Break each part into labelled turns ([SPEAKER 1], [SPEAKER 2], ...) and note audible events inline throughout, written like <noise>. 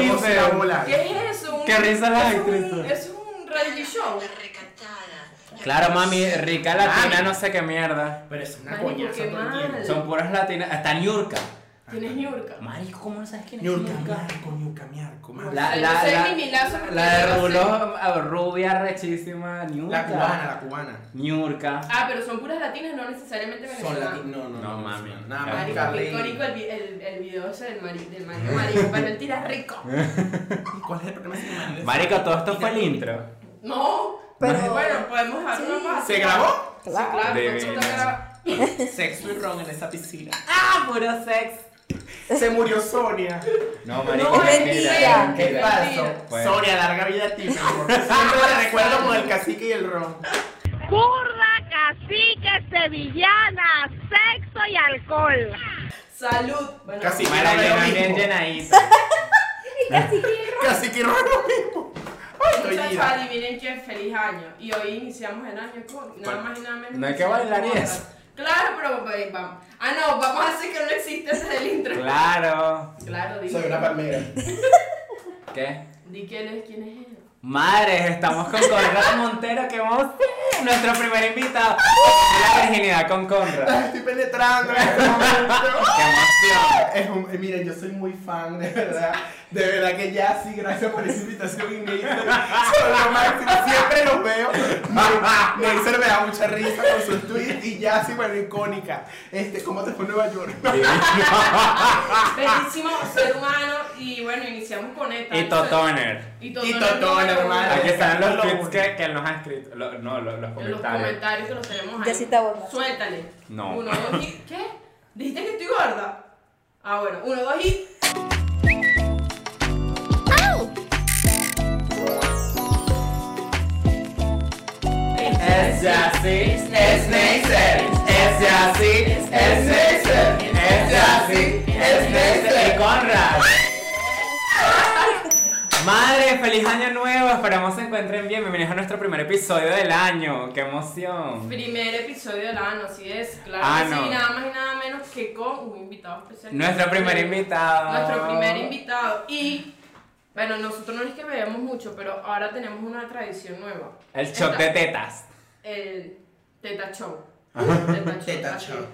[SPEAKER 1] a
[SPEAKER 2] Bueno.
[SPEAKER 1] volar.
[SPEAKER 3] ¿Qué es eso? Un-
[SPEAKER 2] Qué risa la
[SPEAKER 3] es
[SPEAKER 2] actriz.
[SPEAKER 3] un- Es un reality show.
[SPEAKER 4] La recatada. la
[SPEAKER 2] Claro, mami,
[SPEAKER 4] conocida.
[SPEAKER 2] rica latina, no sé qué mierda.
[SPEAKER 1] Pero es una
[SPEAKER 3] Marico,
[SPEAKER 1] coñazo
[SPEAKER 3] qué
[SPEAKER 1] todo el
[SPEAKER 3] mal.
[SPEAKER 1] tiempo.
[SPEAKER 2] Son puras latinas. Hasta Niurka.
[SPEAKER 3] Tienes ñurca.
[SPEAKER 2] Marico, ¿cómo no sabes quién es
[SPEAKER 1] Ñurca,
[SPEAKER 2] Niurka?
[SPEAKER 1] miarco, ñurca, miarco, madre.
[SPEAKER 3] La- Yo sé ni mi
[SPEAKER 2] la,
[SPEAKER 3] lazo porque
[SPEAKER 2] la de
[SPEAKER 3] yo no
[SPEAKER 2] rulo,
[SPEAKER 3] sé.
[SPEAKER 2] a- rubia, rechísima, Niurka.
[SPEAKER 1] La cubana, la cubana.
[SPEAKER 2] Niurka.
[SPEAKER 3] Ah, pero son puras latinas, no necesariamente
[SPEAKER 1] Son
[SPEAKER 3] venezolanas.
[SPEAKER 1] lati- No, no,
[SPEAKER 2] No, mami.
[SPEAKER 1] Nada más,
[SPEAKER 3] Marico, qué
[SPEAKER 1] Carly.
[SPEAKER 3] icónico el, vi- el, el video ese del marido, del marido, marico, para el tira
[SPEAKER 1] <laughs>
[SPEAKER 3] rico.
[SPEAKER 1] ¿Cuál es el problema? Si mi marido es-
[SPEAKER 2] Marico, todo esto fue el intro.
[SPEAKER 3] No,
[SPEAKER 5] Pero-
[SPEAKER 3] bueno, podemos hacer una pausa.
[SPEAKER 1] ¿Se grabó?
[SPEAKER 3] Sí, claro,
[SPEAKER 2] De
[SPEAKER 3] Pancho está
[SPEAKER 2] veras.
[SPEAKER 3] grabado.
[SPEAKER 1] Sexo y ron en esa
[SPEAKER 3] <laughs>
[SPEAKER 1] piscina.
[SPEAKER 2] ¡Ah, puro sex!
[SPEAKER 1] Se murió
[SPEAKER 3] <laughs>
[SPEAKER 1] Sonia.
[SPEAKER 2] No,
[SPEAKER 5] No, es mentira.
[SPEAKER 2] ¿Qué
[SPEAKER 3] Es
[SPEAKER 2] pasó?
[SPEAKER 3] mentira.
[SPEAKER 2] Pues,
[SPEAKER 1] Sonia, larga vida a ti, mi amor. Siempre la recuerdo con el cacique y el ron.
[SPEAKER 6] Burda, cacique, sevillana, sexo y alcohol.
[SPEAKER 3] Salud. Bueno,
[SPEAKER 1] Casi.
[SPEAKER 2] y Mara
[SPEAKER 1] no es lo
[SPEAKER 2] Elena bien
[SPEAKER 1] mismo.
[SPEAKER 2] llenadita.
[SPEAKER 1] Cacique y ron es lo mismo. Ay, estoy
[SPEAKER 3] Muchachos,
[SPEAKER 1] gira.
[SPEAKER 3] adivinen qué feliz año. Y hoy iniciamos el año con nada
[SPEAKER 2] Bueno,
[SPEAKER 3] más y nada menos.
[SPEAKER 2] no hay que bailar y eso.
[SPEAKER 3] Claro, pero pues, vamos. Ah, no, vamos a hacer que no existe ese del intro.
[SPEAKER 2] Claro.
[SPEAKER 3] Claro, di,
[SPEAKER 1] Soy una palmera.
[SPEAKER 2] ¿Qué?
[SPEAKER 3] di que él es quién es él.
[SPEAKER 2] Madres, estamos con Conrad Montero, que vamos nuestro primer invitado. La virginidad con Conrad.
[SPEAKER 1] Estoy penetrando en este momento.
[SPEAKER 2] ¡Qué emoción!
[SPEAKER 1] Es un- eh, miren, yo soy muy fan, de verdad. De verdad que ya sí, gracias por esa invitación y Neisser. Son lo máximo, siempre los veo. Ne- Neisser me da mucha risa con sus tweets y ya sí, bueno, icónica. Este, ¿Cómo te fue en Nueva York? <laughs>
[SPEAKER 3] Bellísimo ser humano. Y bueno, iniciamos con esta.
[SPEAKER 2] Y Totoner.
[SPEAKER 3] Y
[SPEAKER 1] Y
[SPEAKER 3] Totón.
[SPEAKER 1] Totón, hermano.
[SPEAKER 2] Aquí están los
[SPEAKER 1] Lo
[SPEAKER 2] tweets
[SPEAKER 1] único.
[SPEAKER 2] que, que él nos ha escrito. Lo- no, lo- los
[SPEAKER 3] En los
[SPEAKER 2] comentarios.
[SPEAKER 3] comentarios que los tenemos ahí.
[SPEAKER 5] Ya sí está gorda.
[SPEAKER 3] Suéltale.
[SPEAKER 2] No.
[SPEAKER 3] Uno, dos y. ¿Qué? ¿Dijiste que estoy gorda? Ah, bueno. Uno, dos y.
[SPEAKER 2] Es Yassi, es Neisser. Es Yassi, es Neisser. Es Yassi, es Neisser. Y Conrad. Madre, feliz año nuevo. Esperamos se encuentren bien. Bienvenidos a nuestro primer episodio del año. ¡Qué emoción!
[SPEAKER 3] Primer episodio del año, así es. Claro,
[SPEAKER 2] Ah,
[SPEAKER 3] que
[SPEAKER 2] no.
[SPEAKER 3] sí, nada más y nada menos que con un invitado especial.
[SPEAKER 2] Nuestro primer invitado.
[SPEAKER 3] Nuestro primer invitado. Y. Bueno, nosotros no es que bebemos mucho, pero ahora tenemos una tradición nueva.
[SPEAKER 2] El shot de tetas.
[SPEAKER 3] el Teta Show. Teta Show.
[SPEAKER 1] Teta
[SPEAKER 3] así.
[SPEAKER 1] Show.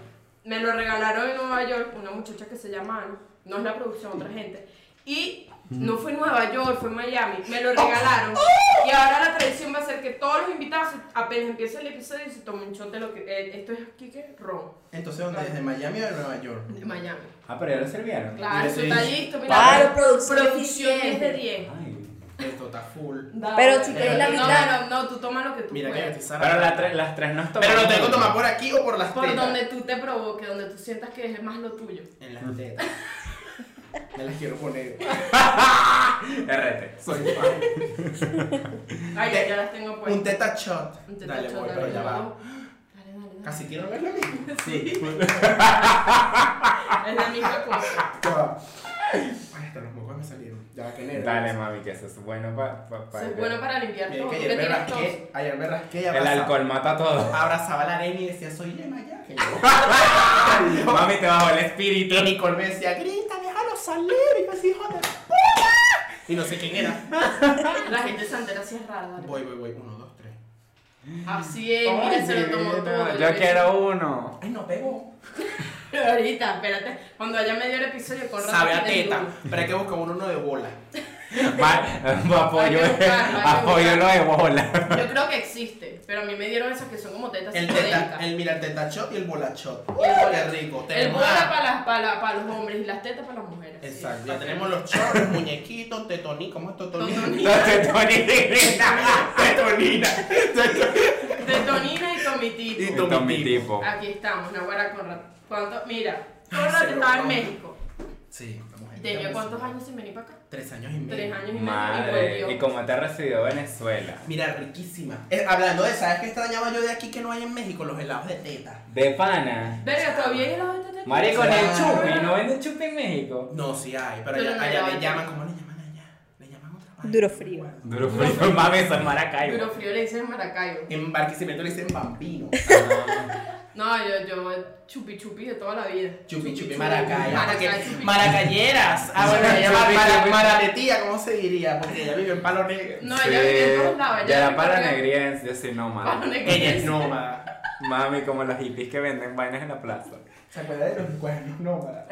[SPEAKER 3] Me lo regalaron en Nueva York una muchacha que se llama Ana. No es la producción, otra gente. Y
[SPEAKER 1] Mm.
[SPEAKER 3] no fue en Nueva York, fue en Miami. Me lo
[SPEAKER 5] Oh.
[SPEAKER 3] regalaron. Y ahora la tradición va a ser que todos los invitados, apenas empieza el episodio, se tomen un shot de lo que. eh, esto es aquí que ron.
[SPEAKER 1] Entonces, ¿dónde? ¿Desde Miami o de Nueva York?
[SPEAKER 3] De Miami.
[SPEAKER 2] Ah, pero ya lo sirvieron.
[SPEAKER 3] Claro,
[SPEAKER 1] Mira,
[SPEAKER 3] eso
[SPEAKER 1] sí.
[SPEAKER 3] está listo. Mira,
[SPEAKER 5] Claro, producción
[SPEAKER 3] producción es de
[SPEAKER 5] eficiente.
[SPEAKER 3] 10.
[SPEAKER 2] Ay.
[SPEAKER 1] Esto está Tota full.
[SPEAKER 3] Dale.
[SPEAKER 5] Pero si quieres
[SPEAKER 1] la
[SPEAKER 5] mitad.
[SPEAKER 3] No, no, no, tú toma lo que tú
[SPEAKER 1] Mira que
[SPEAKER 3] puedas.
[SPEAKER 1] estoy
[SPEAKER 2] Pero
[SPEAKER 1] zarada.
[SPEAKER 2] la tre- las tres no tomamos.
[SPEAKER 1] Pero lo tengo que tomar por aquí o por las
[SPEAKER 3] Por
[SPEAKER 1] tetas.
[SPEAKER 3] donde tú te provoques, donde tú sientas que es más lo tuyo.
[SPEAKER 1] En
[SPEAKER 2] <laughs>
[SPEAKER 1] las tetas. Me las quiero poner.
[SPEAKER 2] <laughs> RT.
[SPEAKER 1] Soy fan.
[SPEAKER 3] Ay, ya, ya las tengo puestas.
[SPEAKER 1] Un teta shot.
[SPEAKER 3] Un teta
[SPEAKER 1] Dale,
[SPEAKER 3] shot,
[SPEAKER 1] voy,
[SPEAKER 3] dale,
[SPEAKER 1] pero ya
[SPEAKER 3] dale.
[SPEAKER 1] va.
[SPEAKER 3] Dale, dale, dale.
[SPEAKER 1] Casi quiero verlo a mí.
[SPEAKER 3] Es la misma
[SPEAKER 1] <laughs>
[SPEAKER 3] cosa.
[SPEAKER 1] Ya va. Ay, hasta los mocos me salieron. Ya va, que nervios.
[SPEAKER 2] Dale, mami, que eso es bueno para.
[SPEAKER 3] Eso es bueno para limpiar
[SPEAKER 1] Miren
[SPEAKER 3] todo.
[SPEAKER 1] que
[SPEAKER 3] ¿Tú
[SPEAKER 1] ayer
[SPEAKER 3] qué
[SPEAKER 1] me
[SPEAKER 3] tienes tos?
[SPEAKER 1] rasqué, ayer me rasqué y
[SPEAKER 2] El
[SPEAKER 1] abrazaba,
[SPEAKER 2] alcohol mata todo.
[SPEAKER 1] abrazaba la arena y decía, soy Yema ya. Que
[SPEAKER 2] <laughs>
[SPEAKER 1] <laughs>
[SPEAKER 2] Mami, te bajó el espíritu.
[SPEAKER 1] yo- Nicole me decía, grita, déjalo salir. Y yo así, hijo de puta. Y no sé quién era.
[SPEAKER 3] <laughs> La gente santera sí es rara. ¿vale?
[SPEAKER 1] Voy, voy, voy. Uno, dos, tres.
[SPEAKER 3] Así es, mira,
[SPEAKER 2] Ay,
[SPEAKER 3] se lo tomó
[SPEAKER 2] divina.
[SPEAKER 3] todo.
[SPEAKER 2] Yo
[SPEAKER 3] le-
[SPEAKER 2] quiero uno.
[SPEAKER 1] Ay, no pegó.
[SPEAKER 3] <laughs> Ahorita, espérate. Cuando haya medio el episodio, con
[SPEAKER 1] Sabe a
[SPEAKER 3] razón te
[SPEAKER 1] teta.
[SPEAKER 3] digo.
[SPEAKER 1] Pero hay que buscar uno uno de bola.
[SPEAKER 2] <laughs> Va- apoyo,
[SPEAKER 3] Hay que buscar, hay que
[SPEAKER 2] apoyo lo de bola. <laughs>
[SPEAKER 3] Yo creo que existe, pero a mí me dieron esas que son como tetas
[SPEAKER 1] El teta,
[SPEAKER 3] psicodélicas.
[SPEAKER 1] el mira, el teta shot y el bola shot.
[SPEAKER 3] Y el bola.
[SPEAKER 1] Qué rico.
[SPEAKER 3] El
[SPEAKER 1] Tenemos
[SPEAKER 3] bola
[SPEAKER 1] a-
[SPEAKER 3] para, las- para, para los hombres y las tetas para las mujeres.
[SPEAKER 1] Exacto. Ya tenemos los chorros, los <laughs> muñequitos, tetoní. ¿Cómo es tetoní?
[SPEAKER 3] Totonina.
[SPEAKER 2] La tetonina.
[SPEAKER 1] Tetonina.
[SPEAKER 3] <laughs> Tetonina y tomitito.
[SPEAKER 1] Y
[SPEAKER 2] Esto es mi tipo.
[SPEAKER 3] Aquí estamos, Nahuara Conrad. ¿Cuánto? Mira, Conrad
[SPEAKER 1] se lo
[SPEAKER 3] estaba en
[SPEAKER 1] como.
[SPEAKER 3] México.
[SPEAKER 1] Sí, la mujer.
[SPEAKER 3] ¿Tenía
[SPEAKER 1] Ya
[SPEAKER 3] cuántos
[SPEAKER 1] me-
[SPEAKER 3] años sin venir para acá?
[SPEAKER 1] Tres años y medio.
[SPEAKER 3] Tres años y medio. y
[SPEAKER 2] Madre, ¿y
[SPEAKER 3] volvió.
[SPEAKER 2] cómo te recibió Venezuela?
[SPEAKER 1] Mira, riquísima. Eh, hablando de, ¿sabes qué extrañaba yo de aquí que no hay en México? Los helados de teta.
[SPEAKER 2] De pana.
[SPEAKER 3] Verga, todavía hay helado de teta.
[SPEAKER 2] Marico, en el
[SPEAKER 1] Ah.
[SPEAKER 2] chupi. ¿No vende chupi en México?
[SPEAKER 1] No, sí hay, pero
[SPEAKER 3] Pero
[SPEAKER 1] allá,
[SPEAKER 3] no
[SPEAKER 1] allá
[SPEAKER 3] hay.
[SPEAKER 1] le llaman, ¿cómo le llaman allá? Le llaman otra vaina.
[SPEAKER 5] Duro frío.
[SPEAKER 2] Duro frío, mami, eso es Maracaibo.
[SPEAKER 3] Duro frío le dicen Maracaibo.
[SPEAKER 1] En Barquisimeto le dicen bambino.
[SPEAKER 2] Ah,
[SPEAKER 3] No, yo, yo chupi chupi de toda la vida.
[SPEAKER 1] Chupi chupi maracay.
[SPEAKER 3] Maracay, chupi.
[SPEAKER 1] Maracayeras. Ah, bueno,
[SPEAKER 2] Chupi,
[SPEAKER 1] ella va
[SPEAKER 2] chupi,
[SPEAKER 1] para
[SPEAKER 2] chupi.
[SPEAKER 1] maraletía, ¿cómo se diría? Porque ella vive en Palo Negro.
[SPEAKER 3] No, ella vivía en todos lados. ella
[SPEAKER 2] Ya
[SPEAKER 3] era
[SPEAKER 2] era para
[SPEAKER 3] porque-
[SPEAKER 2] negriense, yo soy nómada.
[SPEAKER 3] Para negriense.
[SPEAKER 1] Ella es nómada.
[SPEAKER 2] Mami, como los hippies que venden vainas en la plaza.
[SPEAKER 1] ¿Se acuerda de los cuernos nómadas?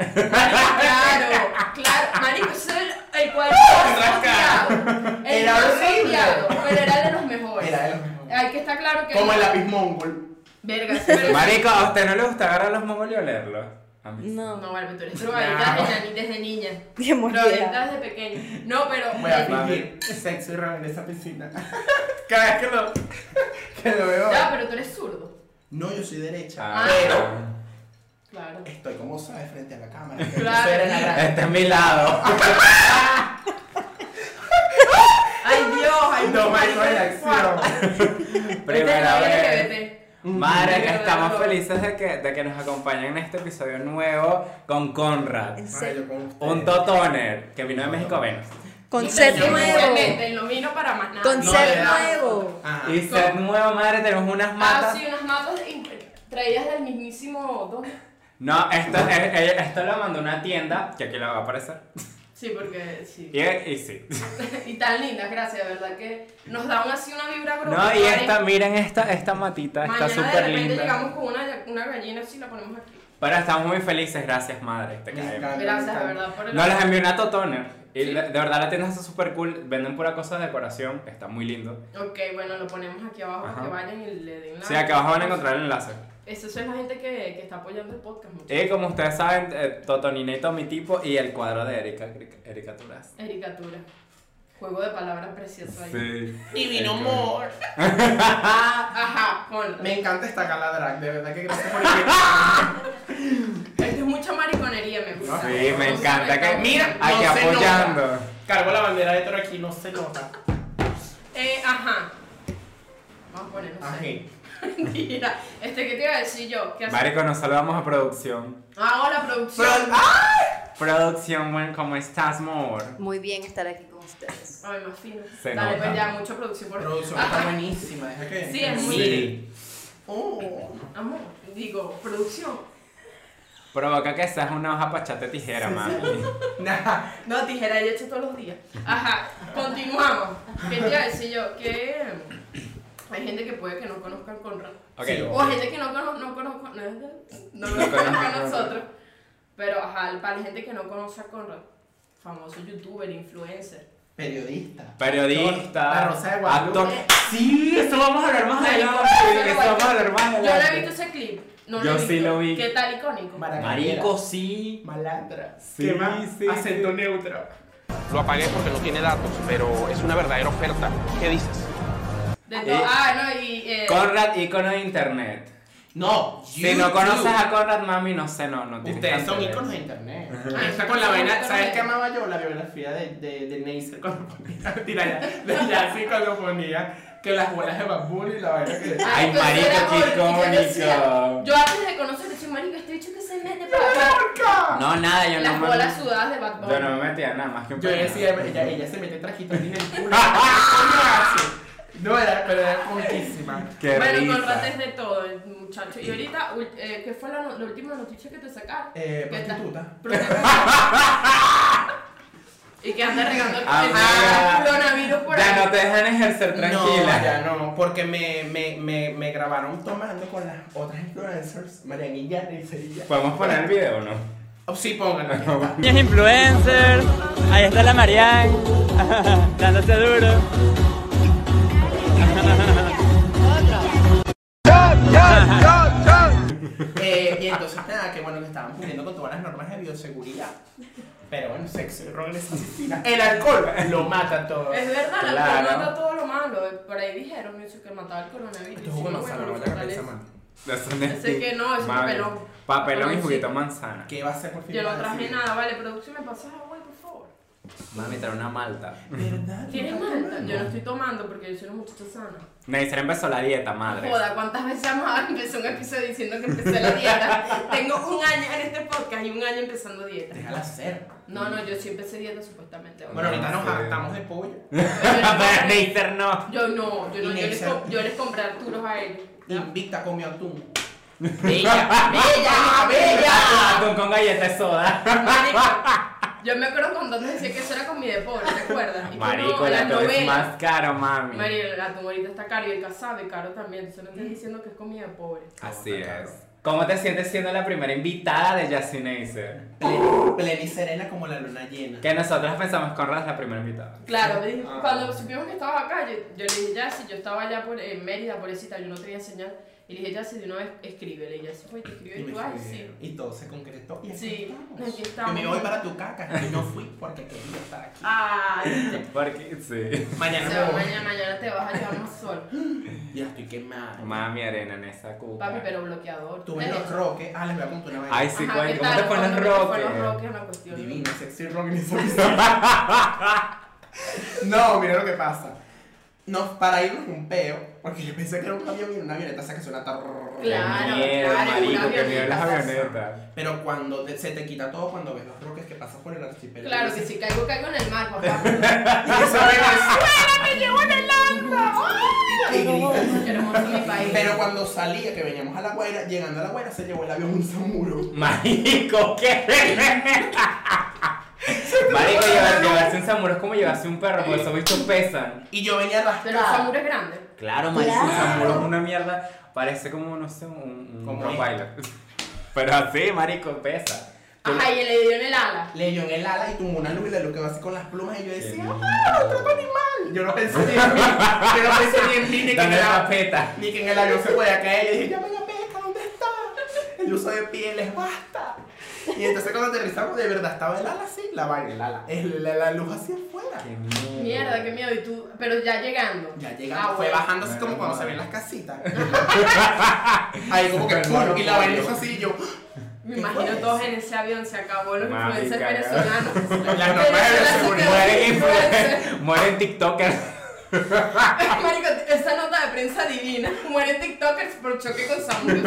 [SPEAKER 3] Claro, claro. Marico, ese era el, el cuadro más
[SPEAKER 1] Rascado.
[SPEAKER 3] odiado. El
[SPEAKER 1] Era
[SPEAKER 3] más
[SPEAKER 1] horrible.
[SPEAKER 3] odiado, pero era el de los mejores.
[SPEAKER 1] Era de los mejores.
[SPEAKER 3] Hay que estar claro que.
[SPEAKER 1] Como el lápiz mongol.
[SPEAKER 3] Verga, sí, pero-
[SPEAKER 2] Marico, ¿a usted no le gusta agarrar los mongos y olerlos? A mí sí.
[SPEAKER 5] No,
[SPEAKER 3] No, Pues vale, tú eres drogadita
[SPEAKER 1] No.
[SPEAKER 3] desde, ni- desde niña.
[SPEAKER 5] que muriera.
[SPEAKER 3] Drogadita desde pequeña. No, pero. eh,
[SPEAKER 1] Voy a
[SPEAKER 2] Vale.
[SPEAKER 1] fingir sexo y en esa piscina. Cada vez
[SPEAKER 2] <laughs>
[SPEAKER 1] que lo, que lo veo.
[SPEAKER 3] Ya, pues, pero tú eres zurdo.
[SPEAKER 1] No, yo soy derecha.
[SPEAKER 2] Ah,
[SPEAKER 1] Pero
[SPEAKER 3] Claro.
[SPEAKER 1] estoy como sabe frente a la cámara.
[SPEAKER 3] Claro.
[SPEAKER 1] Eso era la gran-
[SPEAKER 2] Este es mi
[SPEAKER 3] <laughs>
[SPEAKER 2] lado.
[SPEAKER 3] Ay, Dios, ay,
[SPEAKER 1] No,
[SPEAKER 3] Dios,
[SPEAKER 1] marico,
[SPEAKER 3] marico,
[SPEAKER 1] en acción.
[SPEAKER 2] Primera
[SPEAKER 3] Este
[SPEAKER 2] vez.
[SPEAKER 3] es LGBT.
[SPEAKER 2] Madre, que
[SPEAKER 3] Primera
[SPEAKER 2] estamos
[SPEAKER 3] vez.
[SPEAKER 2] felices de que, de que nos acompañen en este episodio nuevo con Conrad.
[SPEAKER 5] En
[SPEAKER 1] Ay,
[SPEAKER 5] serio.
[SPEAKER 1] yo con ustedes.
[SPEAKER 2] Un totoner que vino de México a Venus.
[SPEAKER 5] Con
[SPEAKER 3] set
[SPEAKER 5] set nuevo.
[SPEAKER 3] No vino para más nada.
[SPEAKER 5] Con
[SPEAKER 1] No,
[SPEAKER 5] set
[SPEAKER 1] ¿verdad?
[SPEAKER 5] nuevo.
[SPEAKER 1] Ajá.
[SPEAKER 2] Y set nueva madre, tenemos unas
[SPEAKER 3] Ah,
[SPEAKER 2] matas.
[SPEAKER 3] sí, unas matas in- traídas del mismísimo Don.
[SPEAKER 2] No, esto, eh, eh, esto lo mandó una tienda, que aquí lo va a aparecer.
[SPEAKER 3] Sí, porque sí.
[SPEAKER 2] Y, y sí.
[SPEAKER 3] Y tan lindas, gracias, de verdad que nos da una- así una vibra
[SPEAKER 2] No,
[SPEAKER 3] grupal.
[SPEAKER 2] y esta, miren esta, esta matita, está
[SPEAKER 3] Mañana de
[SPEAKER 2] súper
[SPEAKER 3] repente llegamos
[SPEAKER 2] linda.
[SPEAKER 3] con una, una gallina así y la ponemos aquí.
[SPEAKER 2] Pero estamos muy felices, gracias madre, te caemos.
[SPEAKER 3] Gracias, de verdad, por el
[SPEAKER 2] Nos las envió una totoner. Y
[SPEAKER 3] Sí.
[SPEAKER 2] la- de verdad la tienda está súper cool, venden pura cosa de decoración, está muy lindo.
[SPEAKER 3] Ok, bueno, lo ponemos aquí abajo
[SPEAKER 2] Ajá.
[SPEAKER 3] para que vayan y le den la.
[SPEAKER 2] Sí, acá abajo van a encontrar el enlace.
[SPEAKER 3] Eso es la gente que, que está apoyando el podcast mucho.
[SPEAKER 2] Y como ustedes saben, eh, Totonineto, mi tipo, y el cuadro de Erika, Erika Turas.
[SPEAKER 3] Ericatura. Juego de palabras precioso ahí.
[SPEAKER 2] Divino amor.
[SPEAKER 3] Ah, Ajá, con.
[SPEAKER 1] Me encanta esta gala drag, de verdad que gracias por invitarme.
[SPEAKER 3] Esto es mucha mariconería, me gusta.
[SPEAKER 2] Sí, me encanta que. Mira,
[SPEAKER 1] no
[SPEAKER 2] aquí
[SPEAKER 1] se
[SPEAKER 2] apoyando.
[SPEAKER 1] Cargo la bandera de toro aquí, no se nota.
[SPEAKER 3] Eh, ajá. Vamos a poner, no
[SPEAKER 1] Ajá.
[SPEAKER 3] sé. <laughs> Mentira. Este, ¿qué te iba a decir yo? ¿Qué hace?
[SPEAKER 2] Marico, nos saludamos a producción.
[SPEAKER 3] Ah, hola, producción.
[SPEAKER 1] Pero-
[SPEAKER 2] Producción, bueno, ¿cómo estás, amor?
[SPEAKER 5] Muy bien estar aquí con ustedes.
[SPEAKER 3] Ay, más fino.
[SPEAKER 2] Se
[SPEAKER 3] Dale,
[SPEAKER 2] nota.
[SPEAKER 3] pues ya, mucha producción por
[SPEAKER 1] Producción
[SPEAKER 3] Ah,
[SPEAKER 1] está buenísima, deja que.
[SPEAKER 3] Sí, es muy-
[SPEAKER 2] Sí.
[SPEAKER 1] <laughs> Oh.
[SPEAKER 3] amor, digo, producción.
[SPEAKER 2] Provoca que seas una hoja pachate tijera, mami.
[SPEAKER 1] Nah.
[SPEAKER 3] No, tijera, yo he hecho todos los días. Ajá, continuamos. ¿Qué te iba a decir yo? Que mm, hay gente que puede que no conozca a Conrad.
[SPEAKER 2] Ok.
[SPEAKER 1] Sí.
[SPEAKER 3] O gente que no cono- no conozco, no, no
[SPEAKER 2] No
[SPEAKER 3] nos
[SPEAKER 2] conozco a
[SPEAKER 3] conozca a
[SPEAKER 2] Conrad.
[SPEAKER 3] nosotros. Pero ajá, para la gente que no conoce a Conrad, famoso youtuber, influencer.
[SPEAKER 1] Periodista.
[SPEAKER 2] Periodista.
[SPEAKER 1] La Rosa de Guadalupe.
[SPEAKER 2] actor. Sí, eso vamos a hablar más adelante. Eso vamos a hablar más
[SPEAKER 3] Yo
[SPEAKER 2] adelante.
[SPEAKER 3] no he visto ese clip. No lo
[SPEAKER 2] Yo
[SPEAKER 3] he
[SPEAKER 2] sí
[SPEAKER 3] visto.
[SPEAKER 2] lo vi.
[SPEAKER 3] ¿Qué tal icónico?
[SPEAKER 1] Maraca-
[SPEAKER 2] Marico, sí.
[SPEAKER 1] Malandra.
[SPEAKER 2] Sí,
[SPEAKER 1] ¿Qué más?
[SPEAKER 2] sí,
[SPEAKER 1] Acento neutro.
[SPEAKER 7] Lo apagué porque no tiene datos, pero es una verdadera oferta. ¿Qué dices?
[SPEAKER 3] De
[SPEAKER 2] Eh,
[SPEAKER 3] todo- ah, no, y. eh,
[SPEAKER 2] Conrad, icono de internet.
[SPEAKER 1] No.
[SPEAKER 2] Si no conoces a Conrad, mami, no sé, no, no tienes
[SPEAKER 1] Ustedes
[SPEAKER 2] que
[SPEAKER 1] son
[SPEAKER 2] hacer
[SPEAKER 1] iconos
[SPEAKER 2] eso.
[SPEAKER 1] de internet. Ah,
[SPEAKER 3] Ajá.
[SPEAKER 1] Está con la
[SPEAKER 3] Son
[SPEAKER 1] vaina.
[SPEAKER 3] íconos
[SPEAKER 1] ¿Sabes
[SPEAKER 3] de-
[SPEAKER 1] qué amaba yo? La biografía de, de, de Neisser cuando ponía. <laughs> Tira ya. De Yassi cuando ponía. Que las bolas de bambú y la vaina que.
[SPEAKER 2] Ay, marico,
[SPEAKER 3] pero ah, pues, era
[SPEAKER 2] qué
[SPEAKER 3] bonito, yo decía-
[SPEAKER 2] icónico.
[SPEAKER 3] Yo antes de conocerlo, decía, marico, este bicho que se mete para acá.
[SPEAKER 2] No, nada, yo
[SPEAKER 3] Las
[SPEAKER 2] no
[SPEAKER 3] bolas sudadas de Bad Bunny.
[SPEAKER 2] Yo no me metía nada más que un
[SPEAKER 1] Yo
[SPEAKER 2] pelo. <laughs>
[SPEAKER 1] decía, ella, ella se mete trajito en el culo. ¿Qué coño hace? No, era, pero era puntísima.
[SPEAKER 2] Qué
[SPEAKER 3] bueno,
[SPEAKER 2] risa.
[SPEAKER 3] Conrad es de todo, el muchacho. Y ahorita, ul- eh, ¿qué fue la, no- la última noticia que te sacaron?
[SPEAKER 1] Eh,
[SPEAKER 3] ¿Qué tal?
[SPEAKER 1] prostituta.
[SPEAKER 3] <laughs> y que anda regando el
[SPEAKER 2] Amiga,
[SPEAKER 3] el Ah, coronavirus por ahí.
[SPEAKER 2] Ah, Ya no te dejan ejercer tranquila.
[SPEAKER 1] No, ya no, porque me, me, me, me grabaron tomando con las otras influencers, Mariana y Yanis y ya.
[SPEAKER 2] Podemos poner el video, o ¿no?
[SPEAKER 1] Oh, sí, pónganlo. ya está.
[SPEAKER 8] Pequeños influencers, ahí está la Marianne, <laughs> dándose duro.
[SPEAKER 2] <laughs>
[SPEAKER 1] Eh, y entonces nada, que bueno que estaban cumpliendo con todas las normas de bioseguridad. Pero bueno, sexo y rol es asesina. El alcohol lo mata todo.
[SPEAKER 3] Es verdad, la
[SPEAKER 2] Claro.
[SPEAKER 3] verdad mata todo lo malo. eh, Por ahí dijeron eso, que mataba el coronavirus.
[SPEAKER 1] Esto es jugo de
[SPEAKER 3] Sí,
[SPEAKER 1] manzana, no
[SPEAKER 3] bueno,
[SPEAKER 1] vaya a
[SPEAKER 3] fortalece.
[SPEAKER 1] cabeza, mano.
[SPEAKER 2] Eso no
[SPEAKER 3] Ese que no, es un
[SPEAKER 2] Mami,
[SPEAKER 3] papelón.
[SPEAKER 2] Papelón y
[SPEAKER 3] Papelón,
[SPEAKER 2] juguito
[SPEAKER 3] sí.
[SPEAKER 2] manzana.
[SPEAKER 1] ¿Qué va a hacer por fin?
[SPEAKER 3] Yo no
[SPEAKER 1] Vas a
[SPEAKER 3] traje
[SPEAKER 1] decir,
[SPEAKER 3] nada, vale, producción, me pasas agua, por favor.
[SPEAKER 2] Mami, trae una malta.
[SPEAKER 1] ¿Verdad?
[SPEAKER 3] ¿Tienes
[SPEAKER 1] ¿No estás
[SPEAKER 3] malta?
[SPEAKER 1] tomando?
[SPEAKER 3] Yo no estoy tomando porque yo soy una muchacha sana.
[SPEAKER 2] Neisser empezó la dieta, madre.
[SPEAKER 3] Joda, ¿cuántas veces vamos a empezar un episodio diciendo que empecé la dieta?
[SPEAKER 2] <laughs>
[SPEAKER 3] Tengo un año en este podcast y un año empezando dieta.
[SPEAKER 1] Déjala hacer.
[SPEAKER 3] No, no, yo sí empecé dieta supuestamente.
[SPEAKER 1] Bueno, ahorita nos
[SPEAKER 2] No sé.
[SPEAKER 1] hartamos de pollo.
[SPEAKER 2] <laughs> <laughs> Pero Neisser no.
[SPEAKER 3] Yo no, yo no, yo les,
[SPEAKER 1] Inexacto.
[SPEAKER 3] com- yo les compré arturos a ellos.
[SPEAKER 1] Invicta comió atún.
[SPEAKER 2] <laughs> Bella,
[SPEAKER 3] ¡Bella! ¡Bella!
[SPEAKER 2] Ah, Con, con galleta de soda.
[SPEAKER 3] Marico, yo me acuerdo cuando antes decía que eso era con mi deporte, ¿te acuerdas? Y que
[SPEAKER 2] Marico,
[SPEAKER 3] no,
[SPEAKER 2] la
[SPEAKER 3] las
[SPEAKER 2] todo es
[SPEAKER 3] novelas.
[SPEAKER 2] más caro, mami.
[SPEAKER 3] María, el gato ahorita está caro y el casabe caro también. Solo
[SPEAKER 2] Mm.
[SPEAKER 3] estoy diciendo que es comida pobre.
[SPEAKER 2] Así es. ¿Cómo te sientes siendo la primera invitada de Yacine Acer?
[SPEAKER 1] Plen- Plena y serena como la luna llena.
[SPEAKER 2] Que nosotras pensamos con Raz la primera invitada.
[SPEAKER 3] Claro, me dijo-
[SPEAKER 1] Ah.
[SPEAKER 3] cuando supimos que estabas acá, yo, yo le dije, ya, si yo estaba allá por, en Mérida, pobrecita, yo no tenía señal. Y le dije, ya, si de una vez escríbele. Y ya se fue y te escribió
[SPEAKER 1] Y,
[SPEAKER 3] y
[SPEAKER 1] me
[SPEAKER 3] tú, ay, sí.
[SPEAKER 1] escribieron. Y todo se concretó. Y aquí
[SPEAKER 3] Sí,
[SPEAKER 1] estamos.
[SPEAKER 3] aquí estamos.
[SPEAKER 1] Yo me voy para tu caca. Y no fui porque quería estar aquí.
[SPEAKER 3] Ah, <laughs> viste.
[SPEAKER 2] Porque, sí.
[SPEAKER 1] Mañana
[SPEAKER 3] Se
[SPEAKER 1] me
[SPEAKER 3] va
[SPEAKER 1] voy.
[SPEAKER 3] mañana, mañana te vas a llevar más sol.
[SPEAKER 1] Ya estoy quemada.
[SPEAKER 2] Mami arena en esa cuca.
[SPEAKER 3] Papi, pero bloqueador.
[SPEAKER 1] Tuve
[SPEAKER 3] Eres-
[SPEAKER 1] los roques. Ah, les voy a contar una vaina.
[SPEAKER 2] Ay, sí,
[SPEAKER 3] Ajá,
[SPEAKER 2] cuenta.
[SPEAKER 3] ¿qué
[SPEAKER 2] ¿Cómo
[SPEAKER 3] tal?
[SPEAKER 2] te ponen
[SPEAKER 3] Cuando me fue a los
[SPEAKER 2] roque?
[SPEAKER 3] roques, una cuestión.
[SPEAKER 1] eh, Divino, sexy rock en esa No, mira lo que pasa. No, para irnos un peo, porque yo pensé que era un avión y una avioneta, esa que suena tarrrrrrr.
[SPEAKER 3] Claro,
[SPEAKER 2] Qué miedo,
[SPEAKER 3] claro,
[SPEAKER 2] marico,
[SPEAKER 3] una
[SPEAKER 2] que miedo las
[SPEAKER 3] avioneta.
[SPEAKER 2] avionetas.
[SPEAKER 1] Pero cuando te- se te quita todo, cuando ves los roques que pasas por el archipiélago.
[SPEAKER 3] Claro que si caigo, caigo en el
[SPEAKER 1] <laughs>
[SPEAKER 3] mar, papá.
[SPEAKER 1] Y eso regresa.
[SPEAKER 3] ¡Me llevo en el alma!
[SPEAKER 1] Y gritas.
[SPEAKER 3] ¡Qué hermoso mi país!
[SPEAKER 1] Pero cuando salía, que veníamos a La Guaira, llegando a La Guaira, se llevó el avión un samuro.
[SPEAKER 2] Marico, ¿qué? Marico, llevar- llevarse un samuro es como llevarse un perro, porque esos bichos pesan.
[SPEAKER 1] Y yo venía
[SPEAKER 3] Pero el
[SPEAKER 1] arrastrado.
[SPEAKER 3] samuro es grande.
[SPEAKER 2] Claro, marico, un samuro es una mierda. Parece como, no sé, un, un
[SPEAKER 1] Como
[SPEAKER 2] rottweiler. Pero así, marico, pesa.
[SPEAKER 3] Ajá, y le dio en el ala.
[SPEAKER 1] Le dio en el ala y tumbó una luz y le lo quedó así con las plumas y yo
[SPEAKER 2] Qué
[SPEAKER 1] decía,
[SPEAKER 2] lindo.
[SPEAKER 1] ¡ah, otro animal! Yo no pensé ni en mí, yo no pensé ni en mí, ni que en
[SPEAKER 2] Dame
[SPEAKER 1] el
[SPEAKER 2] la
[SPEAKER 1] avión,
[SPEAKER 2] peta.
[SPEAKER 1] ni que en el avión se podía caer. Yo dije, llama la pesca, ¿dónde está? El uso de pieles, basta. Y entonces cuando aterrizamos, de verdad estaba el ala así, la vaina, el ala, el- la, la luz hacia afuera.
[SPEAKER 2] Qué miedo. <laughs>
[SPEAKER 3] Mierda, qué miedo. Y tú, pero ya llegando.
[SPEAKER 1] Ya
[SPEAKER 3] Ah,
[SPEAKER 1] llegamos, fue
[SPEAKER 3] bueno.
[SPEAKER 1] bajando así como
[SPEAKER 2] Bueno,
[SPEAKER 1] cuando se
[SPEAKER 2] bueno.
[SPEAKER 1] ven las casitas. Ahí como que,
[SPEAKER 2] Bueno,
[SPEAKER 1] ¡pum! y la vaina
[SPEAKER 2] bueno.
[SPEAKER 1] hizo así, y yo,
[SPEAKER 3] Me
[SPEAKER 1] ¿Qué
[SPEAKER 3] imagino
[SPEAKER 1] fue
[SPEAKER 3] todos
[SPEAKER 1] eso?
[SPEAKER 3] en ese avión, se acabó los
[SPEAKER 2] Marica,
[SPEAKER 3] influencers
[SPEAKER 2] ya.
[SPEAKER 3] venezolanos.
[SPEAKER 1] Las normas de
[SPEAKER 3] Venezuela se
[SPEAKER 1] seguridad.
[SPEAKER 3] quedó sin
[SPEAKER 2] Mueren
[SPEAKER 3] influencer.
[SPEAKER 2] influencers, mueren tiktokers.
[SPEAKER 3] Marico, esa nota de prensa divina. Mueren TikTokers por choque con Samuel.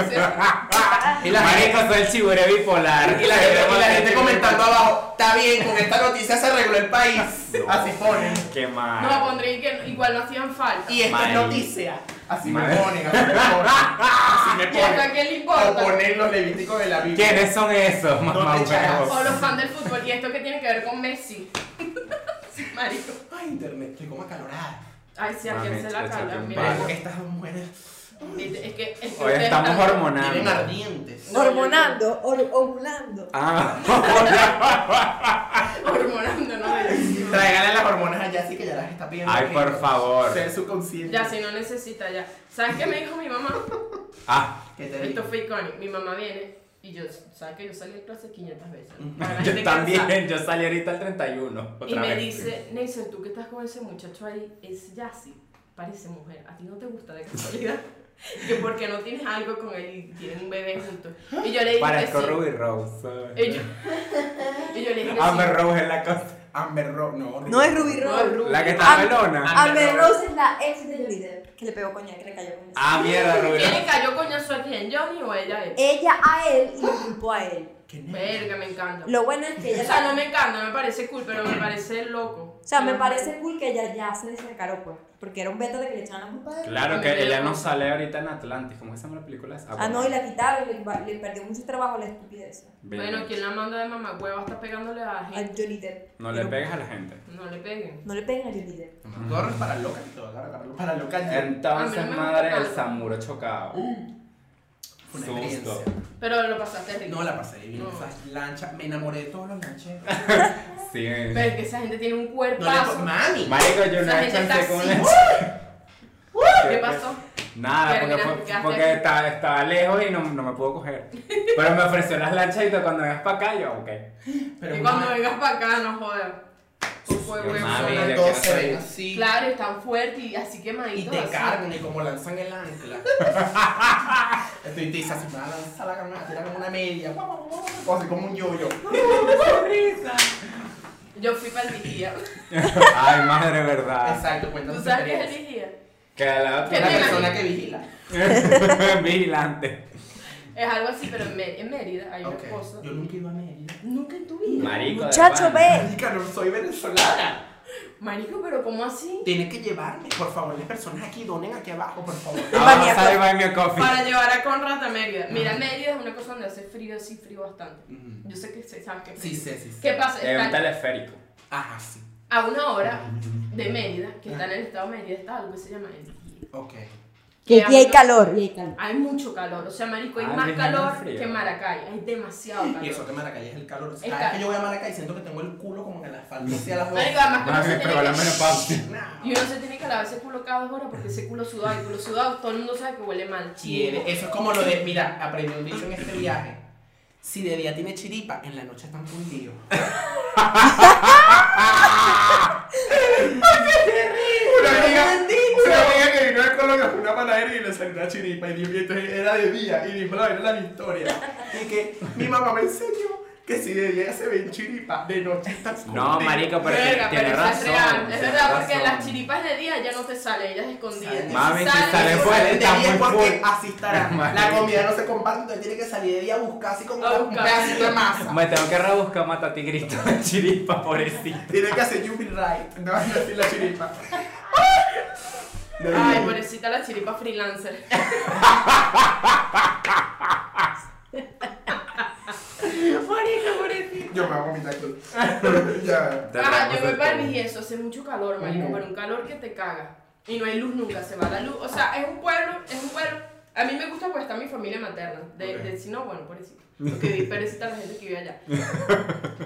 [SPEAKER 1] Y la
[SPEAKER 2] Marico, soy el chibure bipolar.
[SPEAKER 1] Y la gente, y la gente comentando abajo, está bien, con esta noticia se arregló el país. Así ponen.
[SPEAKER 2] Qué mal.
[SPEAKER 3] No, pondré que igual no hacían falta.
[SPEAKER 1] Y esta
[SPEAKER 2] Mal.
[SPEAKER 1] es noticia. Así
[SPEAKER 2] Mal.
[SPEAKER 1] me ponen, así me ponen. Así me
[SPEAKER 3] <laughs> ¿Y hasta
[SPEAKER 1] ponen.
[SPEAKER 3] qué le
[SPEAKER 1] O
[SPEAKER 3] importa?
[SPEAKER 1] ponen los levíticos de la Biblia.
[SPEAKER 2] ¿Quiénes son esos, mamá
[SPEAKER 1] te echarás.
[SPEAKER 2] huevos?
[SPEAKER 3] O los fans del fútbol. ¿Y esto qué tiene que ver con Messi? <laughs> Marico.
[SPEAKER 1] Ay, internet, estoy como acalorada.
[SPEAKER 3] Ay, sí, a quién
[SPEAKER 2] Mami,
[SPEAKER 3] se la
[SPEAKER 2] échate
[SPEAKER 3] cala.
[SPEAKER 2] un
[SPEAKER 3] Mira,
[SPEAKER 2] Vale.
[SPEAKER 1] Pero Estas mujeres
[SPEAKER 3] es que, es que
[SPEAKER 2] Hoy
[SPEAKER 3] ustedes
[SPEAKER 2] estamos
[SPEAKER 3] están-
[SPEAKER 1] tienen
[SPEAKER 2] hormonando.
[SPEAKER 1] ardientes.
[SPEAKER 5] Hormonando, or- ovulando.
[SPEAKER 2] Ah,
[SPEAKER 3] hormonando, ¿no?
[SPEAKER 1] Tráigale las hormonas allá, así que ya las está pidiendo.
[SPEAKER 2] Ay,
[SPEAKER 1] que
[SPEAKER 2] por favor.
[SPEAKER 1] Ser su conciencia.
[SPEAKER 3] Ya, si no necesita, ya. ¿Sabes qué me dijo mi mamá?
[SPEAKER 2] ah,
[SPEAKER 1] ¿Qué te
[SPEAKER 3] Esto
[SPEAKER 1] digo?
[SPEAKER 3] fue icónico. Mi mamá viene y yo, ¿sabes que Yo salí de clase 500 veces.
[SPEAKER 1] Ujú.
[SPEAKER 3] Para la
[SPEAKER 2] Mm. <laughs> yo
[SPEAKER 3] gente
[SPEAKER 2] también,
[SPEAKER 3] cansada.
[SPEAKER 2] yo salí ahorita el 31.
[SPEAKER 3] Y
[SPEAKER 2] Otra
[SPEAKER 3] me
[SPEAKER 2] vez.
[SPEAKER 3] dice, Nelson, tú que estás con ese muchacho ahí, es Yassi. Parece mujer. ¿A ti no te gusta de
[SPEAKER 2] <laughs>
[SPEAKER 3] casualidad? Que porque no tienes algo con él y tienen un bebé juntos. Y yo le dije que
[SPEAKER 2] Parezco
[SPEAKER 3] sí.
[SPEAKER 2] Ruby Rose.
[SPEAKER 3] Y yo, <laughs> y yo le dije que sí.
[SPEAKER 2] Amber Rose es la cosa.
[SPEAKER 1] Amber Rock, no.
[SPEAKER 5] No es
[SPEAKER 3] No,
[SPEAKER 5] Ruby
[SPEAKER 3] es
[SPEAKER 5] Rose.
[SPEAKER 3] Ruby.
[SPEAKER 2] La que está
[SPEAKER 5] Am-
[SPEAKER 2] pelona.
[SPEAKER 5] Amber Rose es la ex del líder que le pegó coñac, que le cayó coñac.
[SPEAKER 2] Ah, mierda, Ruby
[SPEAKER 3] ¿Quién le
[SPEAKER 2] Rose.
[SPEAKER 3] cayó coñazo a quién? ¿Johnny o ella a él?
[SPEAKER 5] Ella a él y lo culpó a él.
[SPEAKER 3] Verga, me encanta.
[SPEAKER 5] Lo bueno es que
[SPEAKER 3] O
[SPEAKER 5] ella.
[SPEAKER 3] sea, no me encanta, me parece cool, pero me parece loco.
[SPEAKER 5] O sea, me parece cool que ella ya se descaró, pues. Porque era un beta de que le echaban la culpa de él.
[SPEAKER 2] Claro que ella no sale ahorita en Atlantis. ¿Cómo que se llama la película? esa?
[SPEAKER 5] Ah, no, y la quitaron, le, inva- le perdió mucho trabajo la estupidez.
[SPEAKER 3] Bueno, ¿quién la manda de mamá hueva está pegándole a
[SPEAKER 5] A
[SPEAKER 3] gente?
[SPEAKER 5] Johnny Depp.
[SPEAKER 2] No le
[SPEAKER 5] Pero-
[SPEAKER 2] pegues a la gente.
[SPEAKER 3] No le peguen.
[SPEAKER 5] No le peguen a Johnny Depp.
[SPEAKER 1] Corres para loca, te voy a agarrar para loca. ya.
[SPEAKER 3] A
[SPEAKER 2] Entonces,
[SPEAKER 3] mí no me
[SPEAKER 2] madre,
[SPEAKER 3] gusta
[SPEAKER 2] el
[SPEAKER 3] tanto.
[SPEAKER 2] samuro
[SPEAKER 3] <gasps>
[SPEAKER 2] chocado.
[SPEAKER 1] Fue una
[SPEAKER 2] Susto.
[SPEAKER 1] experiencia.
[SPEAKER 3] Pero lo pasaste rico.
[SPEAKER 1] No la pasé divino,
[SPEAKER 3] No.
[SPEAKER 1] esas lanchas, me enamoré de todos los lancheros.
[SPEAKER 3] <laughs>
[SPEAKER 2] Sí.
[SPEAKER 3] Pero es que esa gente tiene un
[SPEAKER 1] No le
[SPEAKER 3] cuerpazo.
[SPEAKER 1] mami.
[SPEAKER 2] Marico, yo
[SPEAKER 3] Esa
[SPEAKER 2] no he
[SPEAKER 3] gente
[SPEAKER 2] hecho
[SPEAKER 3] está
[SPEAKER 2] el con
[SPEAKER 3] así. <laughs> ¿Qué pasó?
[SPEAKER 2] Nada,
[SPEAKER 3] Pero
[SPEAKER 2] porque,
[SPEAKER 3] mira,
[SPEAKER 2] fue-
[SPEAKER 3] ¿qué haces
[SPEAKER 2] porque
[SPEAKER 3] aquí?
[SPEAKER 2] estaba, estaba lejos y no, no me pudo coger. Pero me ofreció las lanchas y todo, cuando vengas para acá, yo,
[SPEAKER 3] <laughs>
[SPEAKER 2] ok.
[SPEAKER 1] Pero
[SPEAKER 3] y
[SPEAKER 1] una-
[SPEAKER 3] cuando vengas para acá, no jodas. Tú fue
[SPEAKER 2] Yo,
[SPEAKER 3] huevo.
[SPEAKER 2] mami,
[SPEAKER 1] una
[SPEAKER 2] yo
[SPEAKER 1] dos
[SPEAKER 2] quiero
[SPEAKER 1] se
[SPEAKER 2] salir.
[SPEAKER 1] ven así
[SPEAKER 3] Claro, y tan fuerte y así
[SPEAKER 1] y
[SPEAKER 3] quemadito.
[SPEAKER 1] te
[SPEAKER 3] así.
[SPEAKER 1] cargan y como lanzan el ancla.
[SPEAKER 2] <laughs>
[SPEAKER 1] Estoy te dice así, me va a lanzar la cama, tira como una media, o así como un yoyo.
[SPEAKER 3] Yo fui para el
[SPEAKER 1] <laughs>
[SPEAKER 3] vigía.
[SPEAKER 2] Ay, madre, verdad.
[SPEAKER 1] Exacto, cuéntanos.
[SPEAKER 3] ¿Tú
[SPEAKER 1] tu
[SPEAKER 3] sabes qué es el
[SPEAKER 1] experiencia.
[SPEAKER 3] vigía?
[SPEAKER 2] Que la
[SPEAKER 3] ¿Qué
[SPEAKER 1] Una
[SPEAKER 3] te
[SPEAKER 1] persona que vigila.
[SPEAKER 2] otra. <laughs> Vigilante.
[SPEAKER 3] Es algo así, pero en, Mé- en Mérida hay
[SPEAKER 1] Ok.
[SPEAKER 3] una cosa.
[SPEAKER 1] Yo nunca iba a Mérida.
[SPEAKER 3] Nunca en tu vida.
[SPEAKER 2] Marico. de
[SPEAKER 5] Muchacho,
[SPEAKER 2] pana.
[SPEAKER 5] ve.
[SPEAKER 1] Marica, no soy venezolana.
[SPEAKER 3] Marico, pero ¿cómo así?
[SPEAKER 1] Tienen que llevarme, por favor, las personas aquí donen aquí abajo, por
[SPEAKER 2] Ah,
[SPEAKER 1] favor.
[SPEAKER 9] Vamos
[SPEAKER 5] maníaco.
[SPEAKER 9] a llevar mi coffee.
[SPEAKER 3] Para llevar a Conrad a Mérida. Mira, Mérida es una cosa donde hace frío, sí, frío bastante. Yo sé que se sabe que
[SPEAKER 1] Sí, sí, sí. sí.
[SPEAKER 3] ¿Qué pasa?
[SPEAKER 2] Es un
[SPEAKER 3] Está
[SPEAKER 2] teleférico.
[SPEAKER 1] Ajá, sí.
[SPEAKER 3] a una hora de Mérida, que está en el estado de Mérida, está algo que se llama Energía.
[SPEAKER 1] Ok.
[SPEAKER 5] Que
[SPEAKER 3] Que
[SPEAKER 5] aquí hay
[SPEAKER 3] habla-
[SPEAKER 5] calor. Y hay calor.
[SPEAKER 3] Hay mucho calor, o sea, marico, hay
[SPEAKER 2] Ah,
[SPEAKER 3] más
[SPEAKER 2] es
[SPEAKER 3] calor
[SPEAKER 2] menos frío.
[SPEAKER 3] que Maracay, hay demasiado calor.
[SPEAKER 1] Y eso que Maracay es el calor.
[SPEAKER 3] El
[SPEAKER 1] Cada vez
[SPEAKER 3] calor.
[SPEAKER 1] que yo voy a Maracay siento que tengo el culo como que la faldecia a las
[SPEAKER 3] Marico,
[SPEAKER 1] horas.
[SPEAKER 3] además que uno se <laughs> tiene que-
[SPEAKER 2] menopausia.
[SPEAKER 3] Y uno se tiene que lavar ese culo cada dos horas porque ese culo sudado, el culo sudado, todo el mundo sabe que huele mal.
[SPEAKER 9] eh,
[SPEAKER 1] Quiere. Eso es como lo de, mira, aprendí un dicho en este viaje. Si de día tiene chiripa, en la noche
[SPEAKER 9] <laughs>
[SPEAKER 1] están fundidos.
[SPEAKER 10] Una amiga, una amiga que vino al Colombia fue una panadería y le salió una chiripa y dijo, y entonces era de día y dijo la vaina de la victoria. Y que mi mamá me enseñó que si de día se ven chiripa, de noche están
[SPEAKER 9] No,
[SPEAKER 10] fundidos".
[SPEAKER 9] marico, pero
[SPEAKER 3] Verga,
[SPEAKER 9] tiene
[SPEAKER 3] pero
[SPEAKER 9] razón.
[SPEAKER 3] eso es real. Es
[SPEAKER 9] tiene
[SPEAKER 3] verdad, porque
[SPEAKER 9] razón.
[SPEAKER 3] las chiripas de día ya no te salen, ellas escondidas.
[SPEAKER 9] Mami, si sale
[SPEAKER 3] salen,
[SPEAKER 1] Salen
[SPEAKER 9] fuerte,
[SPEAKER 1] de
[SPEAKER 9] está
[SPEAKER 1] día
[SPEAKER 9] muy
[SPEAKER 1] porque
[SPEAKER 9] fuerte.
[SPEAKER 1] así estará. La
[SPEAKER 9] Marico.
[SPEAKER 1] comida no se comparte, entonces tiene que salir de día a buscar así como
[SPEAKER 3] A
[SPEAKER 1] un
[SPEAKER 3] buscar.
[SPEAKER 1] pedacito de masa.
[SPEAKER 9] Me tengo que rebuscar Mata Tigrito en <laughs> chiripa, pobrecito.
[SPEAKER 10] Tiene que hacer Jubilee Right. No, no es la chiripa.
[SPEAKER 3] <laughs> Ay, pobrecita la chiripa freelancer. Marico, pobrecita.
[SPEAKER 10] Yo me voy a vomitar
[SPEAKER 3] <laughs>
[SPEAKER 10] aquí. ya.
[SPEAKER 3] Ah, yo me perdí y eso, hace mucho calor, marico, pero un calor que te caga. Y no hay luz nunca, se va la luz. O sea, es un pueblo, es un pueblo. A mí me gusta porque está mi familia materna. De, de- si no, bueno, por eso. Porque vi perecita la gente que vive allá.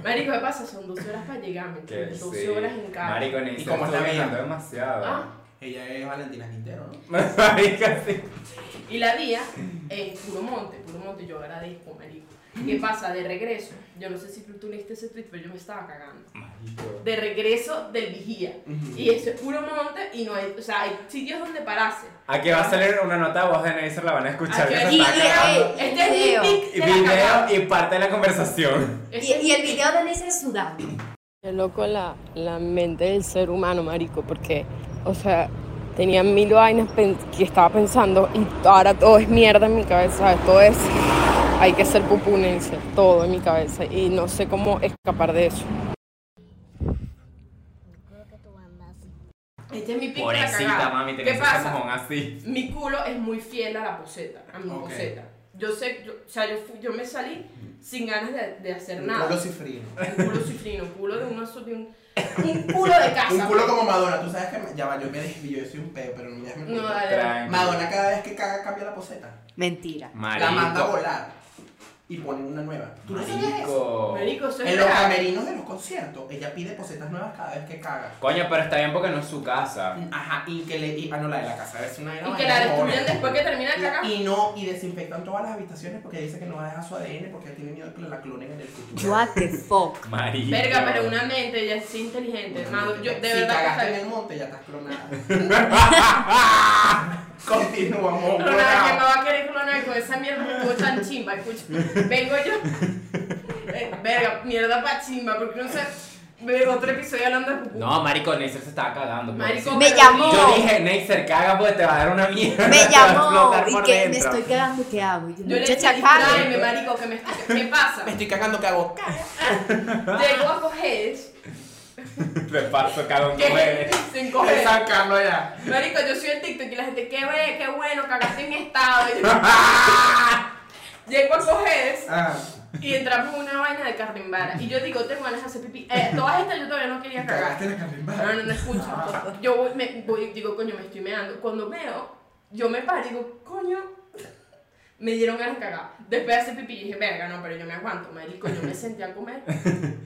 [SPEAKER 3] Marico, ¿qué pasa? Son 12 horas para llegar, ¿me
[SPEAKER 2] Que
[SPEAKER 3] entiendes? 12
[SPEAKER 2] sí.
[SPEAKER 3] horas en carro.
[SPEAKER 2] Marico,
[SPEAKER 1] ¿Y
[SPEAKER 2] necesito
[SPEAKER 1] cómo está
[SPEAKER 2] estudiar
[SPEAKER 1] Bella?
[SPEAKER 2] demasiado.
[SPEAKER 9] <laughs>
[SPEAKER 3] Ah,
[SPEAKER 1] Ella es Valentina Quintero, ¿no?
[SPEAKER 9] Marica, sí.
[SPEAKER 3] y la día es puro monte, puro monte. Yo agradezco, marico. ¿Qué pasa? De regreso, yo no sé si tú leíste ese tweet, pero yo me estaba cagando.
[SPEAKER 2] Marico.
[SPEAKER 3] de regreso del vigía. Y eso es puro monte y no hay, o sea, hay sitios donde pararse.
[SPEAKER 9] Aquí va a salir una nota de voz de Neisser, la van a escuchar.
[SPEAKER 3] Aquí
[SPEAKER 9] que se
[SPEAKER 3] hay
[SPEAKER 9] está
[SPEAKER 5] video.
[SPEAKER 9] cagando.
[SPEAKER 3] Este es mi pic de la
[SPEAKER 9] Video
[SPEAKER 3] cagada.
[SPEAKER 9] y parte de la conversación.
[SPEAKER 5] Y,
[SPEAKER 3] Este es
[SPEAKER 5] y el
[SPEAKER 3] mi pic.
[SPEAKER 5] video de Lisa sudando.
[SPEAKER 11] Qué loco la, la mente del ser humano, marico, porque, o sea, tenía mil vainas pen- que estaba pensando y ahora todo es mierda en mi cabeza, ¿sabes? Todo es, hay que ser pupunense, todo en mi cabeza y no sé cómo escapar de eso.
[SPEAKER 3] Este es mi pic de la
[SPEAKER 9] Pobrecita,
[SPEAKER 3] cagada.
[SPEAKER 9] mami, te
[SPEAKER 3] ¿Qué pasa?
[SPEAKER 9] cajón así.
[SPEAKER 3] Mi culo es muy fiel a la poseta, a mi
[SPEAKER 1] Ok.
[SPEAKER 3] poseta. Yo sé, yo- o sea, yo, fui- yo me salí sin ganas de, de hacer
[SPEAKER 1] Un culo
[SPEAKER 3] nada.
[SPEAKER 1] cifrino.
[SPEAKER 3] Un culo cifrino, un culo de una so- de un, un culo de casa.
[SPEAKER 1] Un culo como Madonna, tú sabes que me- ya va, yo me desvío, yo soy un peo, pero no me dejes
[SPEAKER 3] No, dale.
[SPEAKER 2] Tranqui.
[SPEAKER 1] Madonna cada vez que caga cambia la poseta,
[SPEAKER 5] Mentira.
[SPEAKER 1] la manda a
[SPEAKER 9] Marico.
[SPEAKER 1] volar y pone una nueva. ¿Tú no sabías eso?
[SPEAKER 2] Marico.
[SPEAKER 3] Marico, eso es
[SPEAKER 1] En los
[SPEAKER 3] real.
[SPEAKER 1] camerinos de los conciertos, ella pide posetas nuevas cada vez que caga.
[SPEAKER 2] Coño, pero está bien porque no es su casa.
[SPEAKER 1] Ajá, y que le. Y, ah, no, la de la casa es una de las
[SPEAKER 3] Y que la destruyen después que termina de cagar.
[SPEAKER 1] Y no, y desinfectan todas las habitaciones porque dice que no va a dejar su ADN porque tiene miedo que la clonen en el futuro.
[SPEAKER 5] <coughs> What the fuck.
[SPEAKER 2] Marico.
[SPEAKER 3] Verga, pero una mente, ella es inteligente. Madu- yo,
[SPEAKER 1] si
[SPEAKER 3] de verdad que
[SPEAKER 1] cagaste
[SPEAKER 3] sabía.
[SPEAKER 1] en el monte, ya estás
[SPEAKER 3] <laughs>
[SPEAKER 1] clonada. Continuamos.
[SPEAKER 3] Clonar, ¿quién me
[SPEAKER 1] clonada.
[SPEAKER 3] va a querer clonar con esa mierda que estuvo tan chimba? Escucha, vengo yo. Eh, verga, mierda pa' chimba, porque no sé. Ver otro episodio hablando de pupú.
[SPEAKER 2] No, marico, Neisser se estaba cagando.
[SPEAKER 3] Marico,
[SPEAKER 2] pobrecito.
[SPEAKER 5] Me
[SPEAKER 3] pero-
[SPEAKER 5] llamó.
[SPEAKER 2] Yo dije, Neisser, caga porque te va a dar una mierda.
[SPEAKER 5] Me
[SPEAKER 2] te va a
[SPEAKER 5] llamó
[SPEAKER 2] explotar
[SPEAKER 5] y
[SPEAKER 2] por
[SPEAKER 5] que me
[SPEAKER 2] dentro.
[SPEAKER 5] estoy cagando, ¿qué hago? Y yo,
[SPEAKER 3] Yo le dije,
[SPEAKER 5] muchacha, cague.
[SPEAKER 3] "Dime, marico, que me está- ¿qué
[SPEAKER 5] <laughs>
[SPEAKER 3] pasa?
[SPEAKER 1] Me estoy cagando, ¿qué hago?
[SPEAKER 3] Llego a Cojedes,
[SPEAKER 2] <laughs> De paso, cago en
[SPEAKER 3] que
[SPEAKER 2] mujeres.
[SPEAKER 3] es en Cojedes.
[SPEAKER 1] San Carlos allá.
[SPEAKER 3] Marico, yo soy en TikTok y la gente, qué, ve, qué bueno, cagaste en mi estado. Y yo, <laughs> Llego a Cojedes
[SPEAKER 1] Ah.
[SPEAKER 3] y entramos en una vaina de carnimbara. Y yo digo, tengo ganas de hacer pipí. Eh, todas estas yo todavía no quería cagar.
[SPEAKER 1] Cagaste la carimbada.
[SPEAKER 3] No, no, no escucha. Yo voy, me, voy, digo, coño, me estoy meando. Cuando veo, yo me paro y digo, coño, me dieron ganas de cagar. Después hace pipí y dije, verga, no, pero yo me aguanto, marico. Yo me senté
[SPEAKER 1] <laughs>
[SPEAKER 3] a comer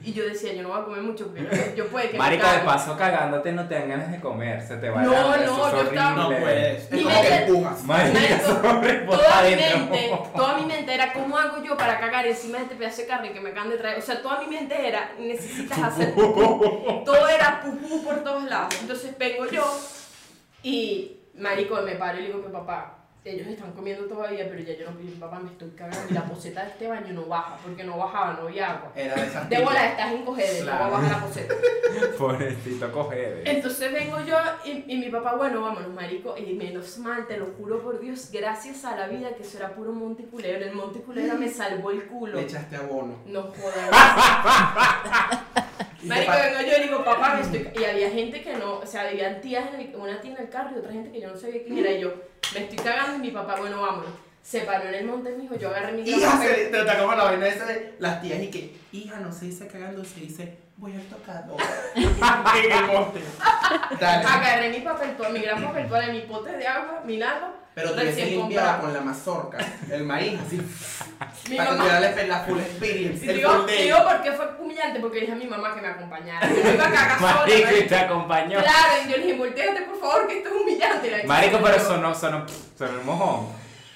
[SPEAKER 3] y yo decía, yo no voy a comer mucho porque yo, yo puede que me
[SPEAKER 9] Marico, de
[SPEAKER 3] cague.
[SPEAKER 9] paso cagándote no te dan ganas de comer. Se te va el
[SPEAKER 3] No,
[SPEAKER 9] hambre,
[SPEAKER 3] no,
[SPEAKER 9] eso es
[SPEAKER 3] yo estaba-
[SPEAKER 1] No
[SPEAKER 9] horrible.
[SPEAKER 1] puedes. Pues, Es
[SPEAKER 3] Y
[SPEAKER 1] como que
[SPEAKER 3] me-
[SPEAKER 1] empujas.
[SPEAKER 9] Marico,
[SPEAKER 2] <laughs>
[SPEAKER 3] Marico,
[SPEAKER 9] sobre
[SPEAKER 3] Toda mi
[SPEAKER 9] adentro.
[SPEAKER 3] mente, toda mi mente era cómo hago yo para cagar encima de este pedazo de carne que me acaban de traer. O sea, toda mi mente era necesitas hacer pupú. Todo era pupú por todos lados. Entonces vengo yo y marico me paro y le digo a mi papá. Ellos están comiendo todavía, pero ya yo no pido, papá, me estoy cagando y la poseta de este baño no baja, porque no bajaba, no había agua.
[SPEAKER 1] Era de esas
[SPEAKER 3] De
[SPEAKER 1] típicas.
[SPEAKER 3] bola, estás encogedera, no va a bajar la poseta.
[SPEAKER 9] Pobrecito,
[SPEAKER 3] <laughs>
[SPEAKER 9] coge.
[SPEAKER 3] Entonces vengo yo y, y mi papá, bueno, vámonos, marico. Y menos mal, te lo juro por Dios, gracias a la vida que eso era puro monte culebra. El monte culebra me salvó el culo.
[SPEAKER 1] <laughs> Le echaste abono.
[SPEAKER 3] No jodas. Marico, vengo yo y digo, papá, me estoy. Y había gente que no, o sea, había tías en el- una tía en el carro y otra gente que yo no sabía quién era. Y yo, me estoy cagando y mi papá, bueno, vámonos. Se paró en el monte, mijo, yo agarré mi
[SPEAKER 1] Hija,
[SPEAKER 3] grabadora.
[SPEAKER 1] se, te atacó con la vaina esa de las tías y que, hija, no se dice cagando, se dice, voy al
[SPEAKER 3] <laughs>
[SPEAKER 1] tocador. en el monte. Dale.
[SPEAKER 3] Agarré mi papel, toda mi gran papel, toda mi pote de agua, mi largo.
[SPEAKER 1] Pero tienes que
[SPEAKER 3] recién
[SPEAKER 1] limpiar
[SPEAKER 3] comprado.
[SPEAKER 1] con la mazorca, el maíz, así.
[SPEAKER 3] Mi
[SPEAKER 1] para
[SPEAKER 3] mamá-
[SPEAKER 1] que te dé la full experience,
[SPEAKER 3] Y
[SPEAKER 1] el
[SPEAKER 3] digo,
[SPEAKER 1] full
[SPEAKER 3] y
[SPEAKER 1] day.
[SPEAKER 3] digo por qué fue humillante, porque dije a mi mamá que me acompañara. Yo me iba a
[SPEAKER 2] <laughs>
[SPEAKER 3] cagar sola.
[SPEAKER 9] Marico, y
[SPEAKER 3] marico.
[SPEAKER 9] te acompañó.
[SPEAKER 3] Claro, y yo le dije, volteate por favor, que esto es humillante. Y la chica
[SPEAKER 2] Marico, pero
[SPEAKER 3] se
[SPEAKER 2] sonó, sonó, sonó el mojón.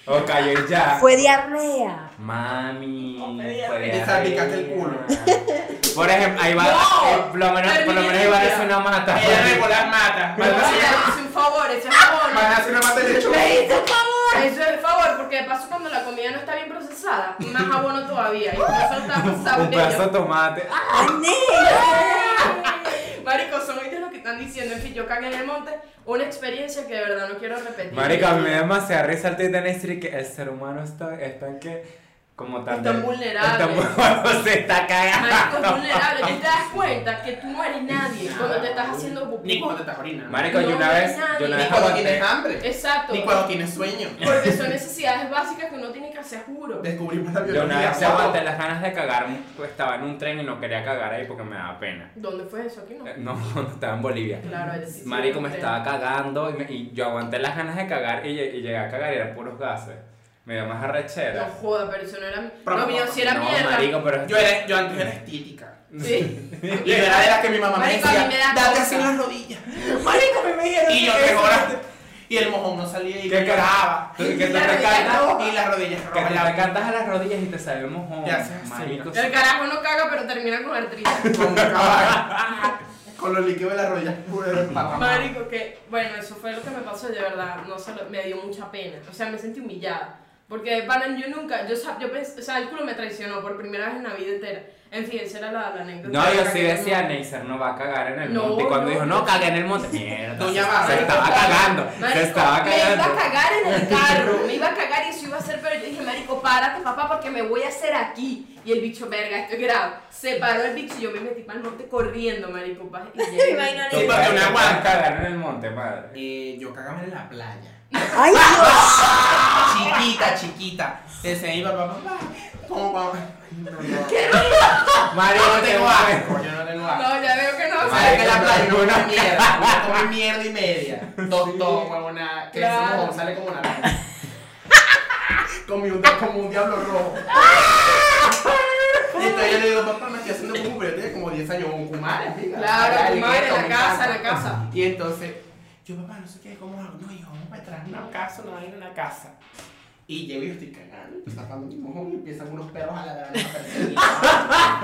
[SPEAKER 2] O cayó ya.
[SPEAKER 5] Fue diarrea.
[SPEAKER 9] Mami. fue
[SPEAKER 1] Te salpicaste el culo.
[SPEAKER 9] Por ejemplo, ahí va. eh, por lo menos, por lo
[SPEAKER 3] terminé
[SPEAKER 9] menos ahí va a
[SPEAKER 3] limpia.
[SPEAKER 9] hacer una mata.
[SPEAKER 1] Ella me voló las matas.
[SPEAKER 3] fue.
[SPEAKER 1] Van a hacer-
[SPEAKER 3] Mira, hice un favor, ese favor.
[SPEAKER 1] van a hacer una mata de lecho.
[SPEAKER 3] Eso es el favor, porque de paso cuando la comida no está bien procesada, más abono todavía. Y por eso está
[SPEAKER 2] Un pedazo de
[SPEAKER 3] sabello.
[SPEAKER 2] tomate.
[SPEAKER 5] ¡Ay, nena!
[SPEAKER 3] Marico, son ellos los que están diciendo, en fin, yo cagué en el monte, una experiencia que de verdad no quiero repetir.
[SPEAKER 2] Marica, me da demasiada risa el Titanic Street que el ser humano está, está en que como tan
[SPEAKER 3] Está
[SPEAKER 2] de-
[SPEAKER 3] vulnerable.
[SPEAKER 2] está muy- <laughs> se está
[SPEAKER 3] Marico, es
[SPEAKER 2] cagando.
[SPEAKER 3] vulnerable, y te das cuenta que tú no eres nadie cuando te estás haciendo pupú.
[SPEAKER 1] Ni cuando estás orinando.
[SPEAKER 2] Marico, yo
[SPEAKER 3] No,
[SPEAKER 2] una
[SPEAKER 3] no
[SPEAKER 2] vez,
[SPEAKER 3] es nadie.
[SPEAKER 2] yo una
[SPEAKER 3] Ni
[SPEAKER 2] vez
[SPEAKER 1] Ni cuando
[SPEAKER 2] aguanté-
[SPEAKER 1] tienes hambre.
[SPEAKER 3] Exacto.
[SPEAKER 1] Ni cuando tienes sueño.
[SPEAKER 3] Porque son necesidades básicas que uno tiene que hacer, juro.
[SPEAKER 1] Descubrimos la
[SPEAKER 2] Yo una
[SPEAKER 1] biología.
[SPEAKER 2] vez se aguanté las ganas de cagar, pues, estaba en un tren y no quería cagar ahí porque me daba pena.
[SPEAKER 3] ¿Dónde fue eso? Aquí no.
[SPEAKER 2] Eh, <laughs> No, no, estaba en Bolivia.
[SPEAKER 3] Claro, ahí sí.
[SPEAKER 2] Marico, me
[SPEAKER 3] Sí.
[SPEAKER 2] estaba cagando y, me- y yo aguanté las ganas de cagar y, lle- y llegué a cagar y eran puros gases. Me dio más
[SPEAKER 3] No
[SPEAKER 2] arrechera.
[SPEAKER 3] joda, pero eso no era.
[SPEAKER 1] Pero-
[SPEAKER 3] no, mío, si era
[SPEAKER 2] no,
[SPEAKER 3] mierda.
[SPEAKER 2] marico, pero...
[SPEAKER 1] Yo era- yo antes era estética.
[SPEAKER 3] Sí.
[SPEAKER 1] Y yo era de las que mi mamá
[SPEAKER 3] Marico, a
[SPEAKER 1] me
[SPEAKER 3] mí me
[SPEAKER 1] decía,
[SPEAKER 3] da
[SPEAKER 1] date
[SPEAKER 3] cosa".
[SPEAKER 1] así en las rodillas. Marico, me dijeron Y yo
[SPEAKER 2] que
[SPEAKER 1] te
[SPEAKER 2] eso-
[SPEAKER 1] joraste. Y el mojón no salía y
[SPEAKER 2] ¿Qué
[SPEAKER 1] yo lloraba.
[SPEAKER 2] Tú- Que tú
[SPEAKER 3] <laughs> La
[SPEAKER 2] te
[SPEAKER 3] rodilla
[SPEAKER 2] cantas,
[SPEAKER 1] Y las rodillas
[SPEAKER 2] que tú
[SPEAKER 1] rojas.
[SPEAKER 2] te
[SPEAKER 1] la-
[SPEAKER 2] cantas a las rodillas y te sale el mojón.
[SPEAKER 1] Te haces así,
[SPEAKER 2] Marico,
[SPEAKER 3] El carajo no caga, pero termina con artritis.
[SPEAKER 1] Con un caballo. Con los líquidos de las rodillas puro de papá.
[SPEAKER 3] Marico, que. Bueno, eso fue lo que me pasó, de verdad. No se lo- me dio mucha pena. O sea, me sentí humillada. Porque, pana, yo nunca. Yo, sab- yo pens- o sea, el culo me traicionó por primera vez en la vida entera. En fin, esa era la, la anécdota.
[SPEAKER 2] No, yo sí decía, Neisser no va a cagar en el
[SPEAKER 3] No,
[SPEAKER 2] monte. Y cuando
[SPEAKER 3] no.
[SPEAKER 2] dijo, no, cagué en el monte. Mierda.
[SPEAKER 1] Doña
[SPEAKER 2] se-
[SPEAKER 1] Bárbara.
[SPEAKER 2] se estaba cagando.
[SPEAKER 3] Marico,
[SPEAKER 2] Se estaba
[SPEAKER 3] Me iba a
[SPEAKER 2] cagando.
[SPEAKER 3] cagar en el carro, me iba a cagar y eso iba a hacer, pero yo dije, Marico, párate, papá, porque me voy a hacer aquí. Y el bicho, verga, esto es grave. Se paró el bicho y yo me metí para el norte corriendo, Marico. pa- Y llegué.
[SPEAKER 5] Imagínate.
[SPEAKER 1] Tú para que me
[SPEAKER 2] a
[SPEAKER 1] aguanta.
[SPEAKER 2] cagar en el monte,
[SPEAKER 1] <laughs>
[SPEAKER 2] madre.
[SPEAKER 1] Eh, yo cagame en la playa.
[SPEAKER 5] ¡Ay, Dios!
[SPEAKER 1] Chiquita, chiquita. Decía mi papá, papá, ¿cómo vamos? No, no. <laughs>
[SPEAKER 2] Mario,
[SPEAKER 1] Yo Ah, no
[SPEAKER 2] te
[SPEAKER 1] tengo asco. Yo no tengo asco.
[SPEAKER 3] No, ya veo que no. o sea,
[SPEAKER 1] Marica, en la playa no
[SPEAKER 2] Alguna-
[SPEAKER 1] come <laughs> mierda, no come mierda y media. Dos, dos, huevona, que
[SPEAKER 3] Claro.
[SPEAKER 1] ese mojón sale como naranja. <laughs> Comí un, dia- como un diablo rojo. <laughs> Y entonces yo le digo, papá, me estoy haciendo como pero yo tenía como 10 años, un kumare, amiga.
[SPEAKER 3] Claro,
[SPEAKER 1] Dale,
[SPEAKER 3] kumare,
[SPEAKER 1] que esto
[SPEAKER 3] la
[SPEAKER 1] me
[SPEAKER 3] casa,
[SPEAKER 1] encanta.
[SPEAKER 3] la casa.
[SPEAKER 1] Y entonces, yo, papá, no sé qué, cómo hago. No, yo, vamos a traer una casa, no hay una casa. Y llego y estoy cagando, tapando mi mojón y empiezan unos perros a ladrar. a perseguir. <laughs>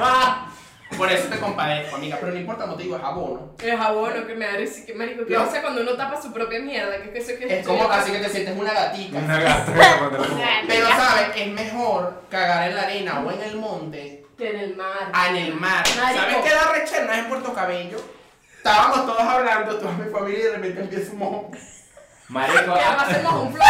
[SPEAKER 1] Por eso te compadezco, amiga, pero no importa, no te digo, es abono.
[SPEAKER 3] Es abono que me da risa, que marico, que
[SPEAKER 1] No.
[SPEAKER 3] pasa cuando uno tapa su propia mierda, que es que eso que
[SPEAKER 1] Es como casi que te sientes una gatita.
[SPEAKER 2] Una gata cuando
[SPEAKER 3] <laughs>
[SPEAKER 2] lo
[SPEAKER 1] Pero sabes, es mejor cagar en la arena o en el monte
[SPEAKER 3] que en el mar.
[SPEAKER 1] a en el mar.
[SPEAKER 3] Marico.
[SPEAKER 1] ¿Sabes qué la rechera no es en Puerto Cabello? Estábamos todos hablando, toda mi familia y de repente empieza un mojón.
[SPEAKER 2] Marico.
[SPEAKER 3] Que además
[SPEAKER 2] ah,
[SPEAKER 3] hacemos
[SPEAKER 1] <laughs>
[SPEAKER 3] un flor.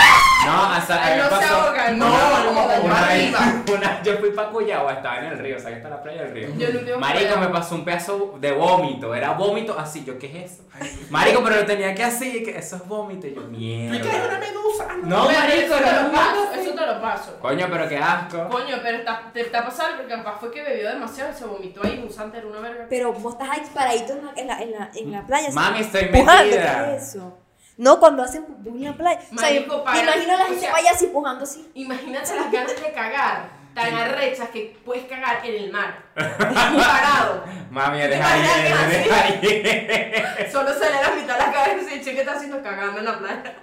[SPEAKER 2] No, hasta
[SPEAKER 3] Ay,
[SPEAKER 2] a mí
[SPEAKER 3] no se
[SPEAKER 2] pasó-
[SPEAKER 3] ahogan.
[SPEAKER 1] No,
[SPEAKER 3] no,
[SPEAKER 1] el mojón
[SPEAKER 2] Una
[SPEAKER 1] va
[SPEAKER 2] vez,
[SPEAKER 1] arriba.
[SPEAKER 2] <laughs> una- yo fui para Cuyagua, estaba en el río, o sea que está la playa del río.
[SPEAKER 3] Yo no tengo
[SPEAKER 2] Marico,
[SPEAKER 3] playa.
[SPEAKER 2] me pasó un pedazo de vómito, era vómito así, yo, ¿qué es eso? Marico, pero lo tenía que así, que eso es vómito, y yo,
[SPEAKER 1] ¿Tú qué es una
[SPEAKER 2] mierda.
[SPEAKER 1] medusa?
[SPEAKER 2] No,
[SPEAKER 3] Pero
[SPEAKER 2] marico,
[SPEAKER 3] eso te
[SPEAKER 2] no,
[SPEAKER 3] lo paso,
[SPEAKER 2] no,
[SPEAKER 3] eso te lo paso.
[SPEAKER 2] Coño, pero qué asco.
[SPEAKER 3] Coño, pero está, te está pasando porque capaz fue que bebió demasiado y se vomitó ahí, un santer, una verga.
[SPEAKER 5] Pero vos estás ahí paradito en la, en la, en la, en la playa. así,
[SPEAKER 2] Mami, estoy
[SPEAKER 5] pujando,
[SPEAKER 2] metida.
[SPEAKER 5] ¿qué es eso? No, cuando hacen pupú en la playa. O sea,
[SPEAKER 3] Marico,
[SPEAKER 5] yo-
[SPEAKER 3] para-
[SPEAKER 5] me imagino a la
[SPEAKER 3] o
[SPEAKER 5] gente
[SPEAKER 3] sea-
[SPEAKER 5] vaya así pujando así.
[SPEAKER 3] Imagínate las ganas de cagar tan arrechas que puedes cagar en el mar. Parado.
[SPEAKER 2] Mami, eres
[SPEAKER 3] Te imaginas
[SPEAKER 2] ahí,
[SPEAKER 3] que
[SPEAKER 2] eres ahí.
[SPEAKER 3] Solo se le da la mitad de la cabeza y dice, ¿qué está haciendo cagando en la playa?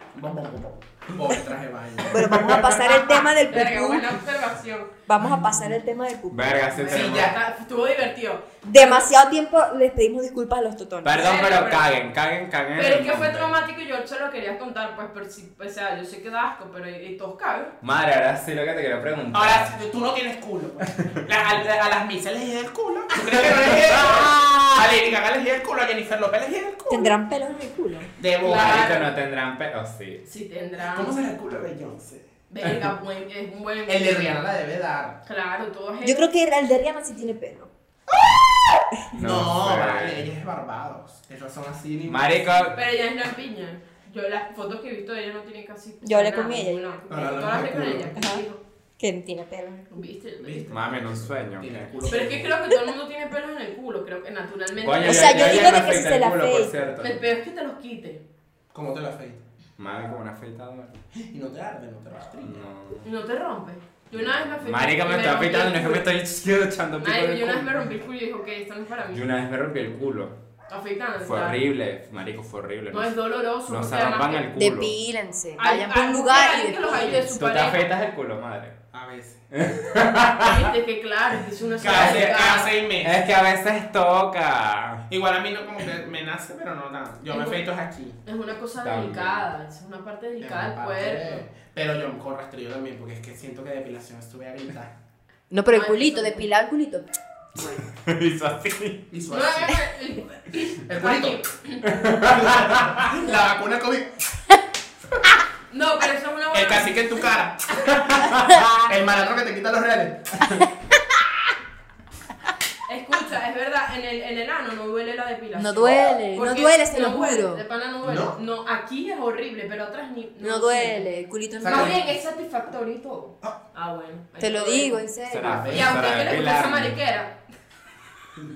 [SPEAKER 1] Pobre traje de baño.
[SPEAKER 5] Bueno, vamos a pasar el tema del
[SPEAKER 3] Verga,
[SPEAKER 5] pupú.
[SPEAKER 3] buena observación.
[SPEAKER 5] Vamos a pasar el tema del
[SPEAKER 2] <laughs>
[SPEAKER 5] pupú.
[SPEAKER 2] Verga, sí,
[SPEAKER 3] Sí,
[SPEAKER 2] tenemos-
[SPEAKER 3] ya está, estuvo divertido.
[SPEAKER 5] Demasiado tiempo les pedimos disculpas a los totones.
[SPEAKER 2] Perdón,
[SPEAKER 3] Verga,
[SPEAKER 2] pero
[SPEAKER 3] pero-
[SPEAKER 2] caguen, caguen, caguen.
[SPEAKER 3] Pero es que fue
[SPEAKER 2] Madre,
[SPEAKER 3] traumático y yo se lo quería contar, pues, pero sí, o sea, yo sé que da asco, pero y, y todos caben.
[SPEAKER 2] Madre, ahora sí lo que te quiero preguntar. <laughs>
[SPEAKER 1] Ahora, si tú- tú no tienes culo. pues. La- a, a las misas les llega el culo. ¿Tú crees que no les llega?
[SPEAKER 2] <laughs>
[SPEAKER 1] A Lady Gaga les llega el culo, a Jennifer López les llega el culo.
[SPEAKER 5] Tendrán pelos en el culo.
[SPEAKER 1] De boca.
[SPEAKER 2] Marico, no tendrán pero sí.
[SPEAKER 3] Sí
[SPEAKER 1] <laughs>
[SPEAKER 3] tendrán.
[SPEAKER 1] ¿Cómo será el culo de Beyoncé?
[SPEAKER 3] Verga, buen, es un buen.
[SPEAKER 1] El de Rihanna la debe dar.
[SPEAKER 3] Claro, todos
[SPEAKER 5] Yo creo que el de Rihanna sí tiene pelo.
[SPEAKER 1] No,
[SPEAKER 2] sé.
[SPEAKER 1] vale, ella es de Barbados. Ellos son así. ni-
[SPEAKER 2] Marico.
[SPEAKER 3] Pero ella es la piña. Yo las fotos que he visto de ella no tiene casi.
[SPEAKER 5] Yo hablé
[SPEAKER 3] nada,
[SPEAKER 5] con ella.
[SPEAKER 3] ninguna.
[SPEAKER 2] Ah,
[SPEAKER 1] No, no, no,
[SPEAKER 3] Todas hablé con
[SPEAKER 1] no,
[SPEAKER 3] ella. contigo.
[SPEAKER 5] Que no tiene pelo.
[SPEAKER 3] ¿Viste?
[SPEAKER 2] Mame, no sueño.
[SPEAKER 1] Tiene el
[SPEAKER 2] ¿qué?
[SPEAKER 1] culo
[SPEAKER 3] Pero es que creo que todo el mundo tiene pelos en el culo, creo que naturalmente.
[SPEAKER 2] Coño,
[SPEAKER 5] O sea, yo
[SPEAKER 2] ya me
[SPEAKER 5] digo de que si
[SPEAKER 2] afeité
[SPEAKER 5] se
[SPEAKER 2] el
[SPEAKER 5] la
[SPEAKER 2] culo, por
[SPEAKER 5] afeita.
[SPEAKER 2] cierto.
[SPEAKER 3] El peor es que te los quite.
[SPEAKER 1] ¿Cómo te la afeitas?
[SPEAKER 2] Mame, como una afeitadora.
[SPEAKER 1] Y no te arde, no te rastrilla.
[SPEAKER 2] No.
[SPEAKER 3] No te rompes. Yo una vez me afeité.
[SPEAKER 2] Marica, me estoy
[SPEAKER 3] rompí el
[SPEAKER 2] afeitando, no es que
[SPEAKER 3] culo.
[SPEAKER 2] me estoy <laughs> echando pico en
[SPEAKER 3] Marico,
[SPEAKER 2] el
[SPEAKER 3] yo una vez me
[SPEAKER 2] culo.
[SPEAKER 3] rompí el culo y dije, ok, esto no es para mí.
[SPEAKER 2] Yo una vez me rompí el culo.
[SPEAKER 3] Afeitando.
[SPEAKER 2] Fue
[SPEAKER 3] o sea,
[SPEAKER 2] horrible, marico, fue horrible.
[SPEAKER 3] No es doloroso.
[SPEAKER 2] No
[SPEAKER 3] porque
[SPEAKER 2] se
[SPEAKER 3] además
[SPEAKER 2] rompan
[SPEAKER 3] que-
[SPEAKER 2] el culo.
[SPEAKER 5] Depílense.
[SPEAKER 3] Hay-
[SPEAKER 5] Vayan por un
[SPEAKER 3] hay-
[SPEAKER 5] lugar
[SPEAKER 3] hay
[SPEAKER 5] y
[SPEAKER 3] que los ayude
[SPEAKER 5] depílense.
[SPEAKER 3] su
[SPEAKER 2] Tú te
[SPEAKER 3] pareja.
[SPEAKER 2] afeitas el culo, madre.
[SPEAKER 1] A veces.
[SPEAKER 3] Viste que claro, es una
[SPEAKER 1] Casi,
[SPEAKER 3] sola-
[SPEAKER 1] casi me.
[SPEAKER 2] Es que a veces toca. <laughs>
[SPEAKER 1] Igual a mí no como que me nace, pero no tanto. Yo me afeito es aquí.
[SPEAKER 3] Es una cosa
[SPEAKER 2] También.
[SPEAKER 3] delicada, es una parte delicada del cuerpo.
[SPEAKER 1] Pero yo con rastrillo también, porque es que siento que depilación estuve ahorita. <laughs>
[SPEAKER 5] No, pero el
[SPEAKER 3] Ay,
[SPEAKER 5] culito,
[SPEAKER 3] eso-
[SPEAKER 5] depilar el culito.
[SPEAKER 2] Hizo así.
[SPEAKER 3] <laughs>
[SPEAKER 1] Y
[SPEAKER 3] No,
[SPEAKER 1] suave.
[SPEAKER 3] eh, eh,
[SPEAKER 1] El culito. La vacuna COVID.
[SPEAKER 3] No, pero eso es una
[SPEAKER 1] El
[SPEAKER 3] buena.
[SPEAKER 1] cacique en tu cara. El malandro que te quita los reales.
[SPEAKER 3] Escucha, es verdad, en el, en el ano no duele la depilación.
[SPEAKER 5] No duele, no
[SPEAKER 3] Porque
[SPEAKER 5] duele, se
[SPEAKER 3] no
[SPEAKER 5] lo
[SPEAKER 3] duele,
[SPEAKER 5] juro.
[SPEAKER 3] De pana no duele.
[SPEAKER 1] ¿No?
[SPEAKER 3] No, aquí es horrible, pero otras ni.
[SPEAKER 5] No duele, el culito es
[SPEAKER 1] Saca-
[SPEAKER 3] Más
[SPEAKER 5] malo.
[SPEAKER 3] bien es satisfactorio y todo. Ah, bueno. ahí
[SPEAKER 5] Te lo
[SPEAKER 3] duele.
[SPEAKER 5] digo, en serio.
[SPEAKER 2] Será
[SPEAKER 3] Y
[SPEAKER 2] feo.
[SPEAKER 3] aunque
[SPEAKER 2] será
[SPEAKER 3] que le gusta esa
[SPEAKER 2] depilarme.
[SPEAKER 3] mariquera,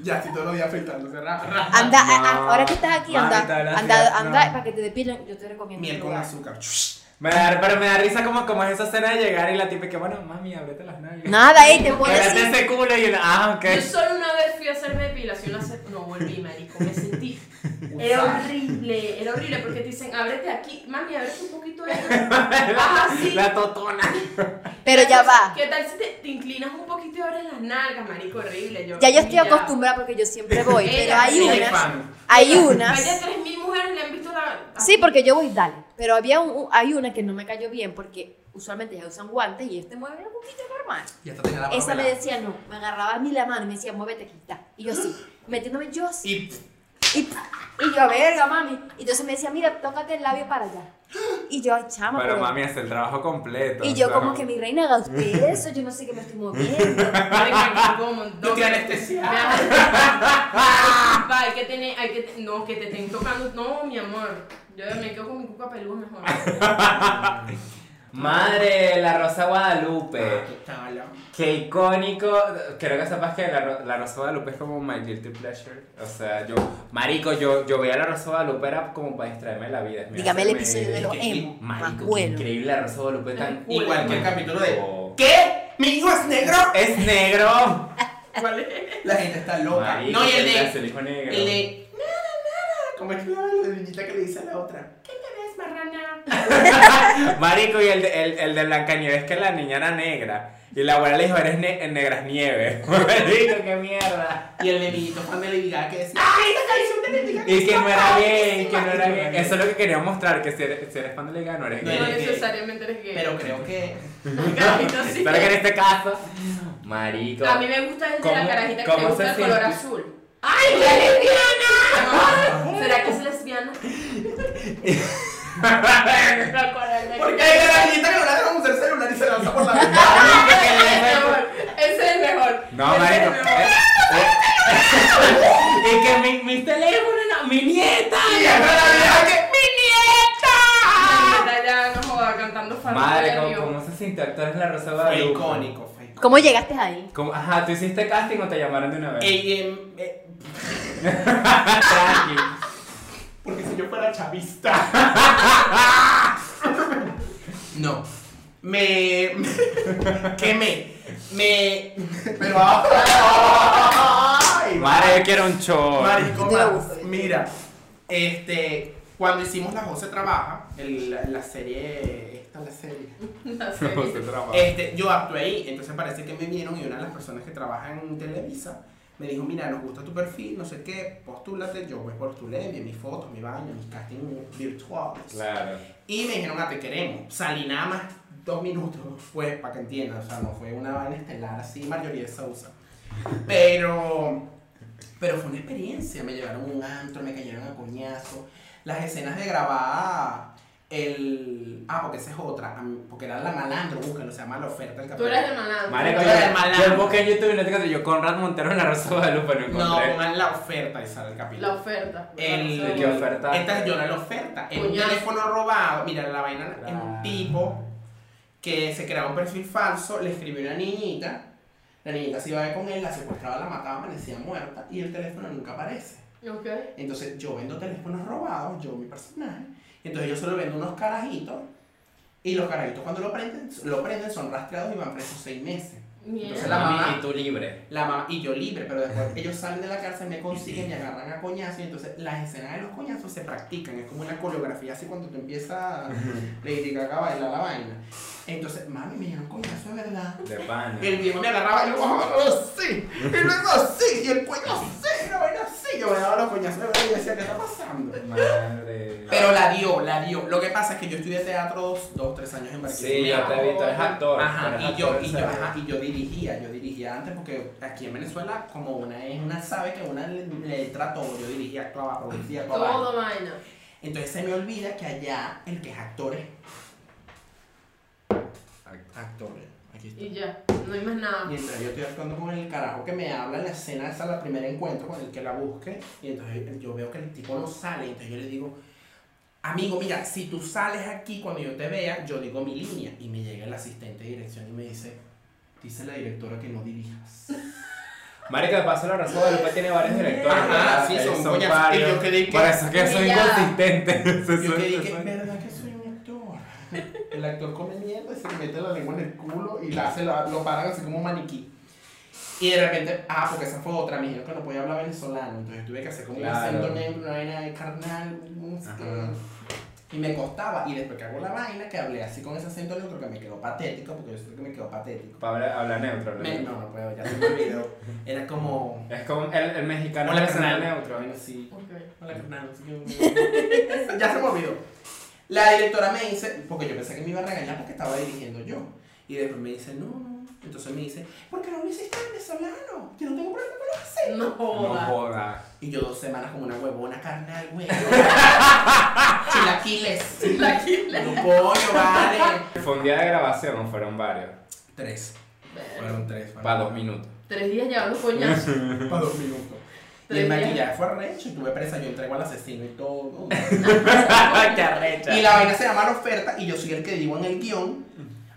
[SPEAKER 1] Ya estoy todos los días afeitándose. ra- ra.
[SPEAKER 5] Anda, a- a-
[SPEAKER 2] No.
[SPEAKER 5] ahora que estás aquí,
[SPEAKER 2] Mami,
[SPEAKER 5] anda,
[SPEAKER 2] todas las
[SPEAKER 5] anda,
[SPEAKER 2] días,
[SPEAKER 5] anda,
[SPEAKER 2] no.
[SPEAKER 5] para que te depilen, yo te recomiendo.
[SPEAKER 1] Miel
[SPEAKER 5] un
[SPEAKER 1] con
[SPEAKER 5] lugar.
[SPEAKER 1] azúcar.
[SPEAKER 2] Me da, pero me da risa como, como es esa escena de llegar y la tipa que, bueno, mami, abrete las nalgas. <laughs>
[SPEAKER 5] Nada, ey, te pones
[SPEAKER 2] Abrete
[SPEAKER 5] así.
[SPEAKER 2] ese culo y el, ah, ok. <laughs>
[SPEAKER 3] yo solo una vez fui a hacerme depilación, hace- no volví, marico,
[SPEAKER 1] <laughs>
[SPEAKER 3] me sentí. Era
[SPEAKER 1] Usar.
[SPEAKER 3] horrible, era horrible porque te dicen, ábrete aquí, mami, ábrete un
[SPEAKER 2] <laughs>
[SPEAKER 3] poquito de Ah, Haz así.
[SPEAKER 2] La totona.
[SPEAKER 5] Ah, Pero ya
[SPEAKER 3] Entonces,
[SPEAKER 5] va.
[SPEAKER 3] ¿Qué tal si te, te inclinas un poquito y abres las nalgas, marico? Horrible. Yo,
[SPEAKER 5] Ya yo estoy
[SPEAKER 3] y
[SPEAKER 5] acostumbrada porque
[SPEAKER 3] <laughs>
[SPEAKER 5] yo siempre voy, pero hay
[SPEAKER 3] Ella,
[SPEAKER 2] Soy
[SPEAKER 5] unas,
[SPEAKER 2] fan.
[SPEAKER 5] hay
[SPEAKER 3] Vaya,
[SPEAKER 5] unas.
[SPEAKER 3] 3.000 mujeres le han visto la.
[SPEAKER 5] Sí, porque yo voy, dale. Pero había un, hay una que no me cayó bien porque usualmente ya usan guantes y este mueve un poquito normal.
[SPEAKER 1] Y esta tenía la mano
[SPEAKER 5] Esa me
[SPEAKER 1] pelada.
[SPEAKER 5] decía no, me agarraba a mí la mano y me decía, muévete aquí, está. Y yo así, metiéndome yo así.
[SPEAKER 1] Y
[SPEAKER 5] Y, y yo, verga, mami. Y entonces me decía, mira, tócate el labio para allá. Y yo, ay, chama,
[SPEAKER 2] Pero
[SPEAKER 5] pero-
[SPEAKER 2] mami hace el trabajo completo.
[SPEAKER 5] Y yo,
[SPEAKER 2] o sea,
[SPEAKER 5] como que mi reina, haga usted eso, yo no sé qué me estoy moviendo.
[SPEAKER 2] <laughs>
[SPEAKER 5] <laughs>
[SPEAKER 1] tú te anestesias.
[SPEAKER 3] Va, hay que tener, hay que, no, que te estén tocando, no, mi amor, yo me quedo con mi cuca peluda mejor.
[SPEAKER 2] Madre, la Rosa Guadalupe.
[SPEAKER 5] Ah.
[SPEAKER 1] Cala.
[SPEAKER 2] Qué icónico. Creo que sepas que la, Ro- la Rosa Guadalupe es como my guilty pleasure. O sea, yo, marico, yo, yo veía a la Rosa Guadalupe era como para distraerme de la vida. Me
[SPEAKER 5] Dígame el
[SPEAKER 2] hace- me-
[SPEAKER 5] episodio de los
[SPEAKER 2] que-
[SPEAKER 5] emo más
[SPEAKER 2] Marico, qué
[SPEAKER 5] bueno.
[SPEAKER 2] increíble la Rosa Guadalupe tan
[SPEAKER 1] Igual que el capítulo de.
[SPEAKER 2] Oh.
[SPEAKER 1] ¿Qué? ¿Mi hijo es negro?
[SPEAKER 2] Es negro.
[SPEAKER 3] ¿Cuál es?
[SPEAKER 1] La gente está loca.
[SPEAKER 2] Marico,
[SPEAKER 1] no, y el
[SPEAKER 2] el
[SPEAKER 1] de.
[SPEAKER 2] de el hijo negro.
[SPEAKER 1] El de. Nada, nada. Como es que la la niñita que le dice a la otra. ¿Qué te ves, marrana?
[SPEAKER 2] <laughs> Marico, y el de, el, el de Blancanieves, que la niña era negra. Y la abuela le dijo, eres ne- negras nieves. <laughs> Marico, qué mierda.
[SPEAKER 1] Y el de niñito fan de Lady Gaga que decía. ¡Ay, esa canción de Lady Gaga!
[SPEAKER 2] Y que no era gay, que no era
[SPEAKER 1] buenísima".
[SPEAKER 2] gay. Eso es lo que quería mostrar, que si eres, si eres fan de Lady Gaga, no eres
[SPEAKER 1] No
[SPEAKER 2] gay.
[SPEAKER 3] No
[SPEAKER 1] eres gay.
[SPEAKER 3] necesariamente eres gay.
[SPEAKER 1] Pero creo que.
[SPEAKER 3] Carajito, sí.
[SPEAKER 2] Pero que en este caso, marico.
[SPEAKER 3] A
[SPEAKER 2] <laughs>
[SPEAKER 3] mí me gusta el de la
[SPEAKER 2] ¿Cómo-
[SPEAKER 3] carajita que
[SPEAKER 2] cómo
[SPEAKER 3] le gusta
[SPEAKER 2] se
[SPEAKER 3] el color
[SPEAKER 2] siente?
[SPEAKER 3] azul. ¡Ay, qué lesbiana!
[SPEAKER 2] <laughs>
[SPEAKER 3] No, ¿Será que es lesbiana?
[SPEAKER 1] <laughs> Porque hay una niñita que no la dejan usar el celular y se lanza por la ventana.
[SPEAKER 3] <laughs> Ese es el mejor.
[SPEAKER 2] No,
[SPEAKER 3] Ese es el
[SPEAKER 2] marico.
[SPEAKER 3] mejor.
[SPEAKER 2] eh, eh. Y que mi, mi teléfono, no, mi nieta.
[SPEAKER 1] Y es la vieja que.
[SPEAKER 3] Ay, ya, ya, no joda, cantando Farruko
[SPEAKER 2] Madre,
[SPEAKER 3] ya
[SPEAKER 2] ¿cómo,
[SPEAKER 3] vio. <laughs>
[SPEAKER 2] cómo se sintió actuar en la Rosa de
[SPEAKER 1] Fue
[SPEAKER 2] Guadalupe?
[SPEAKER 1] icónico, fue icónico.
[SPEAKER 5] ¿Cómo llegaste ahí?
[SPEAKER 2] ¿Cómo- Ajá, ¿tú hiciste casting o te llamaron de una vez?
[SPEAKER 1] Ey, em, eh,
[SPEAKER 2] <laughs> Tranqui.
[SPEAKER 1] porque si yo fuera chavista. <laughs> no. Me. <laughs> quemé. Me. Pero ahora. Ay,
[SPEAKER 2] Madre, yo quiero un show.
[SPEAKER 1] Marico,
[SPEAKER 5] Te lo
[SPEAKER 1] Max,
[SPEAKER 5] busco, yo te lo
[SPEAKER 1] mira, este, cuando hicimos La Jose Trabaja, el- la, la serie, esta es la serie,
[SPEAKER 3] La serie.
[SPEAKER 2] eh,
[SPEAKER 1] este, yo actué ahí, entonces parece que me vieron y una de las personas que trabaja en Televisa me dijo, mira, nos gusta tu perfil, no sé qué, postúlate, yo pues postulé, vi mis fotos, mi baño, mis castings virtuales.
[SPEAKER 2] Claro.
[SPEAKER 1] Y me dijeron, ah, te queremos. Salí nada más dos minutos, fue, para que entiendas, o sea, no fue una vaina estelar así, mayoría de Sousa. Pero, pero fue una experiencia, me llevaron a un antro, me cayeron a coñazo. Las escenas de grabar el. Ah, porque esa es otra. a mí- Porque era la malandro, búscalo, se llama la oferta del
[SPEAKER 3] Tú
[SPEAKER 1] campeón.
[SPEAKER 3] eres de malandro.
[SPEAKER 2] Marico,
[SPEAKER 1] Tú eres
[SPEAKER 2] yo,
[SPEAKER 1] malandro.
[SPEAKER 2] yo busqué en YouTube y no te encontré. Yo Conrad Montero en la Rosa de Guadalupe no
[SPEAKER 1] No,
[SPEAKER 2] encontré.
[SPEAKER 1] pongan la oferta y sale el capítulo.
[SPEAKER 3] La oferta.
[SPEAKER 1] El,
[SPEAKER 2] ¿Qué oferta?
[SPEAKER 1] Esta yo era la oferta. Era un
[SPEAKER 3] Coñazo.
[SPEAKER 1] teléfono robado. Mira, la vaina es
[SPEAKER 2] Ah.
[SPEAKER 1] un tipo que se creaba un perfil falso, le escribió a una niñita. La niñita se iba a ver con él, la secuestraba, la mataba, amanecía muerta y el teléfono nunca aparece.
[SPEAKER 3] Ok.
[SPEAKER 1] Entonces yo vendo teléfonos robados, yo mi personaje. y Entonces yo solo vendo unos carajitos. Y los carajitos cuando lo prenden, lo prenden son rastreados y van presos seis meses. Entonces
[SPEAKER 3] Mierda.
[SPEAKER 1] la mamá
[SPEAKER 2] Y tú libre.
[SPEAKER 1] la mamá y yo libre, pero después ellos salen de la cárcel, me consiguen, me agarran a coñazos, y entonces las escenas de los coñazos se practican, es como una coreografía así cuando tú empiezas Lady Gaga a bailar la vaina. Entonces, mami, me dieron coñazo de verdad.
[SPEAKER 2] De pan.
[SPEAKER 1] El viejo me agarraba y yo, ¡oh, sí! Y luego así, y el cuello así, la vaina así, yo me daba los coñazos de verdad y yo decía, ¿qué está pasando?
[SPEAKER 2] Madre.
[SPEAKER 1] Pero la dio, la dio. Lo que pasa es que yo estudié teatro dos, dos tres años en
[SPEAKER 2] Sí,
[SPEAKER 1] Barquisimeto.
[SPEAKER 2] yo te he visto. Es actor.
[SPEAKER 1] Ajá,
[SPEAKER 2] eres
[SPEAKER 1] y yo,
[SPEAKER 2] actor,
[SPEAKER 1] y, yo,
[SPEAKER 2] ¿sabes?
[SPEAKER 1] ajá, y yo dirigía, yo dirigía antes porque aquí en Venezuela como una es una sabe que una le, le trata todo, yo dirigía, actuaba, producía, actuaba.
[SPEAKER 3] Todo vaina.
[SPEAKER 1] Entonces se me olvida que allá el que es actor es actor. Aquí está.
[SPEAKER 3] Y ya. No hay más nada.
[SPEAKER 1] Mientras yo estoy actuando con el carajo que me habla en la escena, esa es la primer encuentro con el que la busque, y entonces yo veo que el tipo no sale, entonces yo le digo, amigo, mira, si tú sales aquí cuando yo te vea, yo digo mi línea, y me llega el asistente de dirección y me dice, dice la directora que no dirijas.
[SPEAKER 2] Marico, de paso la Rosa de Guadalupe tiene varios directores.
[SPEAKER 1] Ajá,
[SPEAKER 2] ¿verdad?
[SPEAKER 1] sí,
[SPEAKER 2] Que
[SPEAKER 1] son coñazos. Y yo quedé que-
[SPEAKER 2] Por eso es que soy
[SPEAKER 3] Humillada.
[SPEAKER 2] inconsistente. <laughs>
[SPEAKER 1] Yo que dije, ¿verdad que soy un actor? <laughs> El actor come mierda y se le mete la lengua en el culo y la hace, la- lo paran así como un maniquí. Y de repente, ah, porque esa fue otra, me dijeron que no podía hablar venezolano, entonces tuve que hacer como un
[SPEAKER 2] Claro.
[SPEAKER 1] acento negro, una vaina de carnal, música.
[SPEAKER 2] Ajá.
[SPEAKER 1] Y me costaba, y después que hago la vaina, que hablé así con ese acento negro, que me quedó patético, porque yo sé que me quedó patético.
[SPEAKER 2] Para hablar, hablar neutro. hablar
[SPEAKER 1] Me-
[SPEAKER 2] neutro.
[SPEAKER 1] no, no puedo, ya se me olvidó. Era como...
[SPEAKER 2] Es como el, el mexicano
[SPEAKER 1] Hola,
[SPEAKER 2] es
[SPEAKER 1] carnal.
[SPEAKER 2] neutro.
[SPEAKER 1] Bueno, sí.
[SPEAKER 3] Ok.
[SPEAKER 1] Hola, carnal, no sé
[SPEAKER 3] <laughs>
[SPEAKER 1] qué- ya se me olvidó. La directora me dice, porque yo pensé que me iba a regañar porque estaba dirigiendo yo. Y después me dice, no, no. Entonces me dice, ¿por qué no lo hiciste venezolano? Yo no tengo problema con los acentos.
[SPEAKER 3] No
[SPEAKER 2] No
[SPEAKER 3] joda.
[SPEAKER 2] joda.
[SPEAKER 1] Y yo dos semanas como una huevona carnal,
[SPEAKER 3] <laughs>
[SPEAKER 1] güey. Chilaquiles.
[SPEAKER 3] Chilaquiles.
[SPEAKER 1] Un pollo, vale.
[SPEAKER 2] Fue un día de grabación, o fueron varios.
[SPEAKER 1] Tres. Fueron tres. fueron
[SPEAKER 2] Para dos minutos.
[SPEAKER 3] Tres días llevando coñazos.
[SPEAKER 1] Para dos minutos. Y
[SPEAKER 3] Tres
[SPEAKER 1] el
[SPEAKER 3] días.
[SPEAKER 1] maquillaje fue recho y tuve presa, yo entrego al asesino y todo.
[SPEAKER 9] Qué arrecha.
[SPEAKER 1] Y la vaina se llama la oferta y yo soy el que digo en el guión,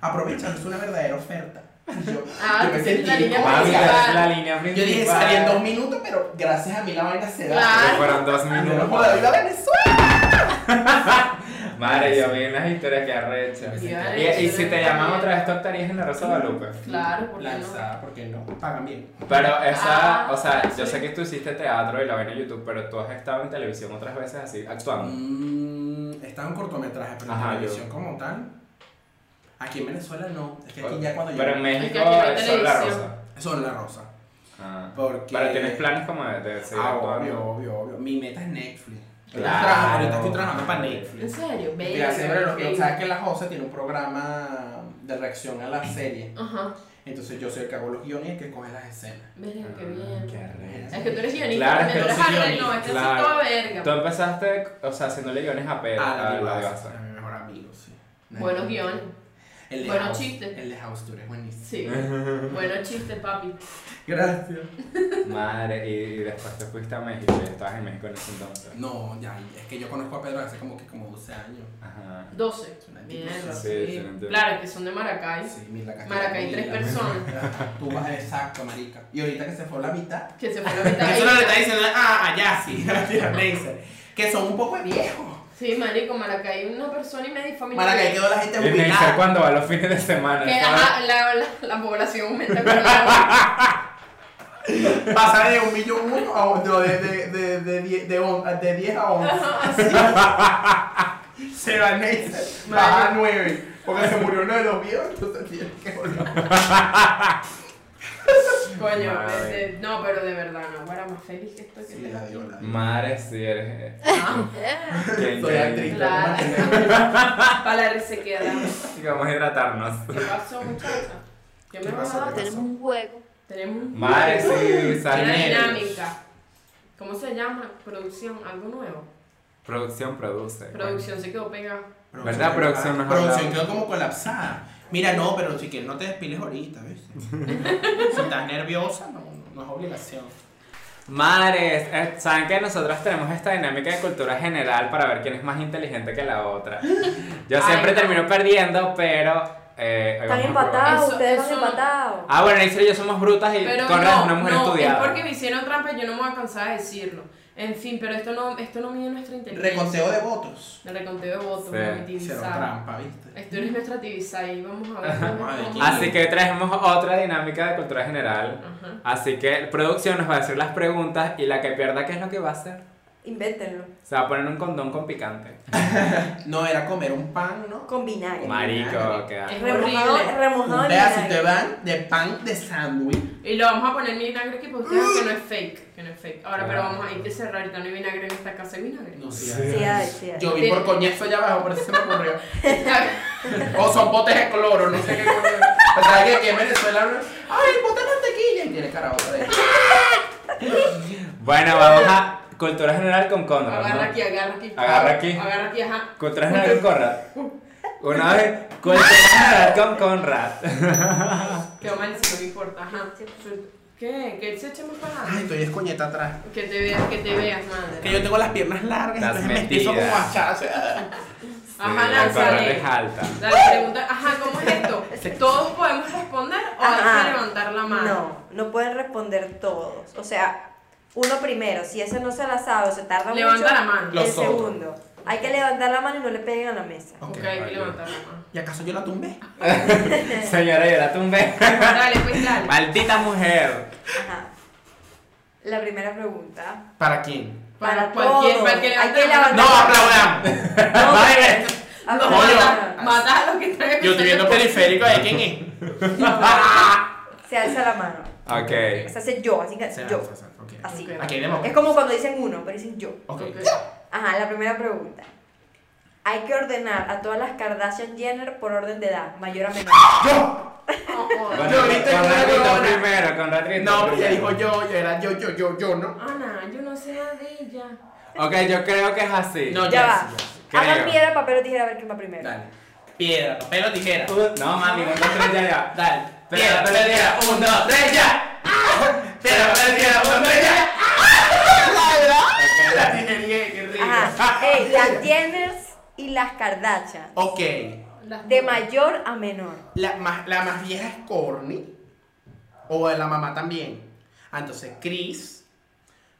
[SPEAKER 1] aprovechando, es una verdadera oferta.
[SPEAKER 3] <laughs>
[SPEAKER 1] Y Yo,
[SPEAKER 3] Ah,
[SPEAKER 1] yo
[SPEAKER 3] que
[SPEAKER 1] me
[SPEAKER 3] sí,
[SPEAKER 1] sentí
[SPEAKER 3] la línea
[SPEAKER 1] como-
[SPEAKER 2] Mami,
[SPEAKER 3] principal.
[SPEAKER 2] la, la línea
[SPEAKER 1] Yo
[SPEAKER 2] principal.
[SPEAKER 1] dije, salí en dos minutos, pero gracias a mí la vaina se da.
[SPEAKER 3] Claro.
[SPEAKER 2] Que Fueron dos
[SPEAKER 1] Yo no
[SPEAKER 2] minutos.
[SPEAKER 1] puedo ir a Venezuela.
[SPEAKER 2] Madre, yo vi unas historias que arrechas.
[SPEAKER 3] Y
[SPEAKER 2] Y,
[SPEAKER 3] arrecha,
[SPEAKER 2] y si te
[SPEAKER 3] arrecha.
[SPEAKER 2] llaman otra vez, tú actuarías en la Rosa de Guadalupe.
[SPEAKER 3] Claro, ¿por qué no?
[SPEAKER 1] Lanzada, ¿por qué no? Pagan bien.
[SPEAKER 2] Pero esa,
[SPEAKER 3] Ah,
[SPEAKER 2] o sea, yo
[SPEAKER 3] sí.
[SPEAKER 2] sé que tú hiciste teatro y la ven en YouTube, pero tú has estado en televisión otras veces así, actuando.
[SPEAKER 1] Mm, estaba en cortometraje, pero
[SPEAKER 2] Ajá,
[SPEAKER 1] en
[SPEAKER 2] yo.
[SPEAKER 1] televisión como tal. Aquí en Venezuela no. Es que aquí ya cuando yo.
[SPEAKER 2] Pero en México
[SPEAKER 3] Es que aquí no hay
[SPEAKER 2] es solo la
[SPEAKER 3] televisión.
[SPEAKER 2] Rosa.
[SPEAKER 1] Son la rosa.
[SPEAKER 2] Ah.
[SPEAKER 1] Porque-
[SPEAKER 2] Pero tienes planes como de, de seguir
[SPEAKER 1] Ah, obvio,
[SPEAKER 2] actuando.
[SPEAKER 1] obvio, obvio. Mi meta es Netflix. Yo
[SPEAKER 2] Claro.
[SPEAKER 1] trabajo, ahorita estoy trabajando para Netflix.
[SPEAKER 3] ¿En serio?
[SPEAKER 1] Y la siempre lo que
[SPEAKER 3] baby.
[SPEAKER 1] sabes que la Jose tiene un programa de reacción a la serie.
[SPEAKER 3] Ajá.
[SPEAKER 1] Entonces yo soy el que hago los guiones y el que coge las escenas.
[SPEAKER 3] Verga,
[SPEAKER 1] Ah,
[SPEAKER 3] qué
[SPEAKER 2] Ah, Qué
[SPEAKER 3] bien.
[SPEAKER 2] arrecho.
[SPEAKER 3] Es que tú eres guionista,
[SPEAKER 2] Claro,
[SPEAKER 3] también,
[SPEAKER 2] es
[SPEAKER 3] tú
[SPEAKER 2] que
[SPEAKER 3] eres
[SPEAKER 1] yo soy
[SPEAKER 3] arre, no, este
[SPEAKER 2] guionista,
[SPEAKER 3] es todo
[SPEAKER 2] Tú
[SPEAKER 3] verga.
[SPEAKER 2] empezaste, o sea, haciéndole guiones a Pedro,
[SPEAKER 1] Ah,
[SPEAKER 2] a
[SPEAKER 1] la
[SPEAKER 2] Eh, la
[SPEAKER 1] divasa.
[SPEAKER 2] divasa.
[SPEAKER 1] Mi mejor amigo, sí.
[SPEAKER 3] Buenos guiones.
[SPEAKER 1] El de
[SPEAKER 3] buenos
[SPEAKER 1] House-
[SPEAKER 3] chistes.
[SPEAKER 1] El de House Tour es buenísimo.
[SPEAKER 3] Sí.
[SPEAKER 2] Eh.
[SPEAKER 1] <laughs>
[SPEAKER 3] Buenos chistes, papi.
[SPEAKER 1] Gracias.
[SPEAKER 2] Madre, y, y después te fuiste a México y estabas en México en ese entonces.
[SPEAKER 1] No, ya, es que yo conozco a Pedro hace como que como 12 años.
[SPEAKER 2] Ajá.
[SPEAKER 3] 12.
[SPEAKER 1] Es una
[SPEAKER 3] Mierda,
[SPEAKER 1] tipa.
[SPEAKER 2] Sí, sí,
[SPEAKER 3] sí.
[SPEAKER 2] lo entiendo.
[SPEAKER 3] Claro, que son de Maracay.
[SPEAKER 1] Sí, mira, la
[SPEAKER 3] Maracay, tres
[SPEAKER 1] personas. Tú vas exacto, marica. Y ahorita que se fue la mitad.
[SPEAKER 3] Que se fue la
[SPEAKER 1] <laughs>
[SPEAKER 3] mitad.
[SPEAKER 1] Eso no le está diciendo, ah, allá sí. <laughs> le dice, Que son un poco viejos.
[SPEAKER 3] Sí, marico, Maracay, una persona y media familia.
[SPEAKER 1] Maracay quedó la gente
[SPEAKER 2] Y me dice
[SPEAKER 1] ubicada.
[SPEAKER 2] cuándo va los fines de semana.
[SPEAKER 3] Que
[SPEAKER 2] ¿sabes?
[SPEAKER 3] ajá, la, la, la población aumenta con la
[SPEAKER 1] Pasar de un millón uno a un- no, de, de, de, de, die- de, on- de 10 a 11.
[SPEAKER 3] <laughs>
[SPEAKER 1] se va a Neisser, baja a 9. Porque se murió uno de los viejos, entonces tiene que volver.
[SPEAKER 3] Coño,
[SPEAKER 2] Madre.
[SPEAKER 3] este, no, pero de verdad, no. Para más feliz que estoy. que
[SPEAKER 1] Sí, la dio,
[SPEAKER 2] Mm.
[SPEAKER 1] la dio.
[SPEAKER 2] Madre, sí, eres. eh,
[SPEAKER 1] <laughs>
[SPEAKER 3] Ah,
[SPEAKER 2] Qué
[SPEAKER 1] Soy
[SPEAKER 2] increíble.
[SPEAKER 1] actriz.
[SPEAKER 3] claro. Ah, Para la resequedad.
[SPEAKER 2] Así que Vamos a hidratarnos.
[SPEAKER 3] ¿Qué pasó, muchacha? ¿Qué me
[SPEAKER 1] ¿Qué
[SPEAKER 3] vas
[SPEAKER 1] pasó?
[SPEAKER 3] a dar?
[SPEAKER 1] ¿Qué
[SPEAKER 5] Tenemos un juego.
[SPEAKER 3] Tenemos un-
[SPEAKER 2] Madre, sí,
[SPEAKER 3] una
[SPEAKER 2] Saneros.
[SPEAKER 3] dinámica. ¿Cómo se llama? Producción, algo nuevo.
[SPEAKER 2] Producción produce.
[SPEAKER 3] Producción se quedó pegada.
[SPEAKER 2] <laughs> ¿Verdad? Producción mejor.
[SPEAKER 1] Producción quedó como colapsada. Mira, no, pero si quieres no te despiles ahorita, ¿ves? si estás nerviosa, no, no es obligación.
[SPEAKER 2] Madres, eh, saben que nosotros tenemos esta dinámica de cultura general para ver quién es más inteligente que la otra. Yo
[SPEAKER 3] Ay,
[SPEAKER 2] siempre
[SPEAKER 3] no.
[SPEAKER 2] termino perdiendo, pero. eh, hoy
[SPEAKER 12] Están
[SPEAKER 2] vamos a probar.
[SPEAKER 12] empatados,
[SPEAKER 3] Eso-
[SPEAKER 12] ustedes
[SPEAKER 3] eso
[SPEAKER 12] están
[SPEAKER 3] no-
[SPEAKER 12] empatados.
[SPEAKER 2] Ah, bueno, Neisser y yo somos brutas y
[SPEAKER 3] Pero
[SPEAKER 2] con razón
[SPEAKER 3] no,
[SPEAKER 2] una mujer
[SPEAKER 3] no,
[SPEAKER 2] estudiada.
[SPEAKER 3] es porque me hicieron trampa y yo no me voy a cansar de decirlo. En fin, pero esto no, esto no mide nuestra inteligencia.
[SPEAKER 1] Reconteo de votos.
[SPEAKER 3] El reconteo de votos,
[SPEAKER 2] Sí.
[SPEAKER 3] mami,
[SPEAKER 1] Hicieron
[SPEAKER 3] Tibisay.
[SPEAKER 1] trampa, ¿viste?
[SPEAKER 3] Esto es nuestra Tibisay, y vamos a ver. cómo-
[SPEAKER 1] Ay,
[SPEAKER 3] cómo-
[SPEAKER 2] Así que hoy traemos otra dinámica de cultura general.
[SPEAKER 3] Ajá.
[SPEAKER 2] Así que producción nos va a hacer las preguntas y la que pierda, ¿qué es lo que va a hacer?
[SPEAKER 12] Invéntenlo.
[SPEAKER 2] Se va a poner un condón con picante.
[SPEAKER 1] No, era comer un pan, ¿no?
[SPEAKER 12] Con vinagre.
[SPEAKER 2] Marico, qué asco.
[SPEAKER 3] Es
[SPEAKER 12] Remojado,
[SPEAKER 3] horrible.
[SPEAKER 12] remojado en
[SPEAKER 1] Vea si te
[SPEAKER 12] vinagre.
[SPEAKER 1] van de pan de sándwich.
[SPEAKER 3] Y lo vamos a poner en vinagre aquí para ustedes que no es fake. Que no es fake. Ahora, pero
[SPEAKER 2] Ah.
[SPEAKER 3] vamos a hay que cerrar. Ahorita no hay vinagre en esta casa, hay vinagre.
[SPEAKER 1] No
[SPEAKER 12] Sí,
[SPEAKER 1] sé.
[SPEAKER 12] hay, sí, hay.
[SPEAKER 1] Yo vi por coñazo allá abajo, por eso se me ocurrió. <laughs> O son botes de cloro, no sé qué coño. O sea, que aquí en Venezuela. ¿no? Ay, bote de mantequilla. Y tiene caraota de.
[SPEAKER 2] Bueno, vamos a cultura general con Conrad. ¿no?
[SPEAKER 3] <laughs> Agarra aquí, agarra aquí.
[SPEAKER 2] Agarra aquí.
[SPEAKER 3] Agarra aquí, ajá.
[SPEAKER 2] Cultura general con Conrad. Una vez, cultura general con Conrad.
[SPEAKER 3] Quedó mal, si no me importa. Ajá. ¿Qué? ¿Que él se eche más para
[SPEAKER 1] Ay,
[SPEAKER 3] adelante?
[SPEAKER 1] estoy escoñeta atrás.
[SPEAKER 3] Que te veas, que te veas, madre.
[SPEAKER 1] Que yo tengo las piernas largas,
[SPEAKER 2] Estás
[SPEAKER 1] entonces me empiezo como
[SPEAKER 2] metida.
[SPEAKER 1] a echar.
[SPEAKER 3] Ajá,
[SPEAKER 2] Sí, la Conrad
[SPEAKER 3] lánzale.
[SPEAKER 2] es alta.
[SPEAKER 12] ¡Ah!
[SPEAKER 3] Dale, pregunta. Ajá, ¿cómo es esto? ¿Todos podemos responder o hay
[SPEAKER 12] Ajá.
[SPEAKER 3] que levantar la mano?
[SPEAKER 12] No, no pueden responder todos. O sea, uno primero. Si ese no se la sabe o se tarda
[SPEAKER 3] Levanta
[SPEAKER 12] mucho,
[SPEAKER 3] la mano.
[SPEAKER 12] el
[SPEAKER 1] Los otros.
[SPEAKER 12] segundo. Hay que levantar la mano y no le peguen a la mesa.
[SPEAKER 3] Ok,
[SPEAKER 1] Ok,
[SPEAKER 3] hay que
[SPEAKER 2] vale.
[SPEAKER 3] levantar la mano.
[SPEAKER 1] ¿Y acaso yo la tumbé?
[SPEAKER 2] Señora, yo la tumbé.
[SPEAKER 3] Dale, pues dale.
[SPEAKER 2] Maldita mujer.
[SPEAKER 12] Ajá. La primera pregunta.
[SPEAKER 1] ¿Para quién?
[SPEAKER 3] Para
[SPEAKER 12] Para
[SPEAKER 3] cualquier,
[SPEAKER 12] todos.
[SPEAKER 3] para el que
[SPEAKER 12] Hay que
[SPEAKER 3] levante la mano.
[SPEAKER 2] No
[SPEAKER 12] levantar
[SPEAKER 2] aplaudan. Bye, bye.
[SPEAKER 12] A
[SPEAKER 3] No,
[SPEAKER 12] ver,
[SPEAKER 3] mata, mata a los que están
[SPEAKER 1] Yo estoy viendo
[SPEAKER 3] <laughs>
[SPEAKER 1] periférico de quién es.
[SPEAKER 12] Se alza la mano.
[SPEAKER 2] Ok.
[SPEAKER 12] Se hace yo, así que
[SPEAKER 1] Se
[SPEAKER 12] yo.
[SPEAKER 1] lanza, se lanza, ok.
[SPEAKER 12] Así.
[SPEAKER 3] Ok.
[SPEAKER 1] Aquí hay demócrata.
[SPEAKER 12] Es como cuando dicen uno, pero dicen yo.
[SPEAKER 1] Ok.
[SPEAKER 12] Ajá, la primera pregunta. Hay que ordenar a todas las Kardashian Jenner por orden de edad, mayor a menor.
[SPEAKER 3] Oh,
[SPEAKER 2] Con
[SPEAKER 1] Yo ahorita
[SPEAKER 2] con
[SPEAKER 1] yo era
[SPEAKER 2] Ratito
[SPEAKER 1] huevona.
[SPEAKER 2] primero, con Ratito
[SPEAKER 1] No, pero ya
[SPEAKER 2] primero.
[SPEAKER 1] dijo yo, yo era yo, yo, yo, yo, ¿no?
[SPEAKER 3] Ana, yo no sé de ella.
[SPEAKER 2] Ok, yo creo que es así.
[SPEAKER 1] No,
[SPEAKER 12] ya
[SPEAKER 1] ya,
[SPEAKER 12] va.
[SPEAKER 1] sí,
[SPEAKER 2] ya.
[SPEAKER 12] Hagan
[SPEAKER 2] Creo.
[SPEAKER 12] piedra, papel o tijera a ver quién va primero.
[SPEAKER 1] Dale. Piedra, papel o tijera.
[SPEAKER 2] No, mami, no tres ya ya.
[SPEAKER 1] Dale.
[SPEAKER 2] Piedra, papel, tijera.
[SPEAKER 1] un, dos, tres, ya.
[SPEAKER 2] Piedra, papel, tijera. Un, dos, tres, ya.
[SPEAKER 1] La tijería, qué
[SPEAKER 2] <laughs>
[SPEAKER 1] rico.
[SPEAKER 12] Ajá. Ey, las Jenners y las Kardashian.
[SPEAKER 1] Ok.
[SPEAKER 3] Las
[SPEAKER 12] De
[SPEAKER 3] dos.
[SPEAKER 12] mayor a menor.
[SPEAKER 1] La más, la más vieja es Corny. O la mamá también. Ah, entonces, Chris.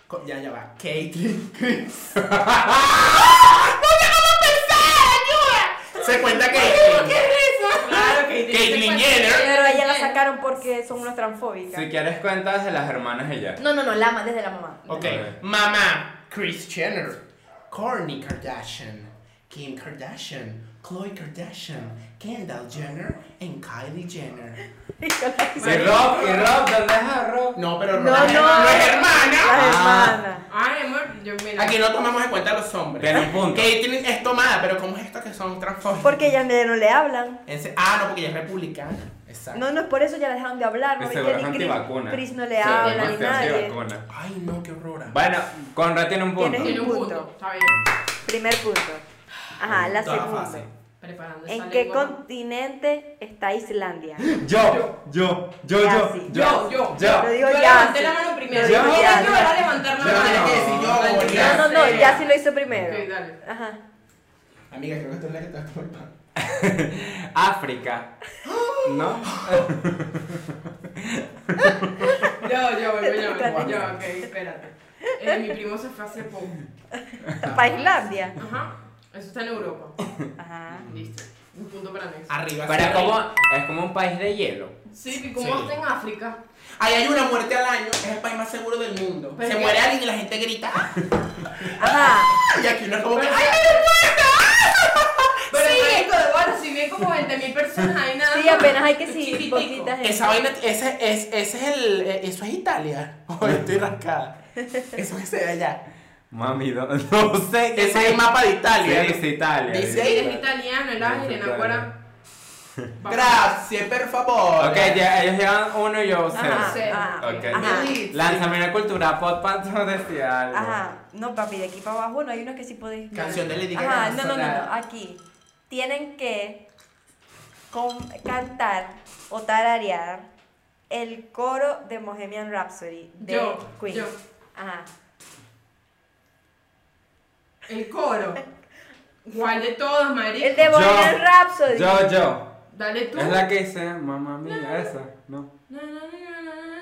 [SPEAKER 1] Co- Ya, ya va. Caitlyn, Chris. <laughs> ¡No sé cómo pensar! ¡Ayuda! Se cuenta que.
[SPEAKER 3] Claro, que
[SPEAKER 1] Caitlyn Jenner.
[SPEAKER 12] Pero ella la sacaron porque son unas transfóbicas.
[SPEAKER 2] Si quieres cuentas de las hermanas ella.
[SPEAKER 12] No, no, no, la ama desde
[SPEAKER 2] <laughs>
[SPEAKER 12] la mamá.
[SPEAKER 1] Ok.
[SPEAKER 2] Ok.
[SPEAKER 1] Mamá, Chris Jenner. Kourtney Kardashian. Kim Kardashian. Khloe Kardashian. Kendall Jenner. And Kylie Jenner.
[SPEAKER 2] Si Rob y Rob, ¿dónde es a Rob?
[SPEAKER 1] No, pero
[SPEAKER 12] No,
[SPEAKER 1] no, es-
[SPEAKER 12] no.
[SPEAKER 1] no es hermana.
[SPEAKER 12] Las
[SPEAKER 2] Ah.
[SPEAKER 12] hermanas.
[SPEAKER 3] Ay, amor, yo mira.
[SPEAKER 1] Aquí no tomamos en cuenta a los hombres.
[SPEAKER 2] Tiene un punto.
[SPEAKER 1] Caitlyn es tomada, pero ¿cómo es esto que son transfóbicos?
[SPEAKER 12] Porque ellas ya no le hablan.
[SPEAKER 1] En se- Ah, no, porque ella es republicana. Exacto.
[SPEAKER 12] No, no es por eso ya la dejaron de hablar. No
[SPEAKER 2] Ese
[SPEAKER 12] ves
[SPEAKER 2] seguro
[SPEAKER 12] que
[SPEAKER 2] es
[SPEAKER 12] ni Chris,
[SPEAKER 2] antivacuna.
[SPEAKER 12] Chris no le
[SPEAKER 2] Sí,
[SPEAKER 12] habla ni
[SPEAKER 2] demasiado
[SPEAKER 12] nadie.
[SPEAKER 2] antivacuna.
[SPEAKER 1] Ay, no, qué horror.
[SPEAKER 2] Bueno, Conrad tiene un punto.
[SPEAKER 12] Tienes-
[SPEAKER 3] Tiene un punto.
[SPEAKER 12] punto.
[SPEAKER 3] Está bien.
[SPEAKER 12] Primer punto. Ajá, la
[SPEAKER 1] Estaba
[SPEAKER 12] segunda.
[SPEAKER 1] fácil.
[SPEAKER 3] Preparando esa
[SPEAKER 12] ¿En qué
[SPEAKER 3] lengua.
[SPEAKER 12] continente
[SPEAKER 2] <laughs>
[SPEAKER 12] está Islandia?
[SPEAKER 2] Yo, yo, yo, yo,
[SPEAKER 12] Yassi.
[SPEAKER 3] Yo, yo.
[SPEAKER 2] yo.
[SPEAKER 12] Lo digo
[SPEAKER 3] yo
[SPEAKER 12] ya.
[SPEAKER 3] levanté la mano primero.
[SPEAKER 2] Yo-
[SPEAKER 3] Yo voy a
[SPEAKER 12] Ya.
[SPEAKER 3] levantar la
[SPEAKER 1] Yo
[SPEAKER 3] mano.
[SPEAKER 1] tenía que decir yo,
[SPEAKER 3] Ay,
[SPEAKER 1] boludo.
[SPEAKER 12] No, no, no,
[SPEAKER 3] sé.
[SPEAKER 12] ya sí lo hizo primero.
[SPEAKER 3] Ok, dale.
[SPEAKER 12] Ajá.
[SPEAKER 1] Amiga, creo que esto es la que te vas a tomar pan.
[SPEAKER 2] África. ¿No?
[SPEAKER 3] Yo, yo, yo, yo, yo,
[SPEAKER 12] <laughs> Dale.
[SPEAKER 3] yo, ok, espérate. Eh, mi primo se fue hace poco.
[SPEAKER 2] Ah.
[SPEAKER 12] ¿Para Islandia?
[SPEAKER 3] Ajá. Eso está en Europa.
[SPEAKER 12] Ajá.
[SPEAKER 3] Listo. Un punto para Nex.
[SPEAKER 1] Arriba.
[SPEAKER 2] Pero
[SPEAKER 1] hacia
[SPEAKER 2] es como,
[SPEAKER 1] arriba.
[SPEAKER 2] es como un país de hielo.
[SPEAKER 3] Sí, ¿y cómo
[SPEAKER 1] Sí.
[SPEAKER 3] hasta en África?
[SPEAKER 1] Ahí hay una muerte al año, es el país más seguro del mundo.
[SPEAKER 3] Pero
[SPEAKER 1] Se
[SPEAKER 3] que-
[SPEAKER 1] muere alguien y la gente grita.
[SPEAKER 12] <laughs>
[SPEAKER 1] ¡ah!
[SPEAKER 12] Ajá.
[SPEAKER 1] Y aquí no es como que.
[SPEAKER 3] Pero-
[SPEAKER 1] ¡Ay,
[SPEAKER 3] Pero sí. marico, de bueno, si bien como 20.000 personas ahí nada
[SPEAKER 12] Sí,
[SPEAKER 3] más.
[SPEAKER 12] apenas hay que
[SPEAKER 3] Es
[SPEAKER 12] sí,
[SPEAKER 3] chiquitico.
[SPEAKER 12] poquitas. gente.
[SPEAKER 1] Esa vaina, ese es, ese es el. eh, Eso es Italia. Hoy estoy rascada. Eso es de allá.
[SPEAKER 2] Mami, no, no sé. qué
[SPEAKER 1] Ese es el mapa de Italia.
[SPEAKER 2] Sí, dice Italia.
[SPEAKER 1] Dice
[SPEAKER 3] Sí, eres italiano, el
[SPEAKER 2] Dice
[SPEAKER 3] ángel,
[SPEAKER 2] Italia.
[SPEAKER 3] ahora.
[SPEAKER 1] Gracias, por favor.
[SPEAKER 2] Ok, ya, ellos llevan uno y yo cero.
[SPEAKER 12] Ajá.
[SPEAKER 3] Cero.
[SPEAKER 12] Ah, Ajá.
[SPEAKER 2] Ok.
[SPEAKER 12] Ajá.
[SPEAKER 2] Lánzame una cultura pop patrocial.
[SPEAKER 12] Ajá. No, papi, de aquí para abajo no hay unos que sí podéis.
[SPEAKER 1] Canción de Lady
[SPEAKER 12] Ajá,
[SPEAKER 1] Gaga,
[SPEAKER 12] no, no, no,
[SPEAKER 1] Solar.
[SPEAKER 12] no, aquí. Tienen que con- cantar o tararear el coro de Bohemian Rhapsody de
[SPEAKER 3] Yo,
[SPEAKER 12] Queen.
[SPEAKER 3] yo.
[SPEAKER 12] Ajá.
[SPEAKER 3] El coro. ¿Cuál de todos, marico?
[SPEAKER 12] El de Bohemian
[SPEAKER 2] Yo.
[SPEAKER 12] Rhapsody.
[SPEAKER 2] Yo, yo.
[SPEAKER 3] Dale tú.
[SPEAKER 2] Es la que dice, mamá mía, esa. No.
[SPEAKER 3] Na, na, na, na, na, na.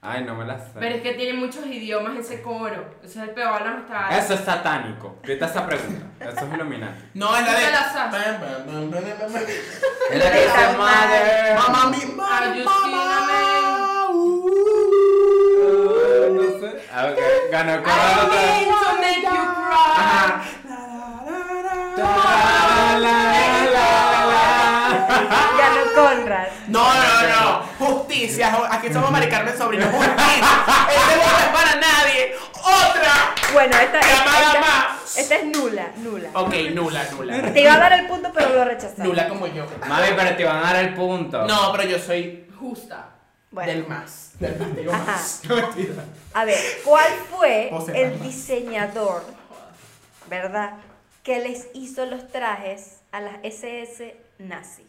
[SPEAKER 2] Ay, no me la sé.
[SPEAKER 3] Pero es que tiene muchos idiomas ese coro. Ese es el peor no está.
[SPEAKER 2] Eso es satánico. Quita esa pregunta. Eso es iluminante.
[SPEAKER 1] No, es la
[SPEAKER 3] No
[SPEAKER 1] de.
[SPEAKER 3] te la sabes.
[SPEAKER 2] Es la que dice, madre.
[SPEAKER 1] Mamá mi
[SPEAKER 3] Ayúdame.
[SPEAKER 2] No sé. Ah, ok. Ganó el corral otra vez.
[SPEAKER 3] To make you cry.
[SPEAKER 2] La, la, la, la.
[SPEAKER 12] Ganó Conrad.
[SPEAKER 1] No, no, no. Justicia. jo- Aquí somos Mari Carmen Sobrino. Justicia. Este voto es para nadie. Otra.
[SPEAKER 12] Bueno, esta,
[SPEAKER 1] Te
[SPEAKER 12] esta,
[SPEAKER 1] amaba
[SPEAKER 12] esta-
[SPEAKER 1] más.
[SPEAKER 12] esta es nula, nula.
[SPEAKER 1] Ok, nula,
[SPEAKER 12] <laughs>
[SPEAKER 1] nula.
[SPEAKER 12] Te iba a dar el punto, pero lo rechazaste.
[SPEAKER 1] Nula como yo. <laughs>
[SPEAKER 2] Mami, pero te van a dar el punto.
[SPEAKER 1] No, pero yo soy
[SPEAKER 3] Justa.
[SPEAKER 12] Bueno.
[SPEAKER 1] del más. Del más, digo
[SPEAKER 12] Ajá.
[SPEAKER 1] más. No, mentira.
[SPEAKER 12] A ver, ¿cuál
[SPEAKER 2] <laughs>
[SPEAKER 12] fue
[SPEAKER 1] Pose
[SPEAKER 12] el
[SPEAKER 1] mamá.
[SPEAKER 12] diseñador, verdad, que les hizo los trajes a las SS nazi?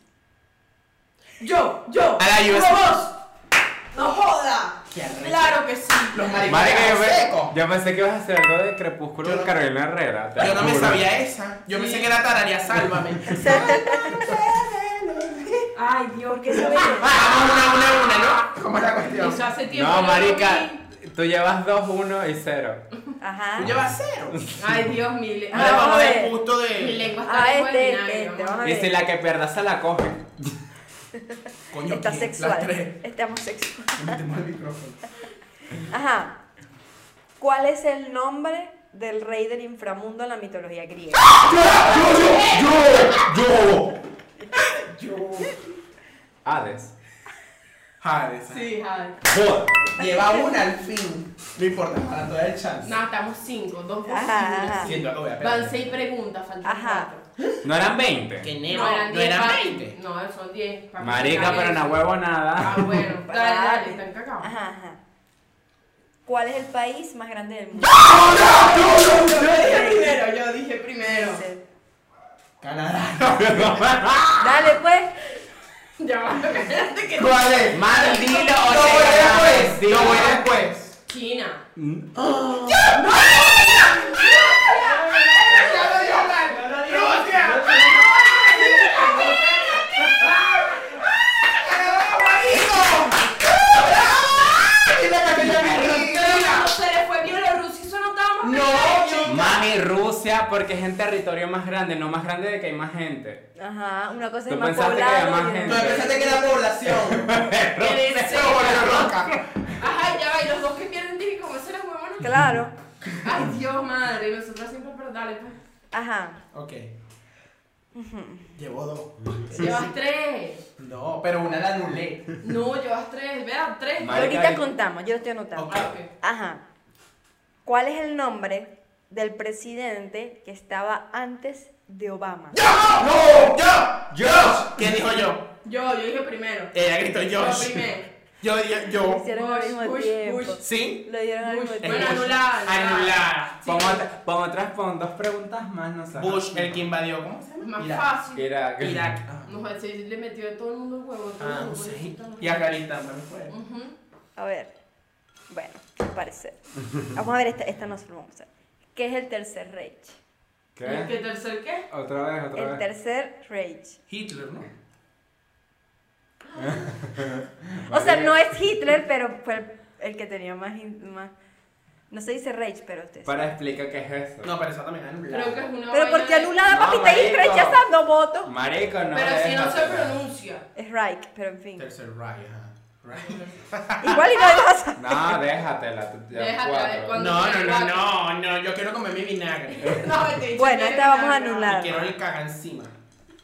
[SPEAKER 3] Yo, yo.
[SPEAKER 1] A la US.
[SPEAKER 3] vos. No joda.
[SPEAKER 1] Qué arrecho.
[SPEAKER 3] Claro que sí.
[SPEAKER 1] Los
[SPEAKER 2] Mari, que yo,
[SPEAKER 1] maricones secos.
[SPEAKER 2] pe- yo pensé que ibas a hacer algo de Crepúsculo
[SPEAKER 1] Yo
[SPEAKER 2] de
[SPEAKER 1] no-
[SPEAKER 2] Carolina Herrera. te
[SPEAKER 1] Yo no me
[SPEAKER 2] juro.
[SPEAKER 1] sabía esa. Yo pensé que era Tararia
[SPEAKER 12] <laughs>
[SPEAKER 1] Sálvame.
[SPEAKER 3] Ay, Dios,
[SPEAKER 12] ¿Por
[SPEAKER 3] qué
[SPEAKER 12] qué sabes?
[SPEAKER 2] <laughs>
[SPEAKER 1] Vamos una, una, una, ¿no? ¿Cómo es la cuestión?
[SPEAKER 3] Eso hace tiempo.
[SPEAKER 2] No,
[SPEAKER 3] que
[SPEAKER 2] marica,
[SPEAKER 3] vi.
[SPEAKER 2] tú llevas 2, 1 y 0.
[SPEAKER 12] Ajá.
[SPEAKER 1] Tú llevas cero.
[SPEAKER 3] Ay, Dios, mi le-
[SPEAKER 1] Ahora
[SPEAKER 12] vamos
[SPEAKER 1] vamos
[SPEAKER 12] a
[SPEAKER 1] del
[SPEAKER 12] ver.
[SPEAKER 1] punto
[SPEAKER 2] pues.
[SPEAKER 3] Mi
[SPEAKER 1] de.
[SPEAKER 3] lengua está
[SPEAKER 12] Ah,
[SPEAKER 3] lejos de
[SPEAKER 12] este, este,
[SPEAKER 3] vinagre,
[SPEAKER 12] este,
[SPEAKER 3] mamá.
[SPEAKER 12] vamos a
[SPEAKER 2] Y si
[SPEAKER 12] ver.
[SPEAKER 2] la que pierda se la coge.
[SPEAKER 1] Coño,
[SPEAKER 12] Está
[SPEAKER 1] ¿quién? Las tres.
[SPEAKER 12] sexual. Está homosexual.
[SPEAKER 1] Metemos el micrófono.
[SPEAKER 12] Ajá. ¿Cuál es el nombre del rey del inframundo en la mitología griega?
[SPEAKER 2] Hades.
[SPEAKER 1] Jade, esa.
[SPEAKER 3] Sí, ay.
[SPEAKER 2] Joder.
[SPEAKER 1] Lleva una al fin. No importa, para toda el chance.
[SPEAKER 3] No, estamos cinco, dos dos,
[SPEAKER 12] Ajá,
[SPEAKER 3] cinco.
[SPEAKER 12] ajá.
[SPEAKER 1] Siento algo, voy a
[SPEAKER 3] Van
[SPEAKER 1] perder.
[SPEAKER 3] seis preguntas, faltan
[SPEAKER 12] Ajá.
[SPEAKER 3] cuatro.
[SPEAKER 2] No eran 20.
[SPEAKER 1] Que
[SPEAKER 3] No, eran diez.
[SPEAKER 1] eran
[SPEAKER 3] pa-
[SPEAKER 1] 20.
[SPEAKER 3] No, son diez. Para
[SPEAKER 2] Marica,
[SPEAKER 3] terminar
[SPEAKER 2] pero
[SPEAKER 3] eso.
[SPEAKER 2] no huevo nada.
[SPEAKER 3] Ah,
[SPEAKER 2] <laughs>
[SPEAKER 3] bueno. Dale, dale, están cagados. <laughs>
[SPEAKER 12] Ajá, ajá. ¿Cuál es el país más grande del mundo?
[SPEAKER 1] Yo dije primero, yo dije primero.
[SPEAKER 12] Dice,
[SPEAKER 1] Canadá.
[SPEAKER 12] Dale, pues.
[SPEAKER 3] Ya va, <laughs> espérate que-
[SPEAKER 1] ¿Cuál es?
[SPEAKER 2] Mal dilo,
[SPEAKER 1] No
[SPEAKER 2] o
[SPEAKER 1] voy
[SPEAKER 2] sea,
[SPEAKER 1] después.
[SPEAKER 2] dilo.
[SPEAKER 1] No voy después.
[SPEAKER 3] China. No, se le fue Bielorrusia, eso no estábamos pensando.
[SPEAKER 2] Mami, Rusia, porque es en territorio más grande, no más grande de que hay más
[SPEAKER 12] <laughs>
[SPEAKER 2] gente.
[SPEAKER 12] Ajá, una cosa
[SPEAKER 2] Tú
[SPEAKER 12] es más
[SPEAKER 2] pensaste que había
[SPEAKER 12] poblado.
[SPEAKER 2] más
[SPEAKER 12] y-
[SPEAKER 2] gente.
[SPEAKER 1] <laughs>
[SPEAKER 3] Ajá, ya va, y los dos que pierden tienen como hacer las huevonas.
[SPEAKER 12] Claro.
[SPEAKER 3] Ay, Dios, madre, y nosotros siempre, pero dale, pues.
[SPEAKER 12] Ajá.
[SPEAKER 1] Ok. Llevo dos.
[SPEAKER 3] Llevas tres.
[SPEAKER 1] No, pero una la anulé.
[SPEAKER 3] No, llevas tres, vean, tres.
[SPEAKER 2] Marica,
[SPEAKER 12] Ahorita
[SPEAKER 2] y-
[SPEAKER 12] contamos, yo lo estoy anotando.
[SPEAKER 1] Ok.
[SPEAKER 3] Ah, ok.
[SPEAKER 12] Ajá. ¿Cuál es el nombre del presidente que estaba antes de Obama?
[SPEAKER 1] ¡No! ¡Yo! ¡Yo! ¿Quién dijo yo?
[SPEAKER 3] Yo, yo dije primero.
[SPEAKER 1] Ella gritó yo.
[SPEAKER 3] Yo primero.
[SPEAKER 1] Yo, yo, yo.
[SPEAKER 12] Hicieron al
[SPEAKER 3] Bush,
[SPEAKER 12] mismo
[SPEAKER 3] Bush,
[SPEAKER 12] tiempo.
[SPEAKER 3] Bush.
[SPEAKER 1] ¿Sí?
[SPEAKER 12] Lo dieron al
[SPEAKER 3] Bush.
[SPEAKER 12] mismo
[SPEAKER 3] Bueno,
[SPEAKER 12] tiempo.
[SPEAKER 3] anulada.
[SPEAKER 1] Anulada.
[SPEAKER 2] Pon, otra- pon otras, pon dos preguntas más, no sé.
[SPEAKER 1] Bush, el que invadió. ¿Cómo se llama?
[SPEAKER 3] Más
[SPEAKER 1] Irak.
[SPEAKER 3] fácil.
[SPEAKER 2] Era.
[SPEAKER 1] Irak. Ah.
[SPEAKER 3] No, joder, sí, le metió a todo el mundo huevo. todo el
[SPEAKER 1] Ah,
[SPEAKER 3] mundo,
[SPEAKER 1] sí.
[SPEAKER 3] pobrecita.
[SPEAKER 1] Y Afganistán también fue.
[SPEAKER 3] Ujú.
[SPEAKER 12] A ver. Bueno, al
[SPEAKER 2] <laughs>
[SPEAKER 12] parecer. Vamos a ver, esta, esta no se lo vamos a hacer. ¿Qué es el tercer Reich?
[SPEAKER 3] ¿Y qué
[SPEAKER 2] <laughs> ¿Qué?
[SPEAKER 3] tercer qué?
[SPEAKER 2] Otra vez, otra
[SPEAKER 12] El
[SPEAKER 2] vez.
[SPEAKER 12] tercer Reich.
[SPEAKER 1] Hitler, ¿no?
[SPEAKER 12] O sea, no es Hitler, pero fue el, el que tenía más, in- más- No se dice Reich, pero ustedes.
[SPEAKER 2] Para explicar qué es eso.
[SPEAKER 1] No, pero esa también es anulada.
[SPEAKER 3] Creo que es una.
[SPEAKER 12] Pero porque
[SPEAKER 3] vaina de-
[SPEAKER 12] anulada,
[SPEAKER 2] No,
[SPEAKER 12] papi, estáis
[SPEAKER 2] marico.
[SPEAKER 12] rechazando votos.
[SPEAKER 2] Marico, no.
[SPEAKER 3] Pero si
[SPEAKER 2] es,
[SPEAKER 3] no se
[SPEAKER 2] sé.
[SPEAKER 3] pronuncia.
[SPEAKER 12] <laughs> Es Reich, pero en
[SPEAKER 2] <laughs>
[SPEAKER 12] fin.
[SPEAKER 1] Tercer Reich, ajá. Reich.
[SPEAKER 12] Igual y no ibas a saber.
[SPEAKER 2] No, déjatela. tú- ya
[SPEAKER 3] Déjate
[SPEAKER 2] cuatro.
[SPEAKER 3] ver
[SPEAKER 1] <laughs>
[SPEAKER 3] cuándo-
[SPEAKER 1] No, no, no, no, no. Yo quiero comer mi vinagre.
[SPEAKER 3] No, te dije
[SPEAKER 12] Bueno,
[SPEAKER 3] que
[SPEAKER 12] esta vamos a
[SPEAKER 3] era
[SPEAKER 12] anular.
[SPEAKER 1] Y quiero el caga encima.